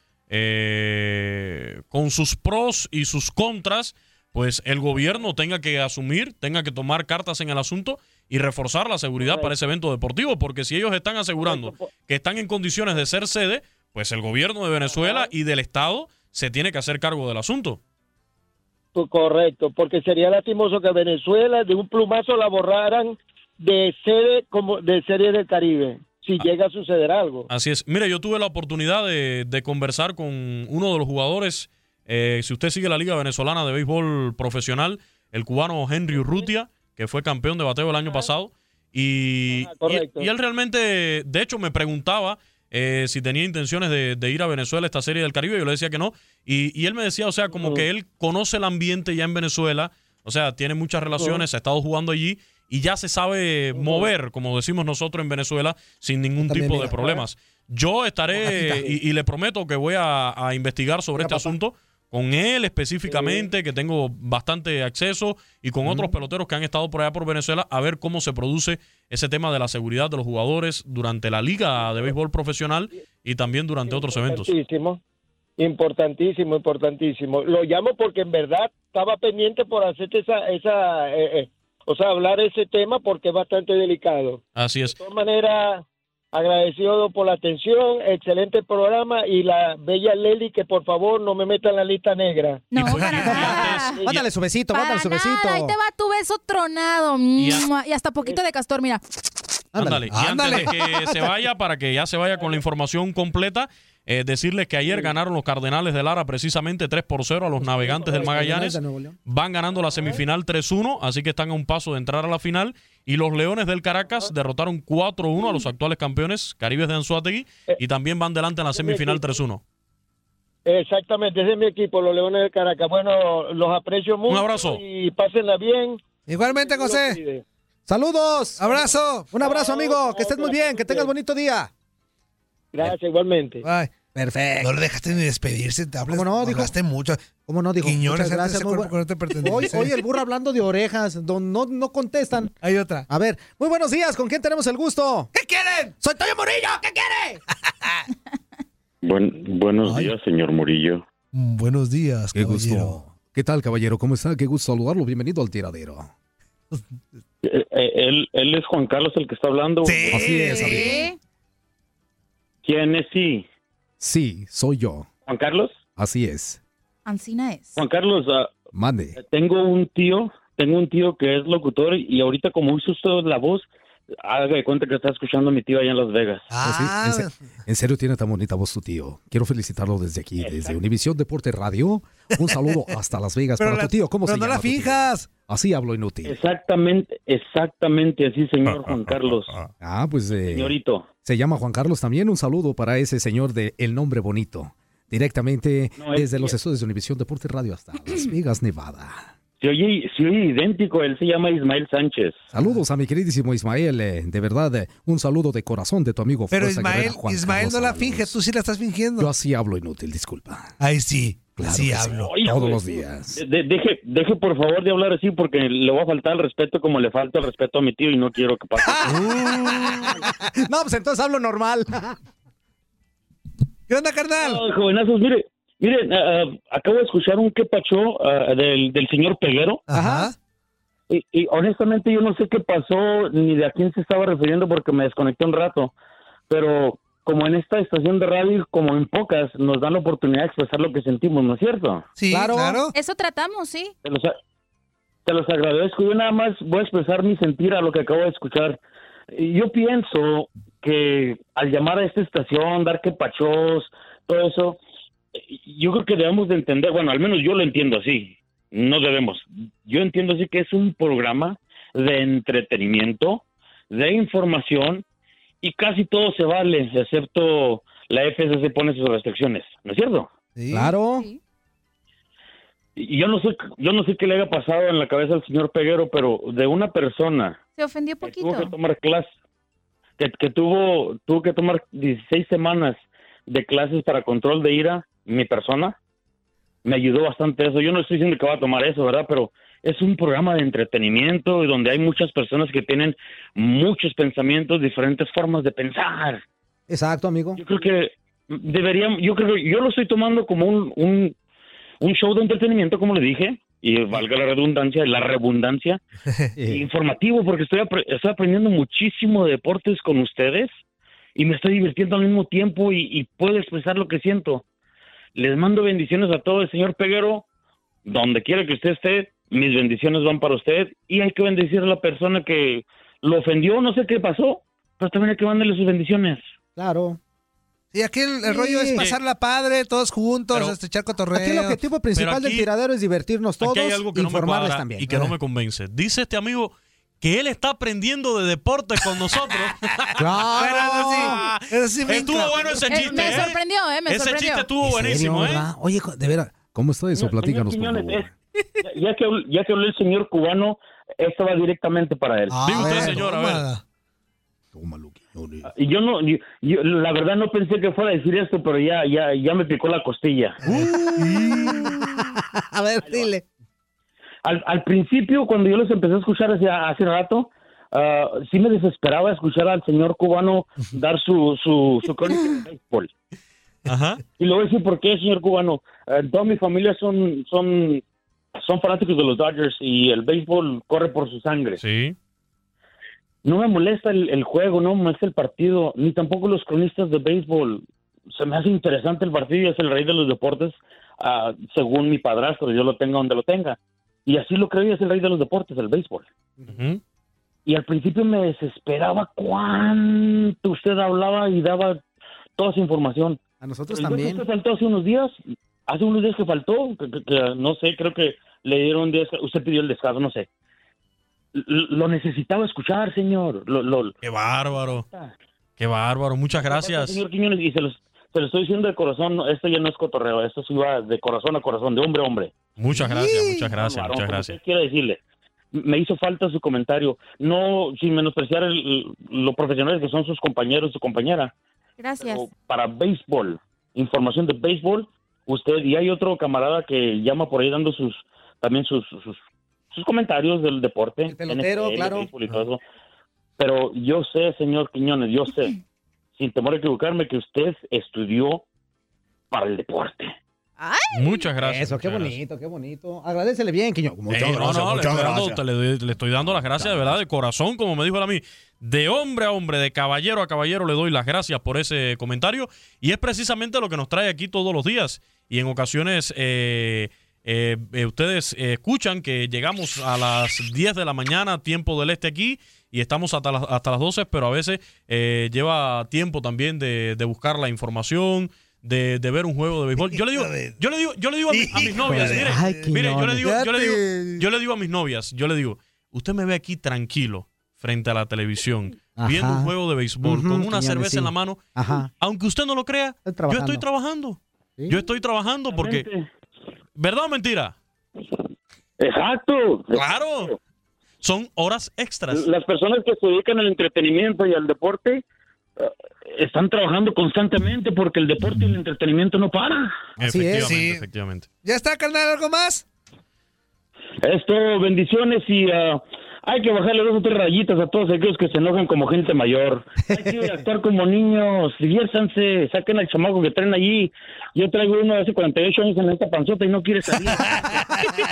eh, con sus pros y sus contras, pues el gobierno tenga que asumir, tenga que tomar cartas en el asunto y reforzar la seguridad para ese evento deportivo, porque si ellos están asegurando que están en condiciones de ser sede, pues el gobierno de Venezuela y del Estado se tiene que hacer cargo del asunto. Pues Correcto, porque sería lastimoso que Venezuela de un plumazo la borraran de sede como de serie del Caribe, si Ah. llega a suceder algo. Así es. Mira, yo tuve la oportunidad de, de conversar con uno de los jugadores. eh, si usted sigue la Liga Venezolana de Béisbol Profesional, el cubano Henry Urrutia, que fue campeón de bateo el año pasado. Y, correcto. y- y él realmente, de hecho, me preguntaba eh, si tenía intenciones de, de ir a Venezuela a esta serie del Caribe. Yo le decía que no. Y, y él me decía, o sea, como que él conoce el ambiente ya en Venezuela. O sea, tiene muchas relaciones, ha estado jugando allí y ya se sabe mover, como decimos nosotros en Venezuela, sin ningún También, tipo de mira. problemas. Yo estaré y, y le prometo que voy a, a investigar sobre este asunto con él específicamente, que tengo bastante acceso, y con otros peloteros que han estado por allá por Venezuela, a ver cómo se produce ese tema de la seguridad de los jugadores durante la liga de béisbol profesional y también durante otros eventos. Importantísimo, importantísimo, importantísimo. Lo llamo porque en verdad estaba pendiente por hacerte esa, esa eh, eh, o sea, hablar ese tema porque es bastante delicado. Así es. De todas maneras, agradecido por la atención, excelente programa y la bella Leli que por favor no me meta en la lista negra. Mándale su besito, mándale su besito. Nada, ahí te va tu beso tronado. Mua, Y, hasta poquito de castor, mira. Ándale. Y antes de que se vaya, para que ya se vaya con la información completa, eh, decirles que ayer ganaron los Cardenales de Lara precisamente 3 por 0 a los Navegantes del Magallanes. Van ganando la semifinal 3-1, así que están a un paso de entrar a la final. Y los Leones del Caracas derrotaron 4-1 Mm. a los actuales campeones Caribes de Anzuategui Eh. y también van delante en la semifinal 3-1. Exactamente, ese es mi equipo, los Leones del Caracas. Bueno, los aprecio mucho. Un abrazo. Y pásenla bien. Igualmente, José. <laughs> Saludos. Abrazo. Un abrazo, amigo. Que estés muy bien. Que tengas bonito día. Gracias, igualmente. Perfecto. No le dejaste ni despedirse, te hablas, no? Dijo- hablaste mucho. ¿Cómo no? Dijo, Quiñones, Oh, muchas antes gracias, ese muy cuerpo que no te pertenece. Hoy, hoy el burro hablando de orejas. don- No, no contestan. Hay otra. A ver, muy buenos días. ¿Con quién tenemos el gusto? ¿Qué quieren? ¡Soy Toño Murillo! ¿Qué quiere? Buen- buenos días, señor Murillo. Mm, Buenos días, Qué gusto. ¿Qué tal, caballero? ¿Cómo está? Qué gusto saludarlo. Bienvenido al tiradero. Eh, eh, Él, él es Juan Carlos el que está hablando. Así es, amigo. ¿Quién es sí? Sí, soy yo. ¿Juan Carlos? Así es. Ancina es. Juan Carlos, ah, Mande. tengo un tío, tengo un tío que es locutor y ahorita como usa usted la voz, haga de cuenta que está escuchando a mi tío allá en Las Vegas. Ah, Sí, en, se- en serio tiene tan bonita voz tu tío. Quiero felicitarlo desde aquí, desde Univisión Deporte Radio. Un <laughs> saludo hasta Las Vegas Pero para la- tu tío. ¿Cómo pero se no llama la tu tío? Así hablo inútil. Exactamente, exactamente así, señor Juan Carlos. Ah, pues eh, Señorito. se llama Juan Carlos también. Un saludo para ese señor de El Nombre Bonito. Directamente No, es desde los que- estudios de Univisión Deporte Radio <clears throat> hasta Las Vegas, Nevada. Se oye, se oye idéntico, él se llama Ismael Sánchez. Saludos a mi queridísimo Ismael. eh, de verdad, eh, un saludo de corazón de tu amigo. Pero Fuerza Ismael, Guerrera, Juan Ismael Carlos no la Alvarado. finge, tú sí la estás fingiendo. Yo así hablo inútil, disculpa. Ahí sí, así que sí, hablo. Todos los días. De- de- deje, deje por favor de hablar así porque le va a faltar el respeto como le falta el respeto a mi tío y no quiero que pase. <laughs> no, pues entonces hablo normal. <laughs> ¿Qué onda, carnal? No, jovenazos, mire, mire, ah, ah, acabo de escuchar un quepacho ah, del, del señor Peguero. Ajá. Y, y honestamente yo no sé qué pasó ni de a quién se estaba refiriendo porque me desconecté un rato, pero como en esta estación de radio, como en pocas, nos dan la oportunidad de expresar lo que sentimos, ¿no es cierto? Eso tratamos, sí. Te los, a- te los agradezco. Yo nada más voy a expresar mi sentir a lo que acabo de escuchar. Y Yo pienso que al llamar a esta estación, dar quepachos, todo eso, eh, yo creo que debemos de entender, bueno, al menos yo lo entiendo así, no debemos. Yo entiendo así que es un programa de entretenimiento, de información, y casi todo se vale, excepto la FCC pone sus restricciones, ¿no es cierto? Claro. Y Yo no sé, yo no sé qué le haya pasado en la cabeza al señor Peguero, pero de una persona Se ofendió tuvo que poquito. tomar clases, que, que tuvo, tuvo que tomar 16 semanas de clases para control de ira, mi persona, me ayudó bastante eso. Yo no estoy diciendo que va a tomar eso, ¿verdad? Pero es un programa de entretenimiento y donde hay muchas personas que tienen muchos pensamientos, diferentes formas de pensar. Exacto, amigo. Yo creo que deberíamos, yo creo que yo lo estoy tomando como un, un, un show de entretenimiento, como le dije, y valga la redundancia, la redundancia, e informativo, porque estoy, apre- estoy aprendiendo muchísimo de deportes con ustedes y me estoy divirtiendo al mismo tiempo y, y puedo expresar lo que siento. Les mando bendiciones a todo el señor Peguero, donde quiera que usted esté, mis bendiciones van para usted y hay que bendecir a la persona que lo ofendió, no sé qué pasó, pero también hay que mandarle sus bendiciones. Claro. Y aquí el, el rollo es Sí. pasarla padre, todos juntos, Pero- este charco torreo. Aquí el objetivo principal del tiradero es divertirnos todos Aquí hay algo que y no me formarles cuadra también. y que no me convence. Dice este amigo que él está aprendiendo de deportes <laughs> con nosotros. Claro. Pero eso sí- eso sí me Estuvo encanta. bueno ese Eh, chiste. me ¿eh? sorprendió, ¿eh? Me ese sorprendió. chiste estuvo ¿En serio, buenísimo, ¿eh? verdad? Oye, de veras, ¿cómo está eso? Platícanos, por Señor favor. Quiñones, es- ya, ya que, habló- ya que habló el señor cubano, esto va directamente para él. Diga usted, señor, a ver. Y Ah, yo no, yo, yo la verdad no pensé que fuera a decir esto, pero ya, ya, ya me picó la <laughs> costilla. Uh. a ver, dile. Al, al principio, cuando yo los empecé a escuchar hace, hace rato, ah, sí me desesperaba escuchar al señor cubano dar su, su, su crónica de béisbol. Y le voy a decir por qué, señor cubano. Ah, toda mi familia son, son, son fanáticos de los Dodgers y el béisbol corre por su sangre. Sí. No me molesta el, el juego, no me molesta el partido, ni tampoco los cronistas de béisbol. Se me hace interesante el partido y es el rey de los deportes, ah, según mi padrastro, yo lo tenga donde lo tenga. Y así lo creo y es el rey de los deportes, el béisbol. Y al principio me desesperaba cuánto usted hablaba y daba toda su información. A nosotros El día también. que usted faltó hace unos días, hace unos días que faltó, que, que- que no sé, creo que le dieron desca- usted pidió el descanso, no sé. L- lo necesitaba escuchar, señor. Lo, lo- Qué bárbaro. Qué bárbaro. Muchas gracias. Señor Quiñones, y se los, se los estoy diciendo de corazón, no, esto ya no es cotorreo, esto sí va de corazón a corazón, de hombre a hombre. Muchas gracias, muchas gracias, Varón, muchas como gracias. usted quiera decirle, me hizo falta su comentario, no sin menospreciar el- lo profesionales que son sus compañeros, su compañera, Gracias. Oh. o para béisbol, información de béisbol, usted y hay otro camarada que llama por ahí dando sus también sus sus, sus comentarios del deporte, el pelotero, claro. Pero yo sé, señor Quiñones, yo <clears throat> sé, sin temor a equivocarme, que usted estudió para el deporte. Muchas gracias. Eso, qué muchas bonito, qué bonito. Agradecele bien, Quiñón. Muchas Eh, no, gracias, no, le muchas estoy dando- gracias. te le, doy- le estoy dando las gracias de verdad, de corazón, como me dijo él a mí. De hombre a hombre, de caballero a caballero, le doy las gracias por ese comentario. Y es precisamente lo que nos trae aquí todos los días. Y en ocasiones eh, eh, eh, ustedes eh, escuchan que llegamos a las 10 de la mañana, tiempo del este aquí, y estamos hasta las, hasta las 12, pero a veces eh, lleva tiempo también de, de buscar la información. De, de ver un juego de béisbol. Yo le digo, yo le digo, yo le digo a, mi- a mis novias, Híjole. mire, Ay, mire, yo le digo, yo le digo, Quiñones. yo le digo a mis novias, yo le digo, usted me ve aquí tranquilo frente a la televisión, Ajá. viendo un juego de béisbol, Ujú, con una Quiñones, cerveza sí. en la mano. Ajá. Aunque usted no lo crea, yo estoy trabajando. Yo estoy trabajando porque... ¿Verdad o mentira? Exacto. Claro. Son horas extras. Las personas que se dedican al entretenimiento y al deporte eh, están trabajando constantemente porque el deporte y el entretenimiento no paran. efectivamente, efectivamente. ¿Ya está, carnal, algo más? Esto, bendiciones y ah, hay que bajarle dos o tres rayitas a todos aquellos que se enojan como gente mayor. Hay que actuar como niños, diviértanse, saquen al chamaco que traen allí. Yo traigo uno de hace 48 años en esta panzota y no quiere salir. Dios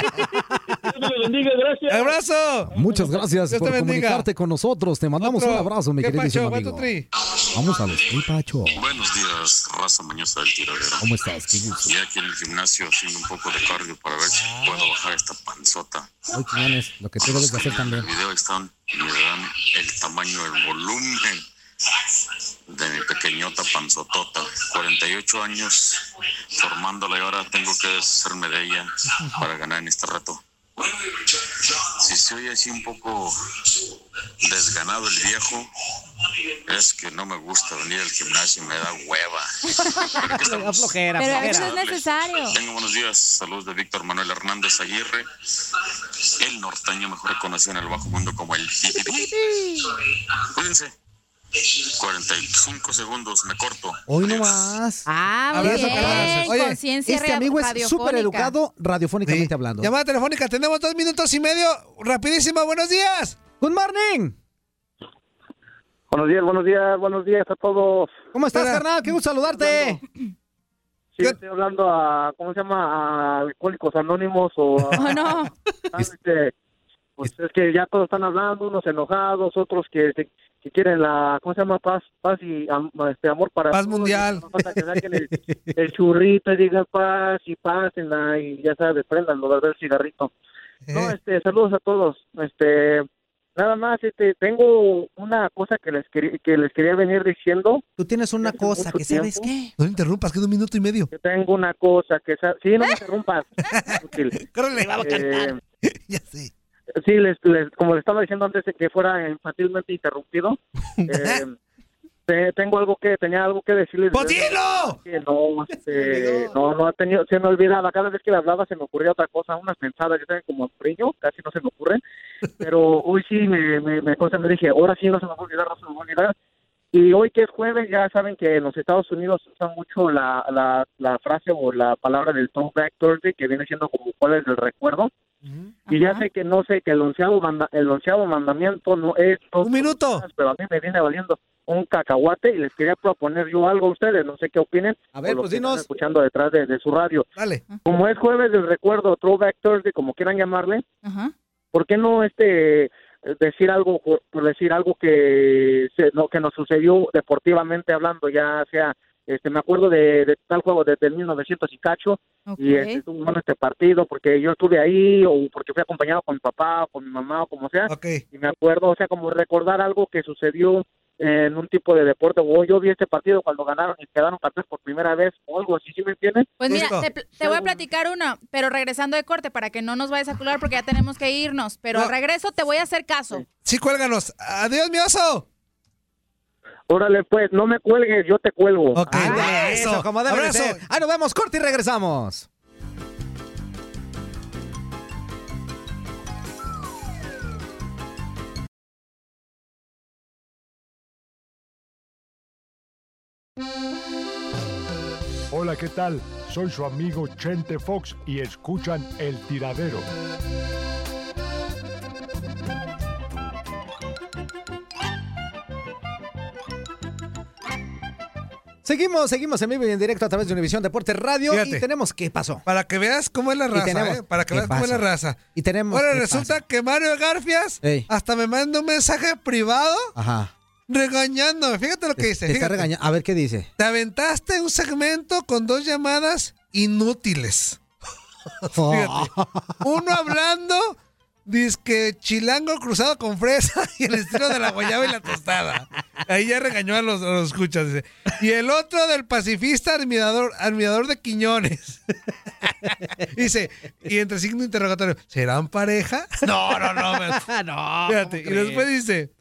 te lo bendiga, gracias. ¡Abrazo! Muchas gracias Dios te por bendiga. comunicarte con nosotros. Te mandamos Otro. un abrazo, mi ¿Qué queridísimo pacho? amigo. ¿Cuánto tri? Vamos a los ¿Qué Pacho. Buenos días, raza mañosa del tiradero. ¿Cómo estás? Qué gusto. Ya aquí en el gimnasio haciendo un poco de cardio para ver si puedo bajar esta panzota. Ay, Quiñones, lo que tú debes de hacer también. <laughs> En el video ahí están, me dan el tamaño, el volumen de mi pequeñota panzotota. 48 años formándola y ahora tengo que deshacerme de ella para ganar en este reto. Si se oye así un poco desganado el viejo, es que no me gusta venir al gimnasio, me da hueva. Pero aquí estamos. flojera, Pero a veces es necesario. Tengo buenos días. Saludos de Víctor Manuel Hernández Aguirre, el norteño mejor conocido en el bajo mundo como el Jijiji. Cuídense. 45 segundos, me corto. Hoy no más. Ah, muy Abrazo, bien, Carlos. conciencia Este amigo es súper educado radiofónicamente hablando. Llamada telefónica, tenemos dos minutos y medio. Rapidísima, buenos días. Good morning. Buenos días, buenos días, buenos días a todos. ¿Cómo estás, ah, carnal? Qué gusto saludarte. Sí, estoy hablando a, ¿cómo se llama? A Alcohólicos Anónimos o a... no. Este, pues es que ya todos están hablando, unos enojados, otros que, se- que quieren la, ¿cómo se llama? Paz, paz y am- este, amor para... Paz todos, mundial. y no falta que saquen el, el churrito y digan paz y paz y ya sabes, prendan lo del cigarrito. No, este, saludos a todos. Este, nada más, este, tengo una cosa que les, queri- que les quería venir diciendo. Tú tienes una cosa mucho que sabes tiempo. qué. No le interrumpas, queda un minuto y medio. Yo tengo una cosa que... sa- Sí, no me interrumpas. Útil. ¿Eh? <laughs> Eh, Córrele, vamos a <laughs> cantar. Sí, les, les- como le estaba diciendo antes de que fuera infantilmente <laughs> interrumpido, eh, te- tengo algo que, tenía algo que decirles. Que no, <laughs> este, no, no ha tenido, se me olvidaba, cada vez que le hablaba se me ocurría otra cosa, unas pensadas, yo tengo como frío, casi no se me <laughs> ocurren, pero hoy sí me, me, me, cosa, me dije, ahora sí no se me va a olvidar, no se me va a olvidar. Y hoy que es jueves, ya saben que en los Estados Unidos usan mucho la, la, la frase o la palabra del Throwback Thursday, que viene siendo como jueves del recuerdo. Y ya sé que no sé que el onceavo, manda- el onceavo mandamiento no es... Un minuto. Pero a mí me viene valiendo un cacahuate y les quería proponer yo algo a ustedes, no sé qué opinen. A ver, o lo pues que están dinos. escuchando detrás de, de su radio. Dale. Como es jueves del recuerdo, Throwback Thursday, como quieran llamarle, Ajá. ¿por qué no este eh, decir algo por por decir algo que se- no, que nos sucedió deportivamente hablando ya sea este me acuerdo de, de tal juego desde el 1900 y cacho y este, estuvo bueno este partido porque yo estuve ahí o porque fui acompañado con mi papá o con mi mamá o como sea y me acuerdo o sea como recordar algo que sucedió en un tipo de deporte o yo vi este partido cuando ganaron y quedaron campeones por primera vez o algo así ¿sí me entienden? Pues mira, te, pl- te voy a platicar una, pero regresando de corte para que no nos vayas a cular porque ya tenemos que irnos. Pero al regreso te voy a hacer caso. Sí, cuélganos. Adiós, mi oso. Órale, pues, no me cuelgues, yo te cuelgo. Ok, Eso, como debe de ser. Ahí nos vemos, corte y regresamos. Hola, ¿qué tal? Soy su amigo Chente Fox y escuchan El Tiradero. Seguimos, seguimos en vivo y en directo a través de Univisión Deportes Radio y Fíjate. tenemos qué pasó. Para que veas cómo es la raza, ¿eh? Para que veas cómo es la raza. Y tenemos Ahora ¿qué resulta pasa? que Mario Garfias Ey. hasta me manda un mensaje privado Ajá. regañándome. Fíjate lo que dice. Te está Ah. fíjate. regañando. A ver qué dice. Te aventaste un segmento con dos llamadas <laughs> inútiles. Oh. Fíjate. Uno hablando, que chilango cruzado con fresa <laughs> y el estilo de la guayaba y la tostada. Ahí ya regañó a los, a los escuchas. dice. Y el otro del pacifista admirador, admirador de Quiñones. <laughs> Dice, y entre signo interrogatorio, ¿serán pareja? No, no, no. <laughs> me- No, Fíjate, y ¿cómo crees? después dice,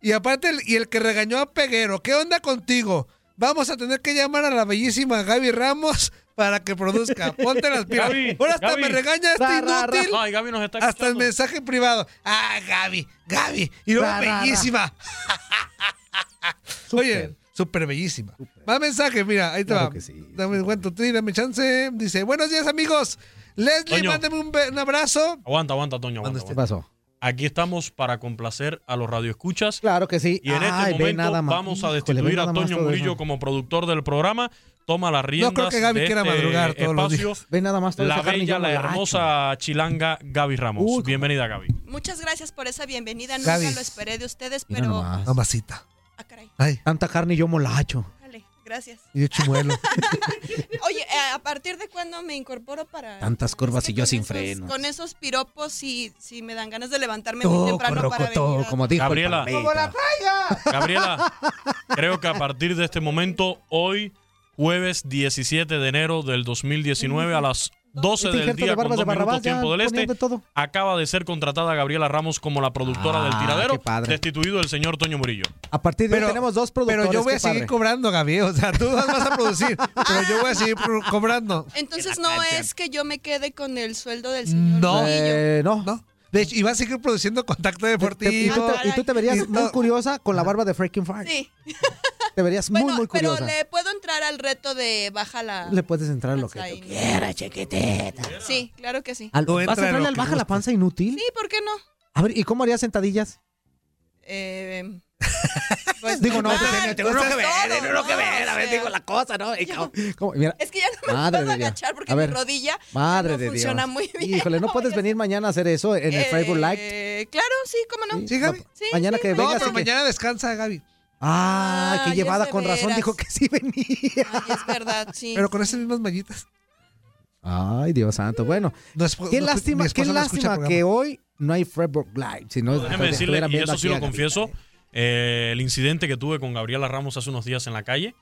y aparte, el, y el que regañó a Peguero, ¿qué onda contigo? Vamos a tener que llamar a la bellísima Gaby Ramos para que produzca. Ponte las pilas. Gaby, Ahora hasta Gaby. me regaña este Ra, ra, ra. inútil. Ay, Gaby nos está hasta el mensaje privado. Ah, Gaby, Gaby. Y luego Ra, ra, ra. bellísima. <laughs> Oye, súper bellísima. Más mensaje, mira, ahí te Claro va. que sí. Dame cuento, tú y dame chance. Dice, buenos días, amigos. Leslie, Toño. mándame un, be- un abrazo. Aguanta, aguanta, Toño. aguanta, aguanta. pasó? Aquí estamos para complacer a los radioescuchas. Claro que sí. Y en Ay, este ve momento nada más. vamos a Híjole, ve destituir nada a más Toño todo Murillo eso. como productor del programa. Toma las riendas. No creo que Gaby de quiera este madrugar todos los espacio. días. Ve nada más toda La esa carne y bella, yo la borracho. hermosa chilanga Gaby Ramos. Bienvenida, Gaby. Muchas gracias por esa bienvenida. Nunca Gaby. lo esperé de ustedes, Mira pero nomás. Mamacita. Ah, Tanta carne y yo molacho. vale, gracias. <laughs> Y yo chimuelo. Oye, eh, ¿a partir de cuándo me incorporo para <laughs> pues, Tantas curvas y yo sin freno. con esos piropos si, si me dan ganas de levantarme muy Todo, temprano para venir? corrocotó, a- como dijo el Gabriela. Palmeta. Como la Gabriela, <laughs> creo que a partir de este momento, hoy, jueves 17 de enero del 2019, a las 12 Este del injerto día de con Barbas dos de Barrabás minutos ya tiempo del poniendo este, todo. acaba de ser contratada Gabriela Ramos como la productora Ah, del tiradero, qué padre. destituido el señor Toño Murillo. A partir de Pero- hoy tenemos dos productores. Pero yo voy a qué seguir padre. cobrando, Gaby. O sea, tú vas vas a producir, pero yo voy a seguir pro- cobrando. Entonces no es que yo me quede con el sueldo del señor. No. Murillo. Eh, no. No. De hecho, y va a seguir produciendo contacto Te- y, tú deportivo. te, y tú te Y verías muy todo. curiosa con la barba de Freaking Fart. Sí, Te verías muy, muy pero curiosa. le puedo entrar al reto de baja la... Le puedes entrar lo que tú Ahí. quieras, chiquitita. Sí, claro que sí. Al- ¿Vas a entrarle al baja la panza inútil? Sí, ¿por qué no? A ver, ¿y cómo harías sentadillas? <laughs> Eh, Digo, no, normal, no tengo pues, que ver, todo, no lo que ¿no? ver, a O ver, sea, digo la cosa, ¿no? Y yo- cómo- cómo- Mira, Es que ya no me Madre puedo de Dios. agachar porque A ver. mi rodilla madre no de Dios. funciona muy bien. Híjole, <laughs> no puedes venir mañana a hacer eso en el Facebook Live. Eh, claro, sí, cómo no. Sí, Gaby. Sí, mañana sí, que no, vengas. pero y que- Mañana descansa, Gaby. Ah, qué Ah, ya llevada, de con razón veras. dijo que sí venía. Ay, es verdad, sí. Pero con esas mismas mallitas. Ay, Dios santo. Bueno, qué no escu- lástima, mi qué esposa no escucha lástima el que hoy no hay Facebook Live. Si no, estuvieran Déjeme decirle, y viendo eso aquí sí a lo Gaby. confieso, eh, el incidente que tuve con Gabriela Ramos hace unos días en la calle,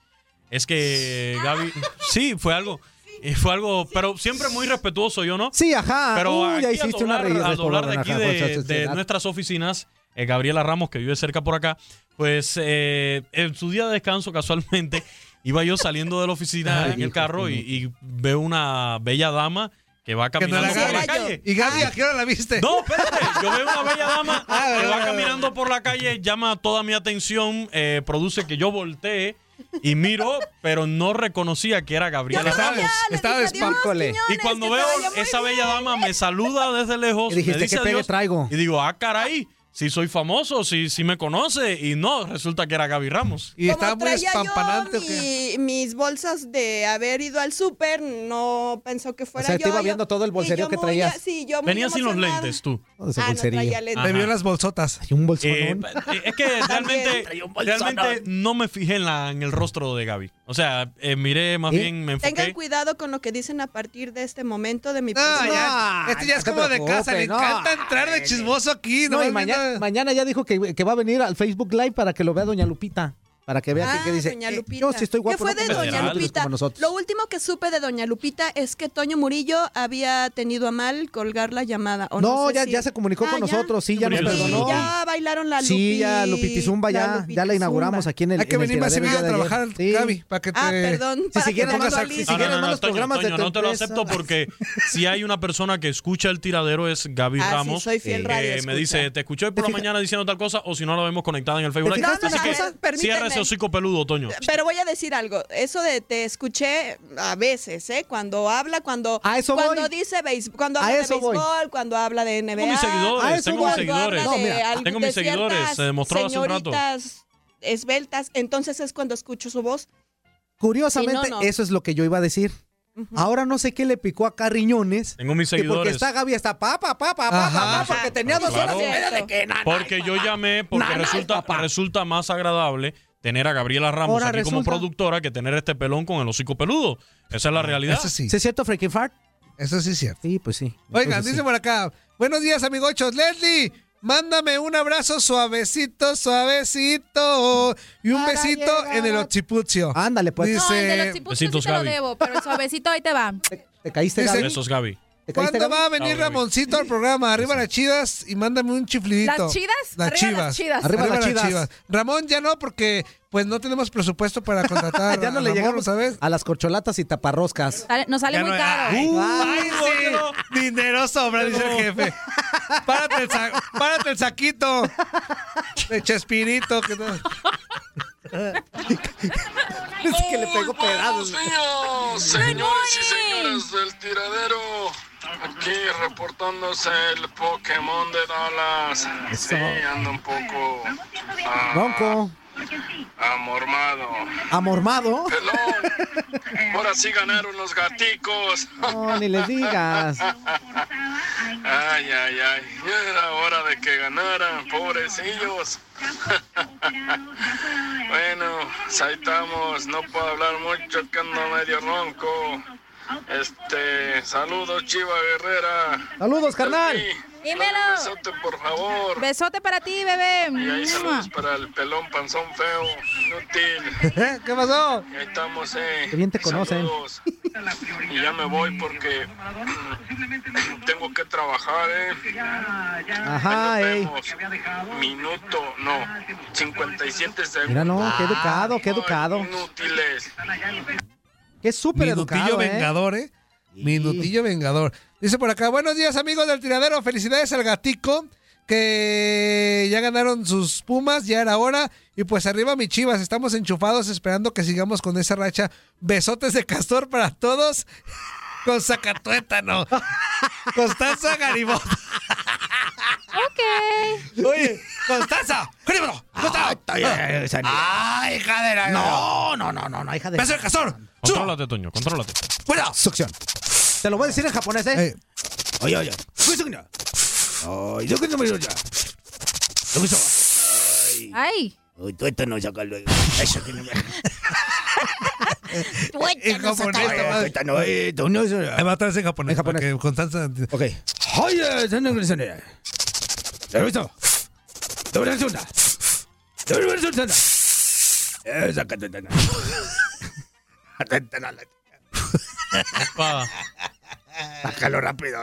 es que Gaby, sí, fue algo, eh, fue algo, pero siempre muy respetuoso, yo no. Sí, ajá. Pero Uy, aquí ya al hiciste una doblar- reída. al doblar de aquí Ajá, de, con de sociedad. nuestras oficinas, eh, Gabriela Ramos, que vive cerca por acá, pues eh, en su día de descanso casualmente <laughs> iba yo saliendo de la oficina Ay, en el hijo, carro y, y veo una bella dama que va Que no caminando la por la agarra. calle. Y Gaby, ¿a qué hora la viste? No, espérate. Yo veo una <laughs> bella dama <laughs> Ah, que ah, va ah, caminando por la calle, llama toda mi atención, eh, produce que yo voltee y miro, pero no reconocía que era Gabriela Ramos. Estaba despárcole. Y cuando veo esa bella dama me saluda desde lejos, Y dijiste, me dice "¿Qué pegue adiós", traigo? y digo, ah, caray, si soy famoso, si, si me conoce, y no, resulta que era Gaby Ramos. <laughs> Y Como traía yo mi- mis bolsas de haber ido al súper, no pensó que O fuera sea, yo. te iba yo- viendo todo el y bolserío yo que muy- traías. Sí, yo muy Venía sin los emocionada. lentes tú. se Ah, no traía lentes. Me vio las bolsotas. Hay un bolsonón. Eh, Es que realmente, realmente no me fijé en, la- en el rostro de Gaby. O sea, eh, miré más bien, me enfoqué. Tengan cuidado con lo que dicen a partir de este momento de mi No, Ah, ya, persona. este ya es como de casa, le no. encanta entrar de chismoso No, aquí. y nomás mañana, viendo- mañana ya dijo que, que va a venir al Facebook Live para que lo vea Doña Lupita. Para que vea Ah, que, que dice. Doña "Eh, Lupita. yo sí estoy guapo. ¿Qué fue no de como Doña nosotros, Lupita? como nosotros". Lo último que supe de Doña Lupita es que Toño Murillo había tenido a mal colgar la llamada. o no, sé ya, si- ya se comunicó Ah, con ya. nosotros, sí, ya nos Sí, perdonó. ya bailaron la Sí, ya Lupi- Lupitizumba, la ya, ya la inauguramos Lupitizumba. aquí en el Hay que en el venir más tiradero seguido a el día de trabajar, ayer. Sí. Gaby, para que te... Ah, perdón, Si para que siguieran te más, actualice. si No, siguieran no, no, más los Toño, programas de Toño, tu no te lo empresa. acepto porque si hay una persona que escucha el tiradero es Gaby Ah, sí, Ramos. eh, soy fiel que radioescucha. me dice, te escuché por la mañana diciendo tal cosa o si no la vemos conectada en el Facebook. ¿Te Live". fijaste Así en que esa cosa? cierra Permítanme. ese hocico peludo, Toño. Eh, Pero voy a decir algo, eso de te escuché a veces, ¿eh? Cuando habla, cuando eso cuando voy. dice béis- cuando A habla de eso voy. béisbol, cuando habla de NBA. Tengo mis A seguidores, eso tengo mis voy. seguidores. No, mira, al- tengo mis de ciertas seguidores, se demostró hace un rato. señoritas esbeltas, entonces es cuando escucho su voz. Curiosamente, Sí, no, no. eso es lo que yo iba a decir. Ahora no sé qué le picó a Carriñones. Tengo mis que porque seguidores. está Gaby, está papá, papá, papá, Ajá. porque tenía dos Claro. horas y media de que nada. Porque yo llamé porque resulta, resulta más agradable tener a Gabriela Ramos Ahora aquí como resulta. productora que tener este pelón con el hocico peludo. Esa es la realidad. Eso sí. ¿Sí es cierto, Frankie Fart? Eso sí es cierto. Sí, pues sí. Oigan, Entonces, dice sí. por acá. Buenos días, amigochos. Leslie, mándame un abrazo suavecito, suavecito. Y un besito en el occipucio. Ándale, pues. No, el de los Dice. chipupos sí te lo Gaby. debo, pero el suavecito ahí <laughs> te va. ¿Te caíste, Dice- Gaby? Besos, Gaby. Ah, ¿Te caíste, ¿Cuándo Gaby? va a venir Ramoncito al programa? Arriba las chidas y mándame un chiflidito. ¿Las chidas? Las Arriba chivas. las chidas. Arriba las chidas. Ramón ya no, porque pues no tenemos presupuesto para contratar. <laughs> Ya no le llegamos ¿sabes? a las corcholatas y taparroscas. Sale- Nos sale Ya muy no- caro. Uh, ¡Ay, Ay, sí! Dinero sobra, dice <laughs> el jefe. Párate el, sa- párate el saquito de Chespirito. Que no. <laughs> Es que le pegó pedazos. Buenos días, señores y señores del tiradero. Aquí reportándose el Pokémon de Dallas. Eso. Sí, anda un poco ah, Bronco, amormado. amormado. <laughs> Pelón, ahora sí ganaron los gaticos. No, ni le digas. Ay, ay, ay. Ya era hora de que ganaran, pobrecillos. <laughs> bueno, pues ahí estamos. No puedo hablar mucho, que ando medio ronco. Este, saludos, Chiva Guerrera. Ah. Saludos, carnal. Dímelo. Besote, por favor. Besote para ti, bebé. Y ahí Mua. saludos para el pelón panzón feo, inútil. <laughs> ¿Qué pasó? Y ahí estamos, eh. Qué bien te conocen. Saludos. Y ya me voy porque mm, tengo que trabajar, eh. Ajá, ey. Minuto, no, 57 segundos. Mira, no, qué educado, qué educado. <laughs> Inútiles. Qué súper Minutillo educado, ¿eh? vengador, ¿eh? Minutillo Vengador. Dice por acá, buenos días amigos del tiradero, felicidades al gatico que ya ganaron sus Pumas, ya era hora. Y pues arriba mi Chivas, estamos enchufados esperando que sigamos con esa racha. Besotes de castor para todos con Zacatuétano. Constanza Garibot. Ok. Oye, Constanza, Garibot, Ah, Constanza. Ay, hija de la... No, no, no, no, no, hija Ah, de... Beso de castor. Contrólate, Toño, contrólate. ¡Fuera! Succión. Te lo voy a decir en japonés, ¿eh? Oye, oye. Ay, yo que no me lo ya. Lo que son. Ay. Uy, tú esto no saca luego. Eso que no me. En Tuétano, japonés, saca- esta madre. tuétano, eh, tú no, eso- Ahí va otra vez en japonés. En japonés. Constanza. Ok. Ay, eh, son inglesones. ¿Lo has visto? Doble resulta. Doble resulta. Eh, Zacatuétano. Bájalo rápido.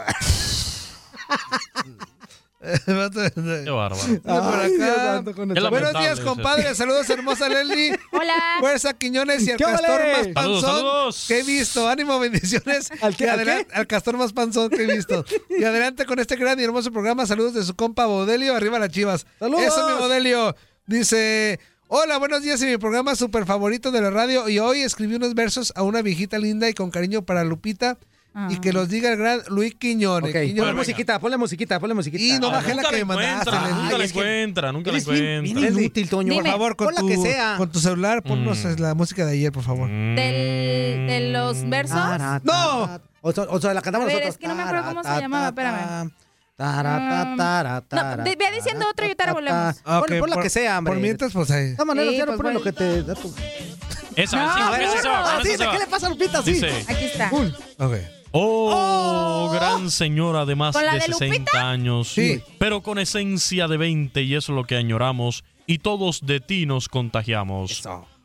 Qué bárbaro. por <laughs> Ay, Dios acá. santo, con Es esto. Buenos lamentable días, eso. compadre. Saludos, hermosa Leslie. Hola. Fuerza Quiñones y al ¿Qué vale? castor más Saludos, panzón saludos. que he visto. Ánimo, bendiciones. ¿Al qué, Y al adelan- al castor más panzón que he visto. Y adelante con este gran y hermoso programa. Saludos de su compa Bodelio. Arriba las chivas. Saludos. Eso, mi Bodelio. Dice... Hola, buenos días y mi programa súper favorito de la radio. Y hoy escribí unos versos a una viejita linda y con cariño para Lupita. Y que los diga el gran Luis Quiñones. Ok, ponle musiquita, ponle musiquita, ponle musiquita. Y no bajé la Nunca que la me Ah, mandaste. encuentra, Leslie. nunca la Ay, es que- encuentra, nunca la eres bien- bien encuentra. Inútil, Toño, Dime. por favor, con Pon la tu... que sea. Con tu celular, ponnos Mm. la música de ayer, por favor. Del- de los versos. A ¡No! Ah, O, so- o so- la cantamos ver, nosotros. es que no me acuerdo cómo se llamaba, espérame. Mm. Tarata, tarata, No, de- ve diciendo otro y ahorita tarata. volvemos. Pon- Ah, Ok, pon, la por- que sea, hombre. por mientras, pues, ahí. De todas maneras, Sí, ya no pues, ponen lo voy. que te da tu... Esa, No, sí, a ver, a esa, ver, esa, no, esa, así, esa. ¿de qué le pasa a Lupita? Así. Dice- Aquí está. Oh, gran señora de más ¿Con de, la de 60 Lupita? años, pero con esencia de 20 y eso es lo que añoramos y todos de ti nos contagiamos.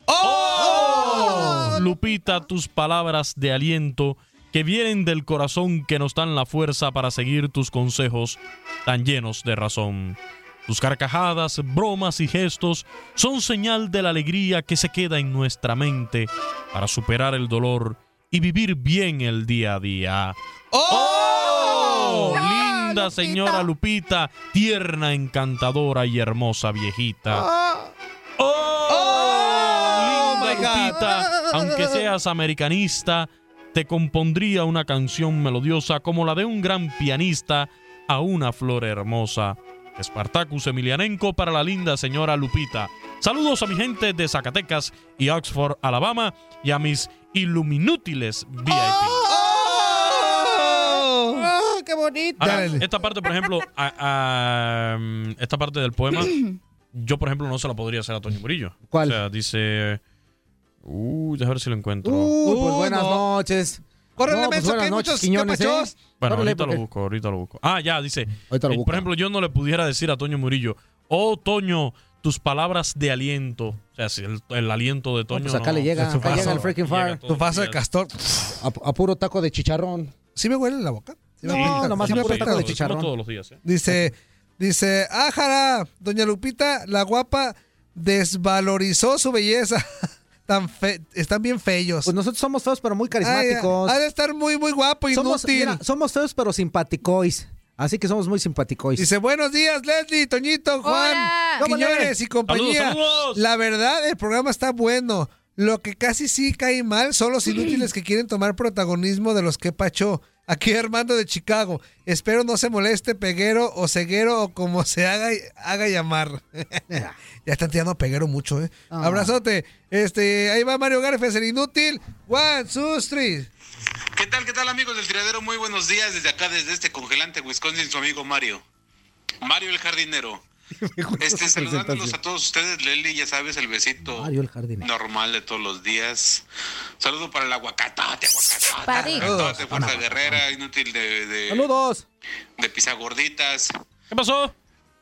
¡Oh! Lupita, tus palabras de aliento que vienen del corazón que nos dan la fuerza para seguir tus consejos tan llenos de razón. Tus carcajadas, bromas y gestos son señal de la alegría que se queda en nuestra mente para superar el dolor y vivir bien el día a día. ¡Oh! Linda señora Lupita, tierna, encantadora y hermosa viejita. Oh, Linda Lupita, <laughs> aunque seas americanista, te compondría una canción melodiosa como la de un gran pianista a una flor hermosa. Spartacus Emilianenko para la linda señora Lupita. Saludos a mi gente de Zacatecas y Oxford, Alabama, y a mis iluminútiles VIP. Oh. ¡Ah, qué bonito! Ahora, esta parte, por ejemplo, a- a, um, esta parte <clears throat> del poema, yo, por ejemplo, no se la podría hacer a Toño Murillo. ¿Cuál? O sea, dice. Uh, déjame ver si lo encuentro. Uh, pues Uh, buenas no. noches. Córrele, pues menso, que buenas hay noches, muchos Quiñones, ¿eh? capachos. Bueno, Córrele, ahorita lo porque- busco, ahorita lo busco. Ah, ya, dice. Ahorita lo eh, busco. Por ejemplo, yo no le pudiera decir a Toño Murillo, oh, Toño, tus palabras de aliento. O sea, si el, el aliento de Toño. pues acá le llega, acá llega el freaking fire. Tu vaso de castor. A, a puro taco de chicharrón. ¿Sí me huele la boca? ¿Sí me No, afecta? nomás ¿Sí a me puro afecta? taco de Chicharrón. todos chicharrón. los días. ¿eh? Dice, dice, ájara, doña Lupita, la guapa desvalorizó su belleza. <laughs> Tan fe- están bien feos. Pues nosotros somos feos, pero muy carismáticos. Ay, ha de estar muy, muy guapo, somos, inútil. mira, somos feos, pero simpaticois. Así que somos muy simpaticois. Dice, buenos días, Leslie, Toñito, Juan, Hola. Quiñones y compañía. Saludos, saludos. La verdad, el programa está bueno. Lo que casi sí cae mal son los inútiles que quieren tomar protagonismo de los que pachó. Aquí Armando de Chicago. Espero no se moleste peguero o ceguero o como se haga, haga llamar. <laughs> ya están tirando a peguero mucho, ¿eh? Ah. Abrazote. Este, ahí va Mario Garfes, el inútil. One, two, three. ¿Qué tal, qué tal amigos del tiradero? Muy buenos días desde acá, desde este congelante Wisconsin, su amigo Mario. Mario el jardinero. Este, saludándolos a todos ustedes, Leli, ya sabes, el besito Mario el jardinero. normal de todos los días. Saludo para el aguacatate, Para ti. aguacatate, aguacatate, fuerza guerrera, inútil de, de, Saludos. de pisagorditas. ¿Qué pasó?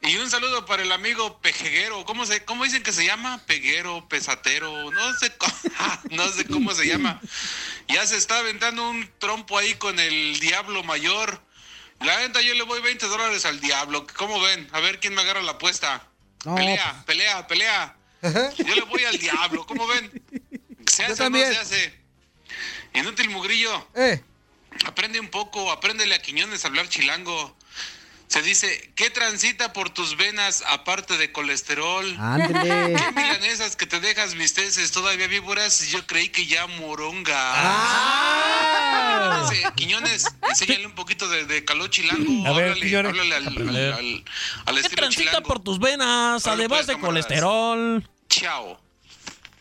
Y un saludo para el amigo pejeguero. ¿Cómo, se, ¿Cómo dicen que se llama? Peguero, pesatero. No sé, <laughs> cómo, no sé cómo se llama. Ya se está aventando un trompo ahí con el diablo mayor. La venta yo le voy 20 dólares al diablo. ¿Cómo ven? A ver quién me agarra la apuesta. No, pelea, pelea, pelea. Yo le voy al diablo. ¿Cómo ven? ¿Se hace o no también. se hace? Inútil mugrillo. Eh. Aprende un poco, apréndele a Quiñones a hablar chilango. Se dice, ¿qué transita por tus venas aparte de colesterol? Ándele. ¿Qué milanesas que te dejas visteces todavía víboras? Yo creí que ya moronga. Dice, Quiñones, enséñale un poquito de, de calor chilango. A ver, háblale, Quiñones. háblale al, al, al- al ¿Qué estilo transita chilango. por tus venas, además de colesterol? Chao.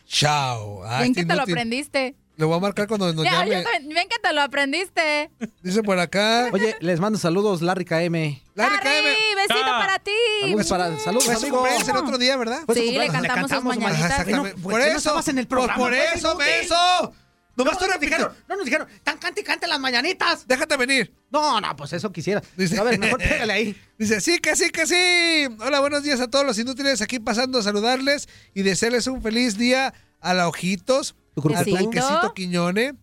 Chao. Ah, Bien este que te lo inútil. aprendiste. Le voy a marcar cuando nos Ya, yo llame. también- Bien que te lo aprendiste. Dice por acá. Oye, les mando saludos, Larry KM. Larry, besito Ah. para ti. Saludos para- saludos, Fue su amigo. cumpleaños el otro día, ¿verdad? Fue su Sí, le cumpleaños, le cantamos sus cantamos, mañanitas. Ajá, exactamente. Bueno, Por ¿por qué eso- no estabas en el pues programa? por eso, Inútil. menso. Nomás No, tú no nos repítelo. dijeron, no nos dijeron, tan cante y cante las mañanitas. Déjate venir. No, no, pues eso quisiera. Dice, A ver, <laughs> mejor pégale ahí. Dice, sí, que sí, que sí. Hola, buenos días a todos los inútiles aquí pasando a saludarles y desearles un feliz día a la Ojitos, al Besito. Tanquecito Quiñone, al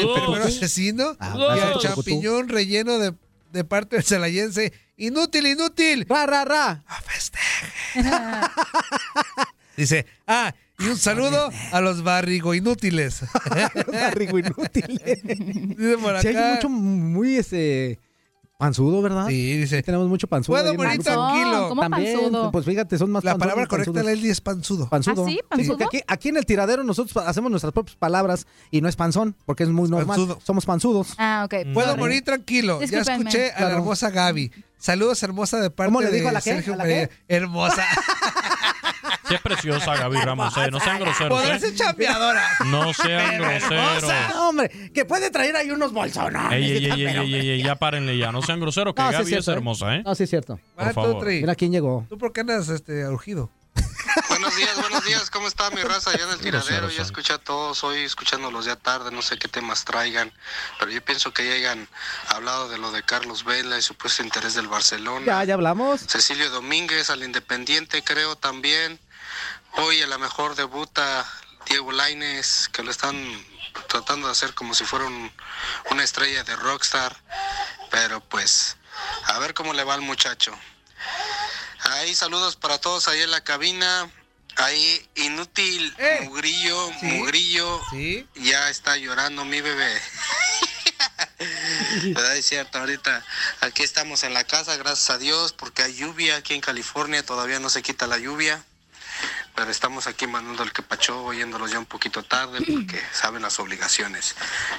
enfermero Saludos. asesino Ah, y al saludos. champiñón relleno de, de parte del salayense. Inútil, inútil. Ra, ra, ra. <laughs> Dice, ah, y un saludo a los barrigo <laughs> <laughs> inútiles. barrigo inútiles. Dice por acá. Sí, hay mucho muy este panzudo, ¿verdad? Sí, dice. Tenemos mucho panzudo. Puedo ahí en el morir grupo. tranquilo. ¿Cómo También, panzudo? pues fíjate, son más La panzudos palabra que correcta panzudos. de Leslie es panzudo. Panzudo. ¿Ah, sí? porque ¿Panzudo? aquí, aquí en el tiradero nosotros pa- hacemos nuestras propias palabras y no es panzón, porque es muy normal. panzudo. Somos panzudos. Ah, ok. Puedo Vale. morir tranquilo. Ya Discúlpenme. escuché a la Mm. Claro. hermosa Gaby. Saludos, hermosa, de parte ¿Cómo le dijo de a la qué? Sergio ¿A la Pereira. qué? Hermosa. Sí es preciosa, Gaby Ramos. eh, No sean groseros. Podrás eh. ser chambeadora. No sean groseros. Ah. No, hombre, que puede traer ahí unos bolsones. Ey, ey, y ey, tal, ey, pero- ey, ey, ey, ya párenle ya. No sean groseros, que No, sí es Gaby es cierto, eh. hermosa, ¿eh? No, sí es cierto. Por favor. Mira quién llegó. ¿Tú por qué andas este, urgido? Buenos días, buenos días, ¿cómo está mi raza allá en el tiradero? Grosero Ya escuché a todos hoy, escuchándolos ya tarde, no sé qué temas traigan, pero yo pienso que llegan hablado de lo de Carlos Vela y supuesto interés del Barcelona. Ya, ya hablamos. Cecilio Domínguez al Independiente creo también. Hoy a lo mejor debuta Diego Laines, que lo están tratando de hacer como si fuera un- una estrella de rockstar. Pero pues, a ver cómo le va al muchacho. Ahí saludos para todos ahí en la cabina. Ahí, inútil, mugrillo, mugrillo. <laughs> Ya está llorando mi bebé. ¿Verdad? Es cierto, ahorita aquí estamos en la casa, gracias a Dios, porque hay lluvia aquí en California, todavía no se quita la lluvia. Pero estamos aquí mandando el quepacho, oyéndolos ya un poquito tarde, porque saben las obligaciones.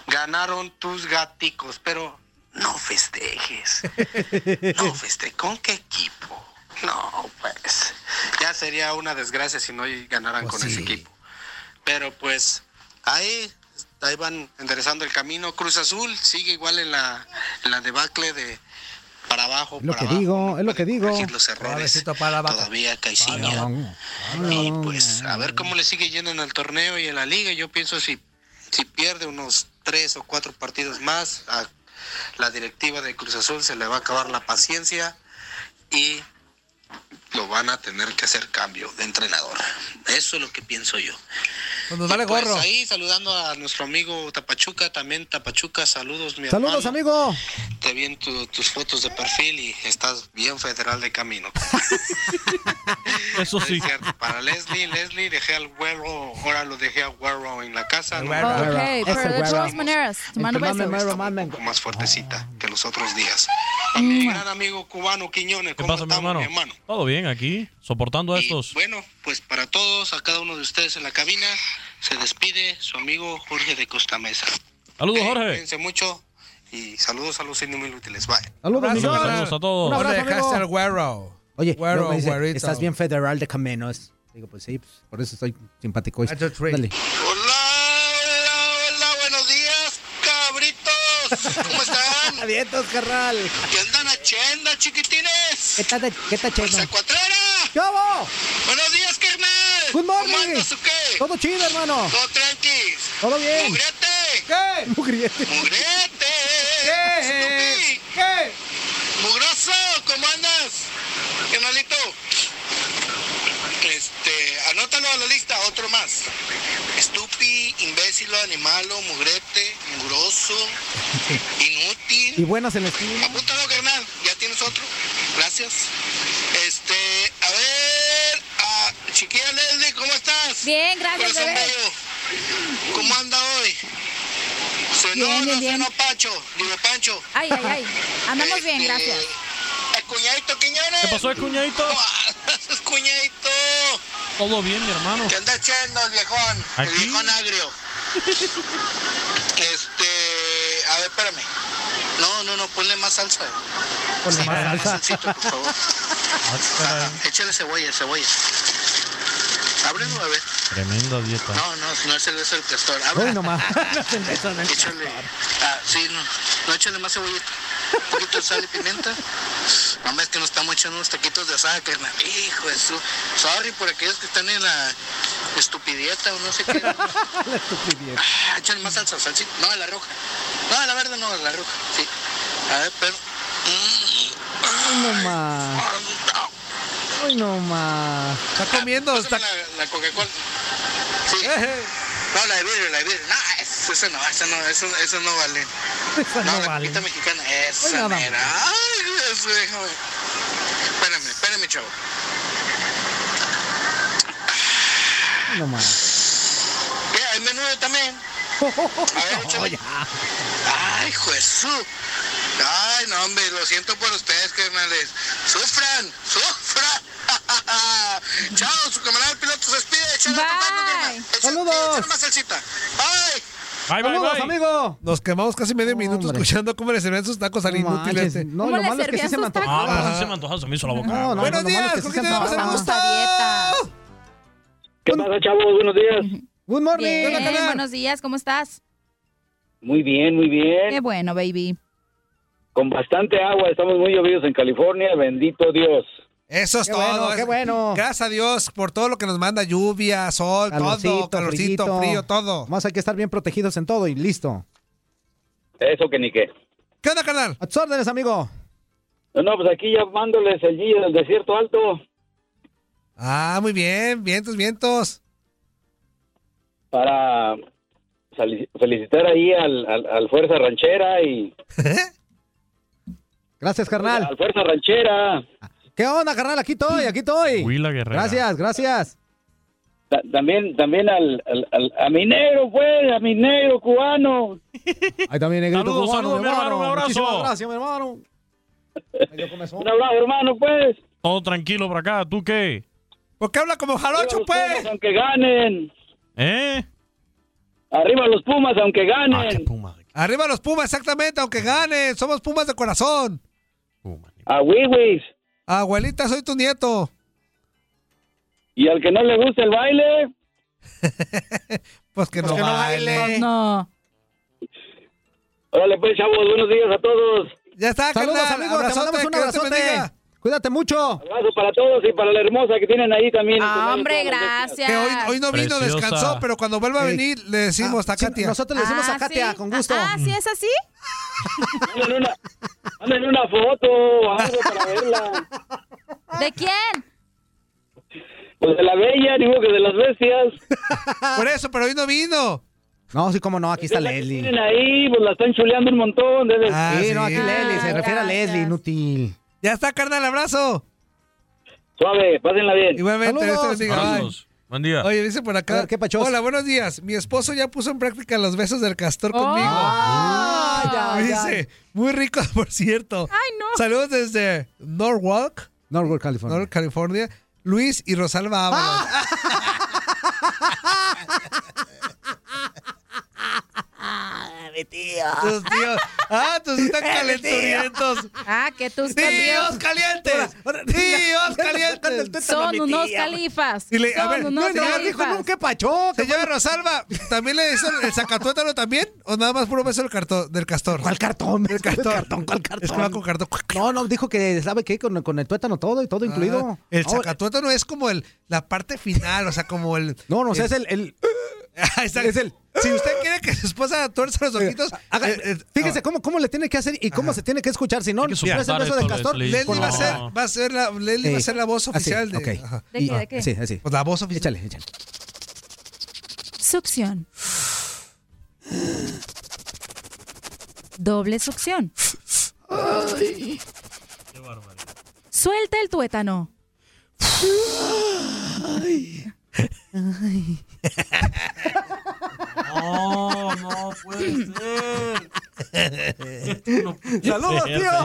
Ganaron tus gaticos, pero no festejes. <laughs> No festejes. ¿Con qué equipo? No, pues. Ya sería una desgracia si no ganaran Pues con ese equipo. Pero pues, ahí, ahí van enderezando el camino. Cruz Azul sigue igual en la, en la debacle de para abajo, Es lo para que abajo. digo, es lo que digo. corregir los errores. Todavía Caixinha. Y pues a ver cómo le sigue yendo en el torneo y en la liga. Yo pienso si, si pierde unos tres o cuatro partidos más, a la directiva de Cruz Azul se le va a acabar la paciencia y lo van a tener que hacer cambio de entrenador. Eso es lo que pienso yo. Pues nos vale Y, pues, gorro. ahí saludando a nuestro amigo Tapachuca, también Tapachuca, saludos mi Saludos, hermano. amigo. Te vi en tu- tus fotos de perfil y estás bien federal de camino. Eso sí. Es cierto, Para Leslie, Leslie dejé al güero, ahora lo dejé al güero en la casa. ¿no? Ok, pero de todas maneras, te mando besos. Un poco más fuertecita Ah. que los otros días. A mi gran amigo cubano Quiñones, ¿Qué ¿cómo pasa, mi estamos, hermano? mi hermano? Todo bien aquí, soportando a estos. Bueno, pues para todos, a cada uno de ustedes en la cabina, se despide su amigo Jorge de Costa Mesa. Saludos, Ok, Jorge. Cuídense mucho y saludos a los inútiles. Bye. Saludos, mi George. Un Ahora abrazo, dejaste al amigo. güero. Oye, Güero, luego me dice, güerito. estás bien federal de Camenos. Digo, pues sí, pues, por eso estoy simpático. Dale. Hola, buenos días, cabritos. ¿Cómo <laughs> están? Vientos, carnal. ¿Qué andan haciendo, chiquitines? ¿Qué tal, qué tal, Pues, Chema? ¿Qué hubo? Buenos días, carnal. Good morning. ¿Cómo andas o qué? Todo chido, hermano. Todo tranqui. Todo bien. Mugrete. ¿Qué? Mugriete. Mugrete. Stupi. Mugroso, ¿cómo andas? Canalito. Este, anótalo a la lista, otro más. Estupi, imbécilo, animalo, mugrete, mugroso, inútil. Y buenas en el estilo. Apúntalo, carnal. Ya tienes otro. Gracias. Este, a ver, a chiquilla Leslie, ¿cómo estás? Bien, gracias, Corazón bebé. bello. ¿Cómo anda hoy? Se Bien, bien, bien. Pancho, digo Pancho. Ay, ay, ay. <laughs> Andamos bien, gracias. El cuñadito Quiñones. ¿Qué pasó, <laughs> el cuñadito? cuñadito. Todo bien, mi hermano. ¿Qué anda echando el viejón? El Aquí. viejón agrio. este. A ver, espérame. No, no, no, ponle más salsa. Ponle más ponle salsa. salsita, por <laughs> favor. Échale cebolla, cebolla. Ábrelo, a ver. Tremenda dieta. No, no, no es el beso del castor. Ábrelo. Uy, no <laughs> más. No es el beso del Échale. Ah, sí, no. No échale más cebollita. Un poquito de sal y pimienta. Mamá, es que nos estamos echando unos taquitos de asada, carnal. Hijo de su... Sorry por aquellos que están en la estupidieta o no sé <laughs> qué. La estupidez. Ah, échale más salsa, salsita. No, a la roja. No, a la verde no, a la roja. Sí. A ver, pero... Uy, no más. Uy, no más. Está comiendo. Está... La, la Coca-Cola. Sí. No, la de vidrio, la de vidrio. No, eso, eso no, eso no, eso, eso no vale. Esa No, no la vale. coquita mexicana, esa Pues nada. mera. Ay, Dios, déjame. Espérame, espérame, chavo. No más. ¿Qué? ¿Hay menudo también? A ver, <laughs> No, échale. ya. Ay, Jesús. Ay, no, hombre, lo siento por ustedes, carnales. Sufran, sufran. <laughs> Chao, su camarada el piloto se despide. Échale otro taco, carnal. Échale- Saludos. Échale más salsita. Bye. Bye, bye, Saludos, bye. amigo. Nos quemamos casi medio minuto escuchando cómo le servían sus tacos al inútil manches, este. no, y lo ¿Cómo le malo es que sí servían se me sus antojó. Ah, tacos? pero sí se me antojó, se me hizo la boca. No, no, Buenos no, lo malo es días, que sí ¿con se qué tenemos el antoja. gusto? ¿Qué pasa, chavos? Buenos días. Good morning. Bien, buenos días, ¿cómo estás? Muy bien, muy Qué bien. bueno, baby. Con bastante agua, estamos muy llovidos en California, bendito Dios. Eso es Qué todo. bueno, es- qué bueno. Gracias a Dios por todo lo que nos manda: lluvia, sol, todo, calorcito, frillito. frío, todo. Más hay que estar bien protegidos en todo y listo. Eso que ni qué. ¿Qué onda, carnal? A tus órdenes, amigo. No, no, pues aquí llamándoles el día del desierto alto Ah, muy bien, vientos, vientos. para sali- felicitar ahí al, al- al Fuerza Ranchera y... Gracias, carnal. Al Fuerza Ranchera. ¿Qué onda, carnal? Aquí estoy, aquí estoy. Gracias, gracias. Ta- también también al, al- al- a mi negro, pues, a mi negro cubano. Ahí también, negrito. Saludos, cubano, saludos, mi hermano, un abrazo. Muchísimas gracias, mi hermano. Un abrazo, hermano, pues. Todo tranquilo por acá, ¿tú qué? ¿Por qué habla como jarocho, pues? Aunque ganen. ¿Eh? Arriba los Pumas, aunque ganen. Ah, Ah, <laughs> Arriba los Pumas, exactamente, aunque ganen. Somos Pumas de corazón. A Wiwis. Abuelita, soy tu nieto. Y al que no le gusta el baile, Pues que no, baile. No. órale pues, chavos, buenos días a todos. Ya está, Saludos, carnal. amigo. Te Abrazote, mandamos un que Dios te abrazote. bendiga. Cuídate mucho. Abrazo para todos y para la hermosa que tienen ahí también. Ah, hombre, gracias. Que hoy, hoy no vino, Preciosa. descansó, pero cuando vuelva a venir le decimos a Katia. Ah, nosotros le decimos a Katia, con gusto. Ah, ¿sí es así? Manden una, manden una foto, algo para verla. ¿De quién? Pues de la <laughs> bella, digo que de las bestias. Por eso, pero hoy no vino. No, sí, cómo no, aquí está Leslie. Tienen ahí, pues la están chuleando un montón. debe- sí, no, aquí Leslie, se refiere a Leslie, inútil. Ah, Ya está, carnal, abrazo. Suave, pásenla bien. Igualmente, Dios te Saludos. bendiga. Bye. Saludos. Buen día. Oye, dice por acá. Hola, buenos días. Mi esposo ya puso en práctica los besos del castor conmigo. Ah, ya, Me ya. dice, muy rico, <laughs> por cierto. Ay, no. Saludos desde Norwalk, Norwood, California. North California. Luis y Rosalba Ábalos. mi tío. Tus tíos. Ah, tus están calenturientos. Ah, que tus ¡Tíos calientes! ¡Tíos calientes! Son unos califas. Y le- a Son ver, no, unos señora, dijo, califas. no, qué pacho. Señora Rosalba, ¿también le hizo el sacatuétano también? ¿O nada más puro beso del, carto- del castor? ¿Cuál cartón? Del castor. ¿Cuál cartón? Es que va con cartón. No, no, dijo que sabe qué, con, con el tuétano todo y todo incluido. Ah, el Ahora- sacatuétano es como el, la parte final, o sea, como el... No, no, o sea, es el- <laughs> el- es el... Si usted quiere que su esposa tuerza los ojitos... Haga- eh, eh, fíjese cómo, cómo le tiene que hacer y cómo se tiene que escuchar. Si no, no es el soportar beso de esto, castor. Leslie. Leslie va a ser- va a ser la, Leslie va a Ah, Sí. ser la voz Así, oficial de... ok. Ajá. ¿De qué, de qué? Sí, así. Pues la voz oficial. Échale, échale. Succión. Doble succión. Suelta el tuétano. No, no <laughs> puede ser. ¡Saludos, Sí, señores. tío!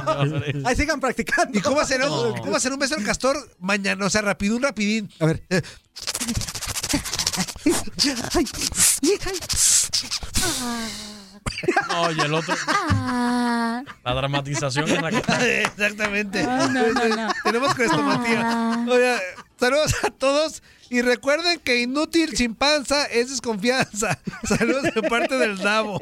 Ahí sigan practicando. ¿Y cómo hacer un, No. cómo hacer un beso al castor mañana? O sea, rapidín, rapidín. A <laughs> ver. <laughs> Ay, No, y el otro, la dramatización en la que está. <laughs> Exactamente. Ay, no, no, no. Tenemos crestomatía. Oiga, saludos a todos y recuerden que inútil sin panza es desconfianza. <laughs> Saludos de parte del Davo.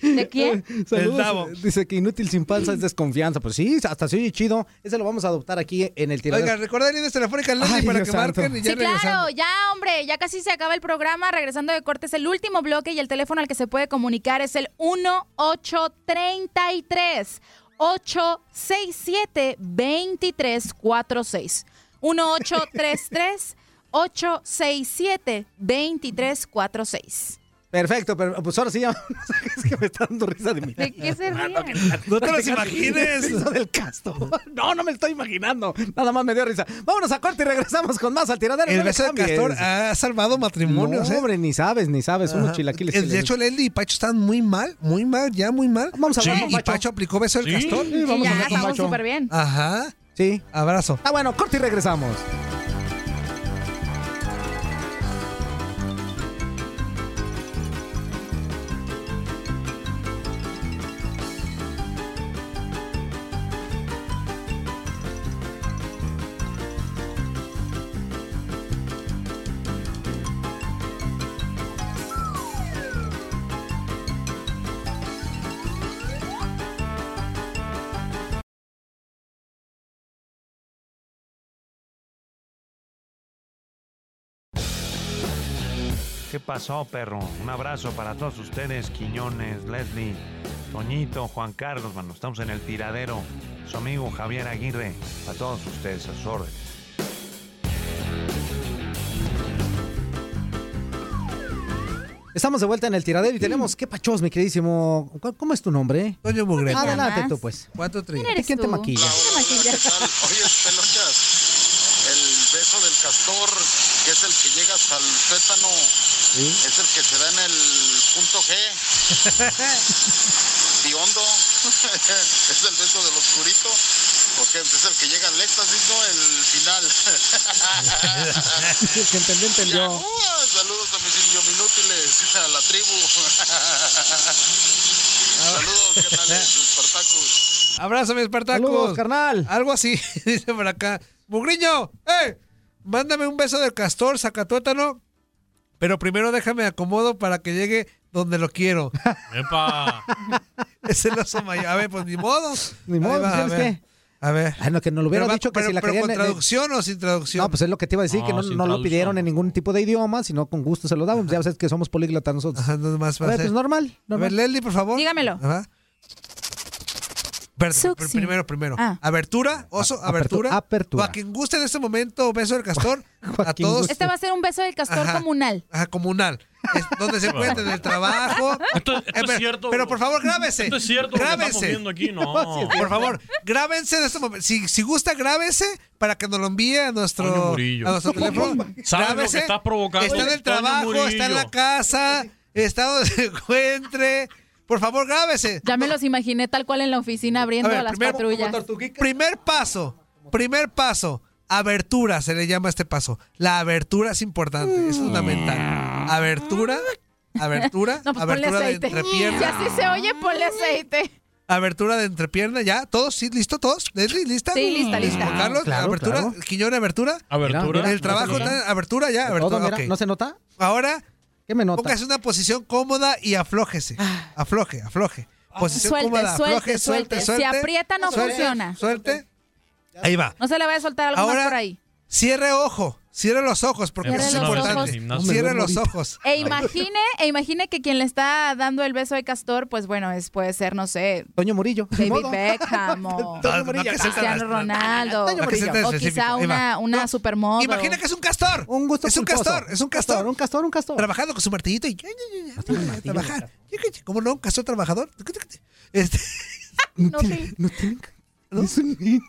¿De quién? <laughs> Saludos. Davo. Dice que inútil sin panza es desconfianza. Pues sí, hasta soy chido. Ese lo vamos a adoptar aquí en el tiradero. Oiga, recuerda líneas telefónicas Leslie, Ay, para Dios que santo. marquen y ya Sí, claro, ya hombre, ya casi se acaba el programa. Regresando de corte es el último bloque y el teléfono al que se puede comunicar es el 1833 867 2346. 1833 867 2346. Perfecto, pero pues ahora sí ya. <laughs> es que me está dando risa de mí. ¿De qué se ríen? No te los imagines. <laughs> Risa del casto. No, no me lo estoy imaginando. Nada más me dio risa. Vámonos a corte y regresamos con más al tiradero. El No le beso del cambies. castor ha salvado matrimonios, No, ¿eh? hombre, ni sabes, ni sabes. Unos Ajá. chilaquiles. El- que le- de hecho, Leslie y Pacho están muy mal, muy mal, ya muy mal. Vamos a hablar Sí, con Y Pacho. Pacho aplicó beso del Sí. castor. Sí, vamos a hablar con Pacho. Ajá. Sí. Abrazo. Ah, bueno, corte y regresamos. ¿Qué pasó, perro? Un abrazo para todos ustedes, Quiñones, Leslie, Toñito, Juan Carlos, mano. Estamos en el tiradero. Su amigo Javier Aguirre, a todos ustedes, a sus órdenes. Estamos de vuelta en el tiradero y tenemos. ¿Qué pachos, mi queridísimo? ¿Cu- ¿Cómo es tu nombre? Toño Mugre. Adelante Nada tú, pues. Cuatro tri. ¿Quién eres tú? maquilla? Oye, pelochas, el beso del castor, que es el que llegas al tétano, es el que se da en el punto G. <laughs> Diondo, es el beso del oscurito, porque Pues es el que llega al éxtasis, ¿no? El final. <laughs> El que entendió, entendió. Yahúa, Saludos a mis inútiles, a la tribu. Saludos, canales, Espartacus. Abrazo, mi Espartaco. Saludos, carnal. Algo así, <laughs> dice por acá. Mugriño, ¡eh! Mándame un beso del castor, sacatuétano. Pero primero déjame acomodo para que llegue donde <laughs> lo quiero. ¡Epa! es el oso mayor. A ver, pues ni modo. Ni modo, Ahí va, a ¿sabes ver. qué? A ver. Ah, no, que no lo hubiera Pero va- dicho que pero- si la pero querían con de- traducción o sin traducción. No, pues es lo que te iba a decir, que No, no, sin no lo traducción. pidieron en ningún tipo de idioma, sino con gusto se lo damos. Ya sabes que somos políglotas nosotros. a va a ver, ser. pues normal. A ver, normal. Leslie, por favor. Dígamelo. Ajá. Perdón, pr- primero, primero. Ah. Abertura, oso, A- abertura. apertu- apertura. O A quien guste en este momento, beso <laughs> del castor. a todos. Este va a ser un beso del castor Ajá. comunal. Ajá, comunal. Es donde <laughs> se encuentren, en el trabajo. Eh, pero, pero por favor, grábese. Esto es cierto, lo que Grábese. estamos viendo aquí, <laughs> no. Por favor, grábense de este momento. Si, si gusta, grábese para que nos lo envíe a Toño nuestro, Murillo. a nuestro teléfono. ¿Sabes lo que Grábese. estás provocando? Está en el Toño trabajo, Murillo. está en la casa, está donde se encuentre. Por favor, grábese. Ya me los imaginé tal cual en la oficina abriendo a, ver, las primero, patrullas. Primer paso, primer paso, abertura se le llama a este paso. La abertura es importante, es fundamental. Abertura, abertura, <laughs> No, pues ponle abertura de aceite. <laughs> Si entrepierna. así se oye, ponle aceite. Abertura de entrepierna, ya, todos, sí, listo, todos, Leslie, lista. Sí, lista, lista. Juan Carlos, Ah, Claro, abertura, claro. Quiñón, abertura. Abertura. El trabajo, Mira, mira. abertura ya, Todo, abertura. mira, ok. ¿No se nota? Ahora, ¿Qué me nota? póngase una posición cómoda y aflójese. Afloje, afloje. Posición Ah. Suelte, cómoda, suelte, afloje, suelte, suelte. Si suelte. aprieta, no Suelte, funciona. Suelte. Ahí va. No se le vaya a soltar algo Ahora- más por ahí. Cierre ojo, cierre los ojos porque Cierre eso es los ojos. importante. Gimnasio. Cierre Me los duermo ojos. E imagine, e imagine que quien le está dando el beso de Castor, pues bueno, es, puede ser, no sé, Toño Murillo. Pues, Ni David modo. <laughs> Beckham o No, "Ah, no, que sea Cristiano tan- Ronaldo. Toño Murillo. O quizá Ahí va. una, una supermodel. Imagina que es un castor. Un gusto Es un culposo. castor, es un castor. Un castor, un castor. Trabajando con su martillito y trabajar. ¿Cómo no? ¿Un castor trabajador? <laughs> Este, <laughs> No, sí. ¿no? Es un niño.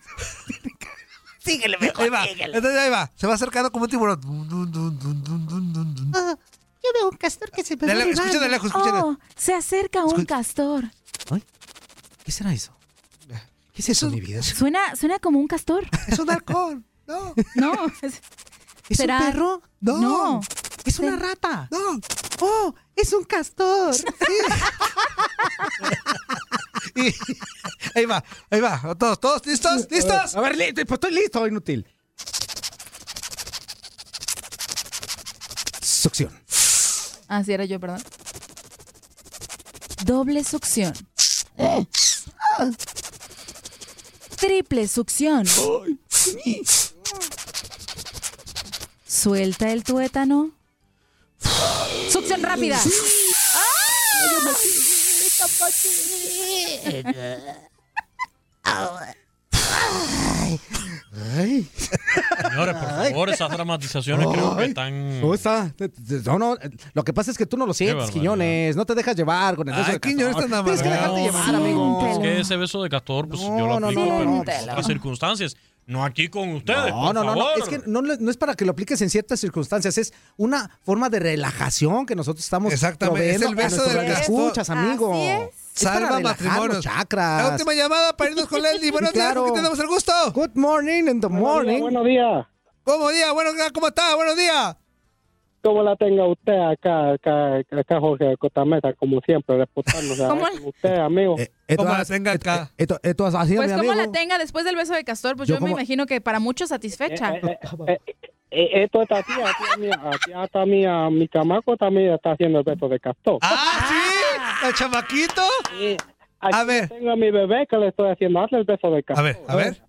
Síguele mejor, ahí va. Entonces ahí va. Se va acercando como un tiburón. Dun, dun, dun, dun, dun, dun, dun, de un castor que se me Dale, va escucha de elevando. lejos, escucha de- Oh, se acerca un castor. <laughs> ¿Qué será eso? ¿Qué es eso, mi vida? Suena, suena como un castor. Es un halcón. No. <laughs> No. ¿Es un perro? No. Es una rata. No. Oh, es un castor. <laughs> Ahí va, ahí va. Todos, todos, listos, listos. A ver, listo, pues estoy listo, inútil. Succión. Ah, sí, era yo, perdón. Doble succión. Triple succión. Suelta el tuétano. Succión rápida. ¡Ah! <laughs> Ay. Señores, por favor, esas dramatizaciones creo que Ay. están. ¿Cómo está? No, no, lo que pasa es que tú no lo sientes, barbaridad. Quiñones. No te dejas llevar con el beso Ay, de Quiñones, castor. tan Tienes que dejarte amargado. llevar, amigo. Es que ese beso de castor, pues yo lo no, aplico, no, pero no, en no. otras circunstancias. No aquí con ustedes. No, por no, no, no. favor. Es que no, le- no es para que lo apliques en ciertas circunstancias. Es una forma de relajación que nosotros estamos Exactamente, es proveendo el a beso nuestros del castor. escuchas, amigo. Así es. para Salva relajar los matrimonios. chakras. La última llamada para irnos con Leslie. Buenos días, ¿con quién tenemos el gusto? Good morning in the morning. Buenos días. ¿Cómo día? Bueno, ¿cómo está? Buenos días. ¿Cómo la tenga usted acá, acá, acá Jorge de Cotamesa, como siempre, reportándose ¿Cómo con usted, amigo? Esto has- esto- Eh, Esto, esto has- así, Pues mi como amigo. la tenga después del beso de castor, pues Yo yo, como- me imagino que para muchos satisfecha. Eh, esto está así, así a mí, así hasta mi, a mi chamaco también está haciendo el beso de castor. Ah, Ah. ¿El chamaquito? a ver. Tengo a mi bebé que le estoy haciendo, hazle el beso de castor. A ver, <laughs> a ver.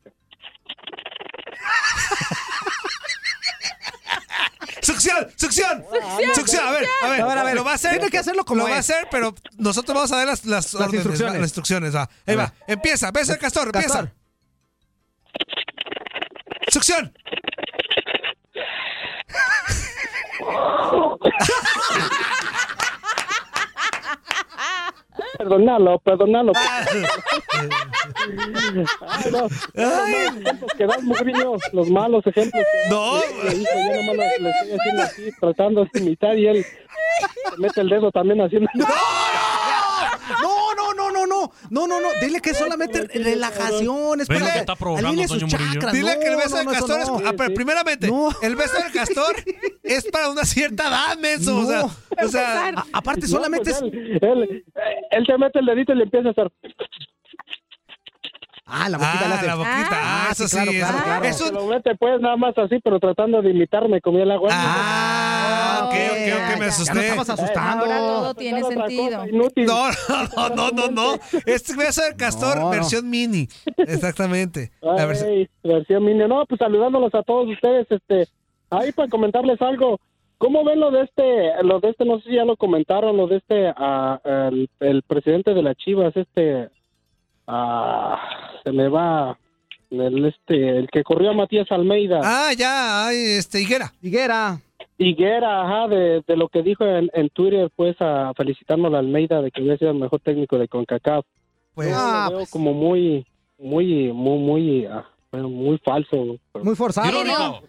Succión, succión, Succión, succión. A ver, a ver, A ver, a ver. Lo va a hacer. Tiene que hacerlo como Lo va a es. hacer, pero nosotros vamos a dar las, las, órdenes, instrucciones. va, Las instrucciones, ah. va. Ahí A va. Empieza, beso de castor, Castor. empieza. Succión. Perdonalo, perdonalo. Ah. Ay, no. Ay. Que das, mugriño, los malos ejemplos. que No. das. Le- le- Yo nomás le, le estoy haciendo así, tratando de imitar y él se mete el dedo también haciendo. Ah, No, no, no, no, no. No, no, no. Dile que es solamente relajación. Es Ve lo para que está provocando, alinee sus Toño Murillo. chakras. Dile que el beso No, del no, no, eso no. castor es. ah, pero primeramente, el beso del castor <laughs> es para una cierta edad, menso. O sea, o sea A- aparte, No, solamente pues es. él, él, él se mete el dedito y le empieza a hacer. Ah, la boquita. Ah, le hace- la boquita. Ah, eso sí, claro, eso- claro, claro. Se lo mete pues nada más así, pero tratando de imitarme como yo le hago. Ah, ok, ok, ok, me asusté. Ahora todo tiene sentido. No, no, no, no, <laughs> no. Este beso del castor, No, no. versión mini. Exactamente. La Ay, versión- versión mini. No, pues saludándolos a todos ustedes, este, ahí para comentarles algo. ¿Cómo ven lo de este, lo de este, no sé si ya lo comentaron, lo de este, ah, el, el presidente de las Chivas, este, ah, se me va, el este, el que corrió a Matías Almeida. Ah, ya, ay, este, Higuera. Higuera. Higuera, ajá, de, de lo que dijo en, en Twitter, pues, a felicitarnos a Almeida de que había sido el mejor técnico de CONCACAF. Pues, Yo lo veo como muy, muy, muy, muy, ah, bueno, muy falso. Muy forzado.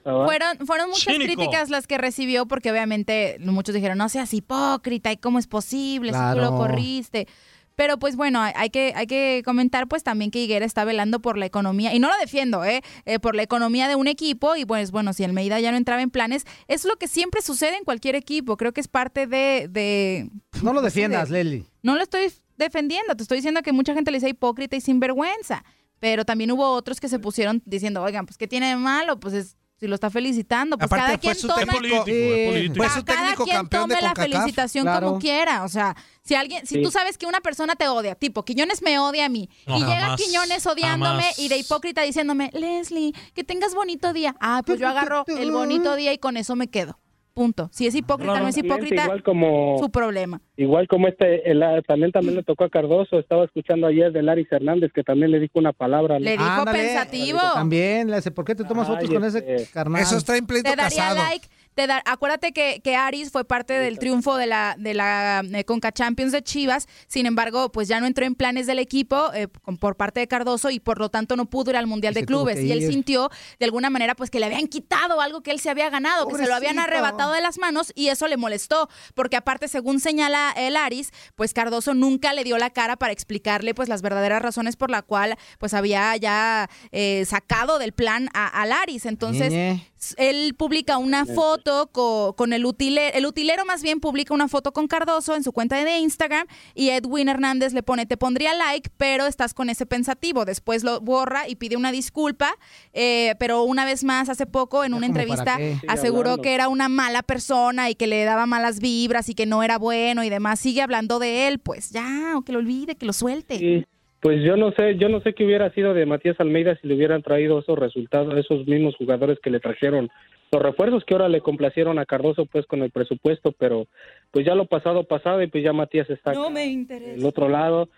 Ah, Fueron, fueron muchas Cínico. críticas las que recibió porque obviamente muchos dijeron, no seas hipócrita y cómo es posible si tú Claro. lo corriste. Pero pues bueno, hay- hay que, hay que comentar pues también que Higuera está velando por la economía, y no lo defiendo, ¿eh? Eh, por la economía de un equipo y pues bueno, si Almeida ya no entraba en planes, es lo que siempre sucede en cualquier equipo, creo que es parte de... de- No lo defiendas, Leli. no lo estoy defendiendo, te estoy diciendo que mucha gente le dice hipócrita y sinvergüenza, pero también hubo otros que se pusieron diciendo, oigan, pues ¿qué tiene de malo? Pues es- si lo está felicitando, pues Aparte, cada fue quien su toma... técnico- Sí. es político. Fue su Ca- cada técnico quien campeón de tome la CONCACAF. felicitación Claro. como quiera, o sea, si alguien, si Sí. tú sabes que una persona te odia, tipo, Quiñones me odia a mí, No, y llega jamás, Quiñones odiándome jamás. y de hipócrita diciéndome, Leslie, que tengas bonito día, ah, pues yo agarro el bonito día y con eso me quedo, punto. Si es hipócrita, Claro. no es Cliente hipócrita, igual como- su problema. Igual como este, el, ah, también también le tocó a Cardoso, estaba escuchando ayer de Larry Hernández que también le dijo una palabra. Le dijo pensativo. También, le hace, ¿por qué te tomas Ay, fotos con ese este, carnal? Eso está en Te daría like, te dar, acuérdate que, que Aris fue parte del triunfo de la, de la eh, Conca Champions de Chivas, sin embargo, pues ya no entró en planes del equipo eh, con- por parte de Cardoso y por lo tanto no pudo ir al Mundial de se tuvo Clubes. que Y él ir. sintió de alguna manera pues que le habían quitado algo que él se había ganado, que se lo habían Pobrecito. arrebatado de las manos y eso le molestó, porque aparte, según señala el Aris, pues Cardoso nunca le dio la cara para explicarle pues las verdaderas razones por la cual pues había ya eh, sacado del plan a, al Aris. Entonces, Ñe. s- él publica una Ñe. foto foto co- con el utilero, el utilero más bien publica una foto con Cardoso en su cuenta de Instagram y Edwin Hernández le pone, te pondría like, pero estás con ese pensativo. Después lo borra y pide una disculpa, eh, pero una vez más, hace poco, en una como, ¿para entrevista, qué? Sigue aseguró hablando. que era una mala persona y que le daba malas vibras y que no era bueno y demás. Sigue hablando de él, pues ya, o que lo olvide, que lo suelte. Sí, Pues yo no sé, yo no sé qué hubiera sido de Matías Almeida si le hubieran traído esos resultados, esos mismos jugadores que le trajeron los refuerzos que ahora le complacieron a Cardoso pues con el presupuesto, pero pues ya lo pasado pasado y pues ya Matías está No me el interesa. otro lado.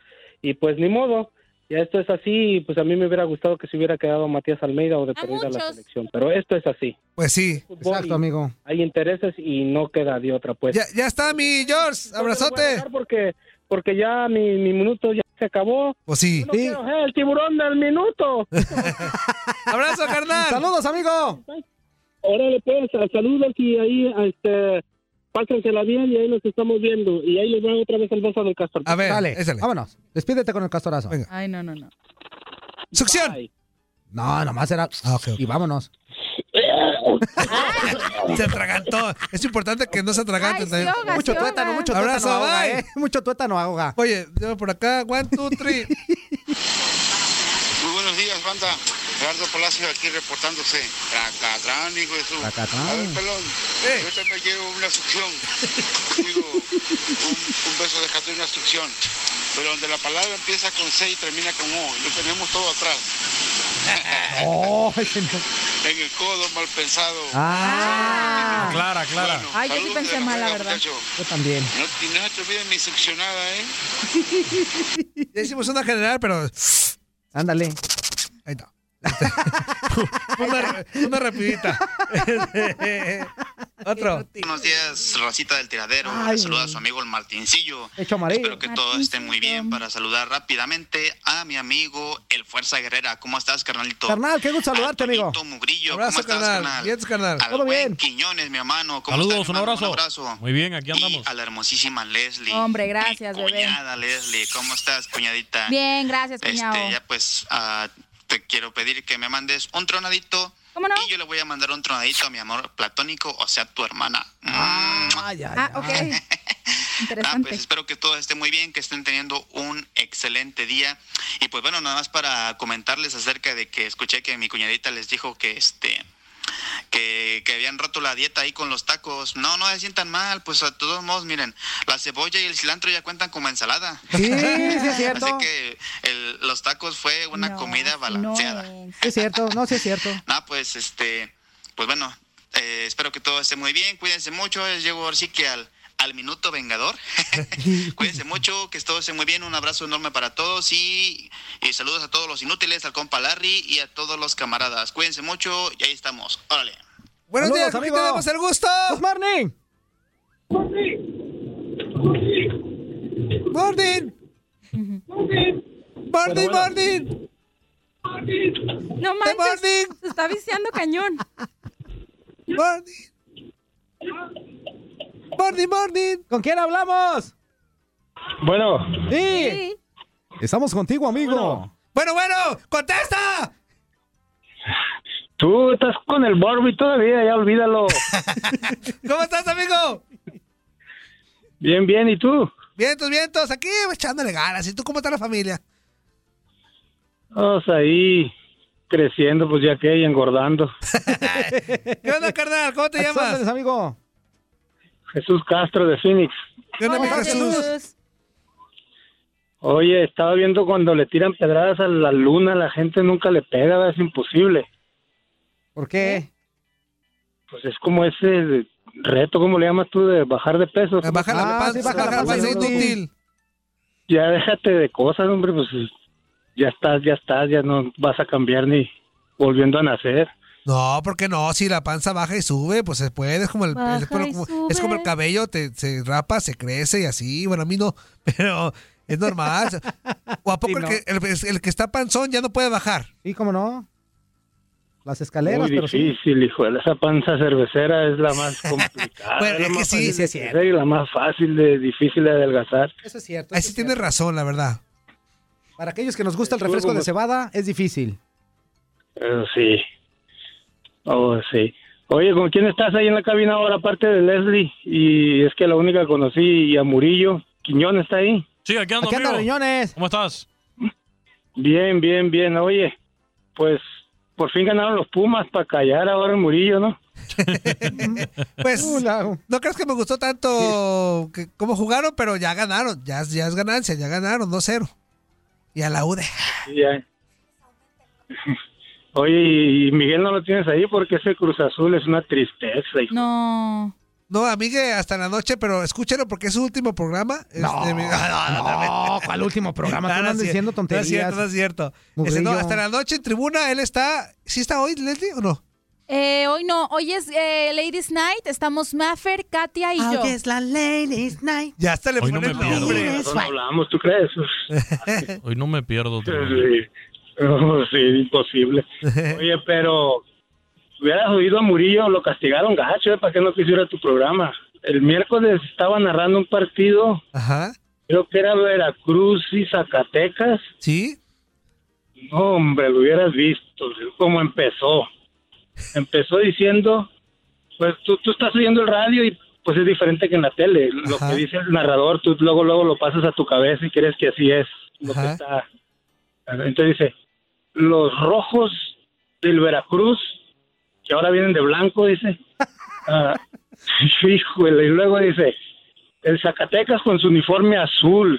Y pues ni modo, ya esto es así, y pues a mí me hubiera gustado que se hubiera quedado Matías Almeida o de perdida la muchos. selección, pero esto es así. Pues sí. Exacto, amigo. Hay intereses y no queda de otra, pues. Ya, ya está mi George, abrazote. Porque, porque ya mi, mi minuto ya se acabó. Pues sí. Yo no quiero ser el tiburón del minuto. <laughs> Abrazo, carnal. Saludos, amigo. Órale, pues, saludos y ahí, este, pásensela bien y ahí nos estamos viendo. Y ahí les va otra vez el beso del castor. A ver, Dale, vámonos. Despídete con el castorazo. Ay, no, no, no. ¡Succión! No, nomás era... Ah, Y vámonos. Se atragantó. Es importante que no se atragante. también. mucho tuétano, mucho Abrazo, tuétano ahoga, bye. ¿eh? Mucho tuétano ahoga. Oye, yo por acá, one, two, three. Muy buenos días, banda. Gerardo Palacio aquí reportándose. Tracatrán, hijo de su. Tracatrán. A ver, pelón. Yo también llevo una succión. Digo, un, un beso de gato y una succión. Pero donde la palabra empieza con C y termina con O. Lo tenemos todo atrás. <laughs> Oh, ese no. En el codo, mal pensado. Ah. Clara, clara. Ay, yo sí saludos pensé de la mal, la manera, verdad. muchacho. Yo también. No, y no se te olviden mi succionada, ¿eh? Ya hicimos una general, pero. Ándale. Ahí está. Este, <laughs> una, una rapidita. <laughs> Otro. Buenos días, Racita del Tiradero. Ay. Les saluda a su amigo el Martincillo. Hecho amarillo. Espero que todos estén muy bien. Para saludar rápidamente a mi amigo el Fuerza Guerrera. ¿Cómo estás, carnalito? Carnal, qué gusto saludarte, amigo. Mugrillo, Abrazo, ¿cómo estás, carnal. carnal? Bien, carnal. Al Todo buen bien. Quiñones, mi hermano. ¿Cómo Saludos, estás, un mi hermano? abrazo. Muy bien, aquí andamos. Y a la hermosísima Leslie. Hombre, gracias, bebé. Cuñada Leslie, ¿cómo estás, cuñadita? Bien, gracias, cuñado. Este, ya pues ah, te quiero pedir que me mandes un tronadito. Y yo le voy a mandar un tronadito a mi amor platónico, o sea, tu hermana. Ah, ok. Ah, Interesante. pues espero que todo esté muy bien, que estén teniendo un excelente día. Y pues bueno, nada más para comentarles acerca de que escuché que mi cuñadita les dijo que este que, que habían roto la dieta ahí con los tacos. No, no se sientan mal, pues a todos modos, miren, la cebolla y el cilantro ya cuentan como ensalada. Sí, sí es <laughs> cierto. Así que el- los tacos fue una comida balanceada. Sí es cierto, no, sí es cierto. Ah, pues este, pues bueno, eh, espero que todo esté muy bien, cuídense mucho, eh, llego ahora sí que al, al minuto vengador. <laughs> <laughs> cuídense mucho, que todo esté muy bien, un abrazo enorme para todos y, y saludos a todos los inútiles, al compa Larry y a todos los camaradas. Cuídense mucho y ahí estamos. Órale. Buenos Saludos, días, aquí amigo. tenemos el gusto. Good morning. Morning. Morning, morning. No manches, se está viciando cañón. Morning. Morning, morning. ¿Con quién hablamos? Bueno. Sí. Estamos contigo, amigo. Bueno, bueno, contesta. Tú estás con el Barbie todavía, ya <laughs> olvídalo. ¿Cómo estás, amigo? Bien, bien, ¿y tú? Vientos, vientos. Aquí pues, echándole ganas. ¿Y tú cómo está la familia? Vamos ahí creciendo, pues ya que, y <laughs> engordando. ¿Qué onda, carnal? ¿Cómo te llamas? amigo? Jesús Castro de Phoenix. ¿Qué onda, mi Jesús? Oye, estaba viendo cuando le tiran pedradas a la luna, la gente nunca le pega, ¿verdad? es imposible. ¿Por qué? Pues es como ese reto, ¿cómo le llamas tú? De bajar de peso. Ah, Baja la Ah, panza, baja la panza inútil. Ya déjate de cosas, hombre, pues ya estás, ya estás, ya no vas a cambiar ni volviendo a nacer. No, porque no, si la panza baja y sube, pues se puede, es como el, Baja es como- y como- sube. es como el cabello, te, se rapa, se crece y así, bueno, a mí no, <laughs> pero es normal. ¿O a poco el, que, el- el que está panzón ya no puede bajar? Sí, cómo no. Las escaleras, Muy pero sí. difícil, hijo. Esa panza cervecera es la más complicada. <laughs> Bueno, la es que más sí, fácil sí es de cierto. hacer y la más fácil de difícil de adelgazar. Eso es cierto. Ahí sí tienes razón, la verdad. Para aquellos que nos gusta el refresco de cebada, es difícil. Eso sí. Oh, sí. Oye, ¿con quién estás ahí en la cabina ahora, aparte de Leslie? Y es que la única que conocí y a Murillo. Quiñón está ahí. Sí, aquí ando, Aquí ando, amigo. Quiñones. ¿Cómo estás? Bien, bien, bien. Oye, pues por fin ganaron los Pumas para callar ahora el Murillo, ¿no? <laughs> Pues, no crees que me gustó tanto que- cómo jugaron, pero ya ganaron, ya, es- ya es ganancia, ya ganaron 2-0. Y a la UDE. Sí, ya. <laughs> Oye, y Miguel no lo tienes ahí porque ese Cruz Azul es una tristeza. hijo. No. No, amigue, hasta la noche, pero escúchelo porque es su último programa. No, no, ¿cuál último programa? Tú no andas es cier- diciendo No es cierto, tonterías. no es cierto. Ese, no, Murillo. hasta la noche en tribuna, él está... ¿Sí está hoy, Leslie, <laughs> o no? Eh, hoy no, hoy es eh, Ladies Night, estamos Maffer, Katia y yo. Hoy es la Ladies Night. Ya hasta le no ponen me pierdo. nombre. No hablamos, ¿tú crees? Eh. Hoy no me pierdo. tío. Sí. Oh, sí, imposible. Oye, pero hubieras oído a Murillo, lo castigaron gacho, ¿eh? ¿Para que no quisiera tu programa? El miércoles estaba narrando un partido, Ajá. creo que era Veracruz y Zacatecas. ¿Sí? No, hombre, lo hubieras visto, cómo empezó. Empezó diciendo, pues tú, tú estás oyendo el radio y pues es diferente que en la tele. Lo Ajá. que dice el narrador, tú luego, luego lo pasas a tu cabeza y crees que así es lo que Ajá. está. Entonces dice, los rojos del Veracruz, que ahora vienen de blanco, dice. Ah, <laughs> híjole, y luego dice, el Zacatecas con su uniforme azul.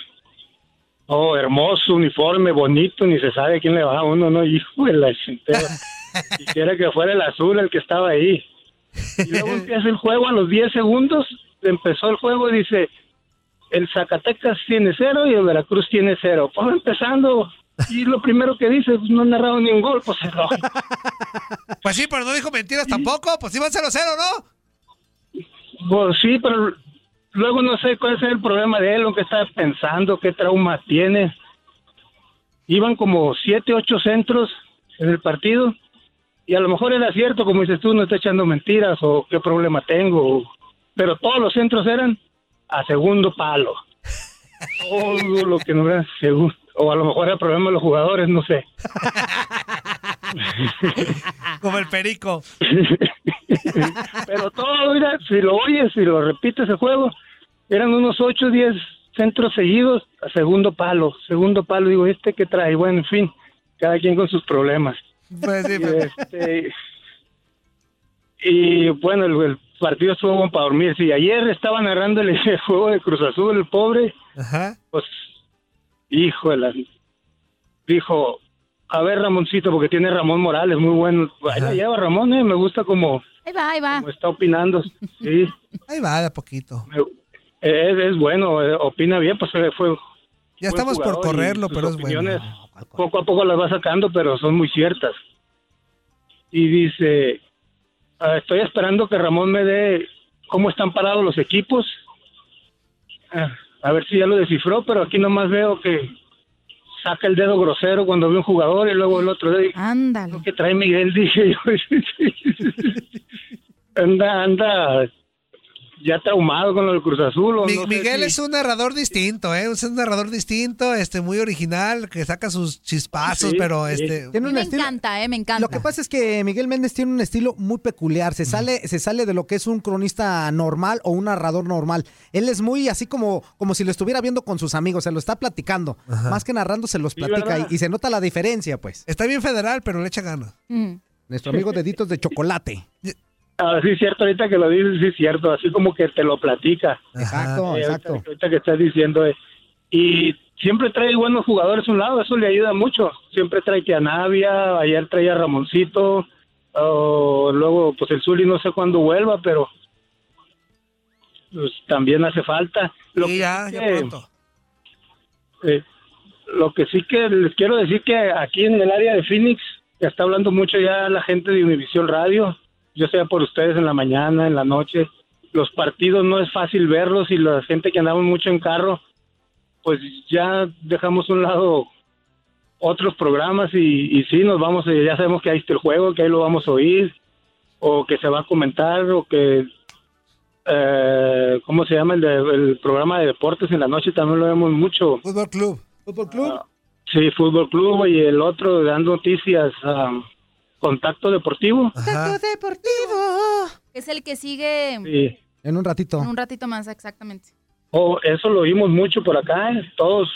Oh, hermoso uniforme, bonito, ni se sabe a quién le va a uno, ¿no? Hijo de la chintera. Quisiera que fuera el azul el que estaba ahí. Y luego empieza el juego a los 10 segundos, empezó el juego y dice, el Zacatecas tiene cero y el Veracruz tiene cero. Pues empezando, y lo primero que dice, pues, no ha narrado ningún gol, pues <laughs> es lógico. Pues sí, pero no dijo mentiras tampoco. Pues iban 0-0, <laughs> ¿no? Pues sí, pero luego no sé cuál es el problema de él, lo que está pensando, qué trauma tiene. Iban como siete, ocho centros en el partido y a lo mejor era cierto, como dices tú, no está echando mentiras o qué problema tengo, o- pero todos los centros eran a segundo palo. Todo lo que no era segundo, o a lo mejor era problema de los jugadores, no sé. Como el perico. Pero todo, mira, si lo oyes, si lo repites el juego, eran unos 8 o 10 centros seguidos a segundo palo, segundo palo, digo, este que trae, bueno, en fin, cada quien con sus problemas. Pues sí, Y, É, este, y bueno, el, el partido estuvo bueno para dormir. Si ayer estaba narrando el, <laughs> el juego de Cruz Azul, el pobre, Ajá. pues, híjole, dijo, a ver Ramoncito, porque tiene Ramón Morales, muy bueno. Ahí la lleva Ramón, eh, me gusta como Ahí va, ahí va. como está opinando. Sí. Ahí va, de a poquito. Es, es bueno, eh, opina bien, pues eh, fue. Ya buen estamos por jugador y correrlo, sus pero es bueno. opiniones, Poco a poco las va sacando, pero son muy ciertas. Y dice: "Ah, Estoy esperando que Ramón me dé cómo están parados los equipos. Ah, A ver si ya lo descifró, pero aquí nomás veo que saca el dedo grosero cuando ve un jugador y luego el otro dedo. Ándale. Lo que trae Miguel, <laughs> dije yo. anda, anda. Ya traumado con lo del Cruz Azul. o Mi- no sé Miguel si- es un narrador distinto, ¿eh? Es un narrador distinto, este, muy original, que saca sus chispazos, Sí, pero sí. este... Tiene A un mí me estilo- encanta, eh, me encanta. Lo que pasa es que Miguel Méndez tiene un estilo muy peculiar. Se sale, se sale de lo que es un cronista normal o un narrador normal. Él es muy así como, como si lo estuviera viendo con sus amigos. Se lo está platicando. Más que narrando, se los Sí, platica ¿verdad? y, y se nota la diferencia, pues. Está bien federal, pero le echa ganas. Nuestro amigo Deditos de Chocolate. Ah, sí, es cierto, ahorita que lo dices, sí, es cierto. Así como que te lo platica. Exacto, Eh, ahorita- exacto. Ahorita que estás diciendo. eh. Y siempre trae buenos jugadores a un lado, eso le ayuda mucho. Siempre trae que a Navia, ayer traía a Ramoncito. o luego, pues el Zuli no sé cuándo vuelva, pero. pues, también hace falta. Lo que sí que- Eh, lo que sí que les quiero decir que aquí en el área de Phoenix ya está hablando mucho ya la gente de Univisión Radio, yo sea por ustedes en la mañana, en la noche. Los partidos no es fácil verlos y la gente que andamos mucho en carro, pues ya dejamos a un lado otros programas y, y sí, nos vamos, eh, ya sabemos que ahí está el juego, que ahí lo vamos a oír, o que se va a comentar, o que, eh, ¿cómo se llama? El, de- el programa de deportes en la noche también lo vemos mucho. Fútbol Club. Fútbol Club. Sí, Fútbol Club y el otro dando noticias, am, Contacto Deportivo. Deportivo. Es el que sigue Sí. En un ratito. en un ratito más, exactamente. Oh, eso lo oímos mucho por acá, ¿eh? todos.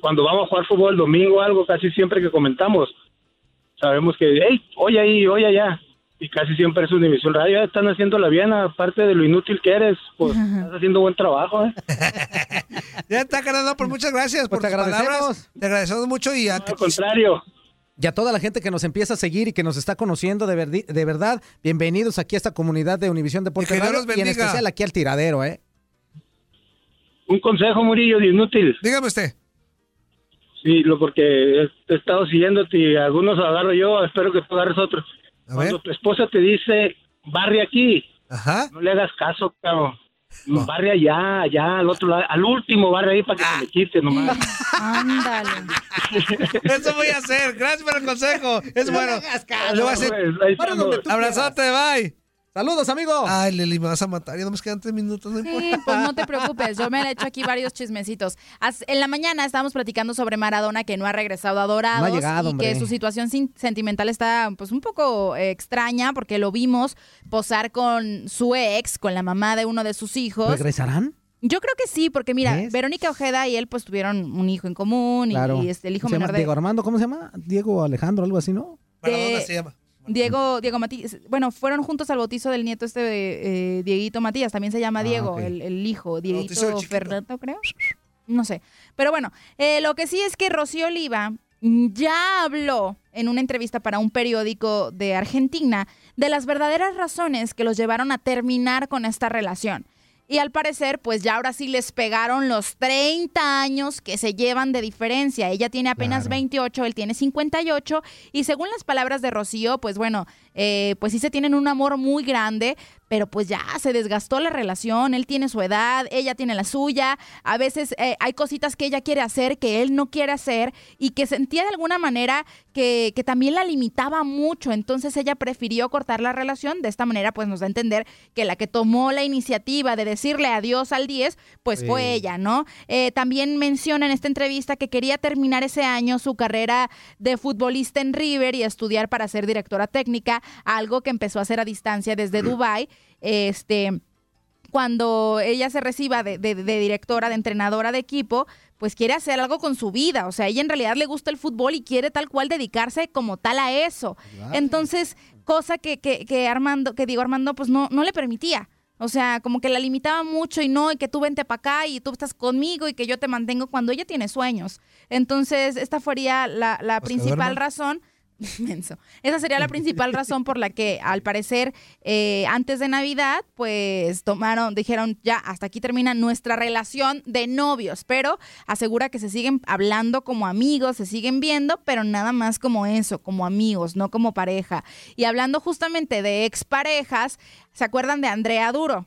Cuando vamos a jugar fútbol el domingo o algo, casi siempre que comentamos, sabemos que, hey, hoy ahí, hoy allá. Y casi siempre es Univisión Radio, "Ah, están haciéndola bien, aparte de lo inútil que eres, pues estás haciendo buen trabajo, ¿eh? Ya está, carnal, no, pues muchas gracias por te tus agradecemos. palabras. Te agradecemos mucho y a Al contrario. Y a toda la gente que nos empieza a seguir y que nos está conociendo de, verdi- de verdad, bienvenidos aquí a esta comunidad de Univisión Y Deportes que Dios Radio los y en bendiga. especial aquí al tiradero, ¿eh? Un consejo, Murillo, de inútil. Dígame usted. Sí, lo porque he, he estado siguiéndote y algunos agarro yo, espero que tú agarres otros. Cuando tu esposa te dice, barre aquí, no le hagas caso, cabrón. Barre allá, allá, al otro lado, al último barre ahí para que se le quite <laughs> nomás. Ándale. <laughs> Eso voy a hacer. Gracias por el consejo. Es No bueno. le hagas caso, Lo voy a hacer. pues, ahí Para donde estamos. tú Abrazate, bye. Saludos, amigo. Ay, Lili, me vas a matar. Ya no nos quedan tres minutos. <laughs> No Sí, importa. pues no te preocupes, yo me he hecho aquí varios chismecitos. As- En la mañana estábamos platicando sobre Maradona que no ha regresado a Dorados No ha llegado, y hombre. que su situación sin- sentimental está pues un poco eh, extraña porque lo vimos posar con su ex, con la mamá de uno de sus hijos. ¿Regresarán? Yo creo que sí, porque mira, ¿Ves? Verónica Ojeda y él pues tuvieron un hijo en común y, Claro. y, este, el hijo se llama menor de Diego Armando, ¿cómo se llama? Diego Alejandro, algo así, ¿no? de- Diego, Diego Matías. Bueno, fueron juntos al bautizo del nieto este de eh, Dieguito Matías. También se llama Diego, Ah, ok. el, el hijo. bautizo del Dieguito chiquito. Fernando, creo. No sé. Pero bueno, eh, lo que sí es que Rocío Oliva ya habló en una entrevista para un periódico de Argentina de las verdaderas razones que los llevaron a terminar con esta relación. Y al parecer, pues ya ahora sí les pegaron los 30 años que se llevan de diferencia. Ella tiene apenas 28, él tiene 58. Y según las palabras de Rocío, pues bueno, eh, pues sí se tienen un amor muy grande, pero pues ya se desgastó la relación. Él tiene su edad, ella tiene la suya. A veces eh, hay cositas que ella quiere hacer que él no quiere hacer y que sentía de alguna manera que, que también la limitaba mucho. Entonces ella prefirió cortar la relación. De esta manera, pues nos da a entender que la que tomó la iniciativa de decirle adiós al 10, pues Sí. fue ella, ¿no? Eh, también menciona en esta entrevista que quería terminar ese año su carrera de futbolista en River y estudiar para ser directora técnica, algo que empezó a hacer a distancia desde Dubái. Este cuando ella se reciba de, de- de directora, de entrenadora de equipo, pues quiere hacer algo con su vida. O sea, ella en realidad le gusta el fútbol y quiere tal cual dedicarse como tal a eso. Entonces, cosa que, que- que Armando, que digo Armando, pues no, no le permitía. O sea, como que la limitaba mucho y no, y que tú vente para acá y tú estás conmigo y que yo te mantengo cuando ella tiene sueños. Entonces, esta sería la, la Pues que principal duerma. razón. <laughs> Menso. Esa sería la principal razón por la que, al parecer, eh, antes de Navidad, pues tomaron, dijeron, ya, hasta aquí termina nuestra relación de novios, pero asegura que se siguen hablando como amigos, se siguen viendo, pero nada más como eso, como amigos, no como pareja. Y hablando justamente de exparejas, ¿se acuerdan de Andrea Duro?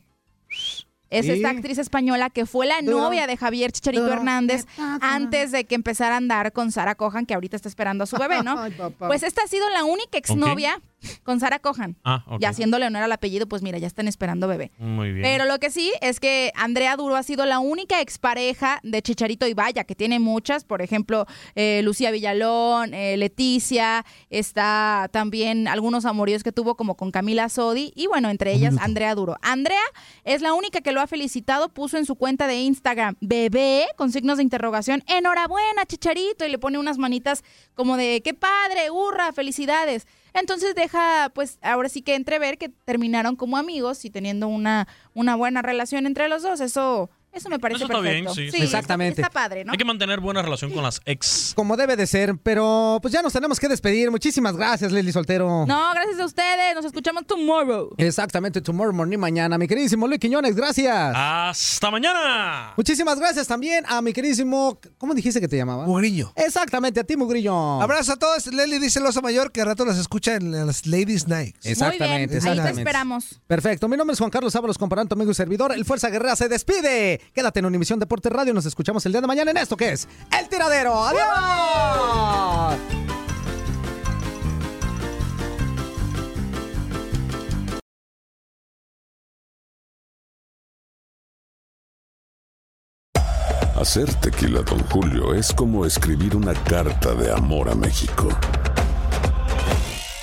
Es Sí. esta actriz española que fue la Duro. novia de Javier Chicharito Duro. Hernández antes de que empezara a andar con Sara Cohan, que ahorita está esperando a su bebé, <laughs> ¿no? Ay, papá. pues esta ha sido la única exnovia con Sara Cohan. Ah, ok. Y haciéndole honor al apellido, pues mira, ya están esperando bebé. Muy bien. Pero lo que sí es que Andrea Duro ha sido la única expareja de Chicharito y Vaya, que tiene muchas, por ejemplo, eh, Lucía Villalón, eh, Leticia, está también algunos amoríos que tuvo como con Camila Sodi y bueno, entre ellas Andrea Duro. Andrea es la única que lo ha felicitado, puso en su cuenta de Instagram, bebé, con signos de interrogación, enhorabuena Chicharito y le pone unas manitas como de, qué padre, hurra, felicidades. Entonces deja, pues ahora sí que entrever que terminaron como amigos y teniendo una, una buena relación entre los dos. Eso, Eso me parece Eso está bien, perfecto. sí. Exactamente. Está, está padre, ¿no? Hay que mantener buena relación con las ex. Como debe de ser, pero pues ya nos tenemos que despedir. Muchísimas gracias, Leslie Soltero. No, gracias a ustedes. Nos escuchamos tomorrow. Exactamente, tomorrow morning, mañana. Mi queridísimo Luis Quiñones, gracias. ¡Hasta mañana! Muchísimas gracias también a mi queridísimo. ¿Cómo dijiste que te llamaba? Mugrillo. Exactamente, a ti, Mugrillo. Abrazo a todos. Leli dice el oso mayor que al rato las escucha en las Ladies Nights. Exactamente, exactamente. Perfecto. Mi nombre es Juan Carlos Ábalos, comparando amigo y servidor. El Fuerza Guerrera se despide. Quédate en Univisión Deporte Radio. Nos escuchamos el día de mañana en esto que es El Tiradero. ¡Adiós! Hacer tequila, Don Julio, es como escribir una carta de amor a México.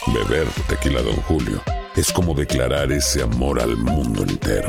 Beber tequila, Don Julio, es como declarar ese amor al mundo entero.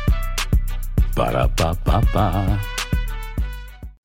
Para pa pa pa.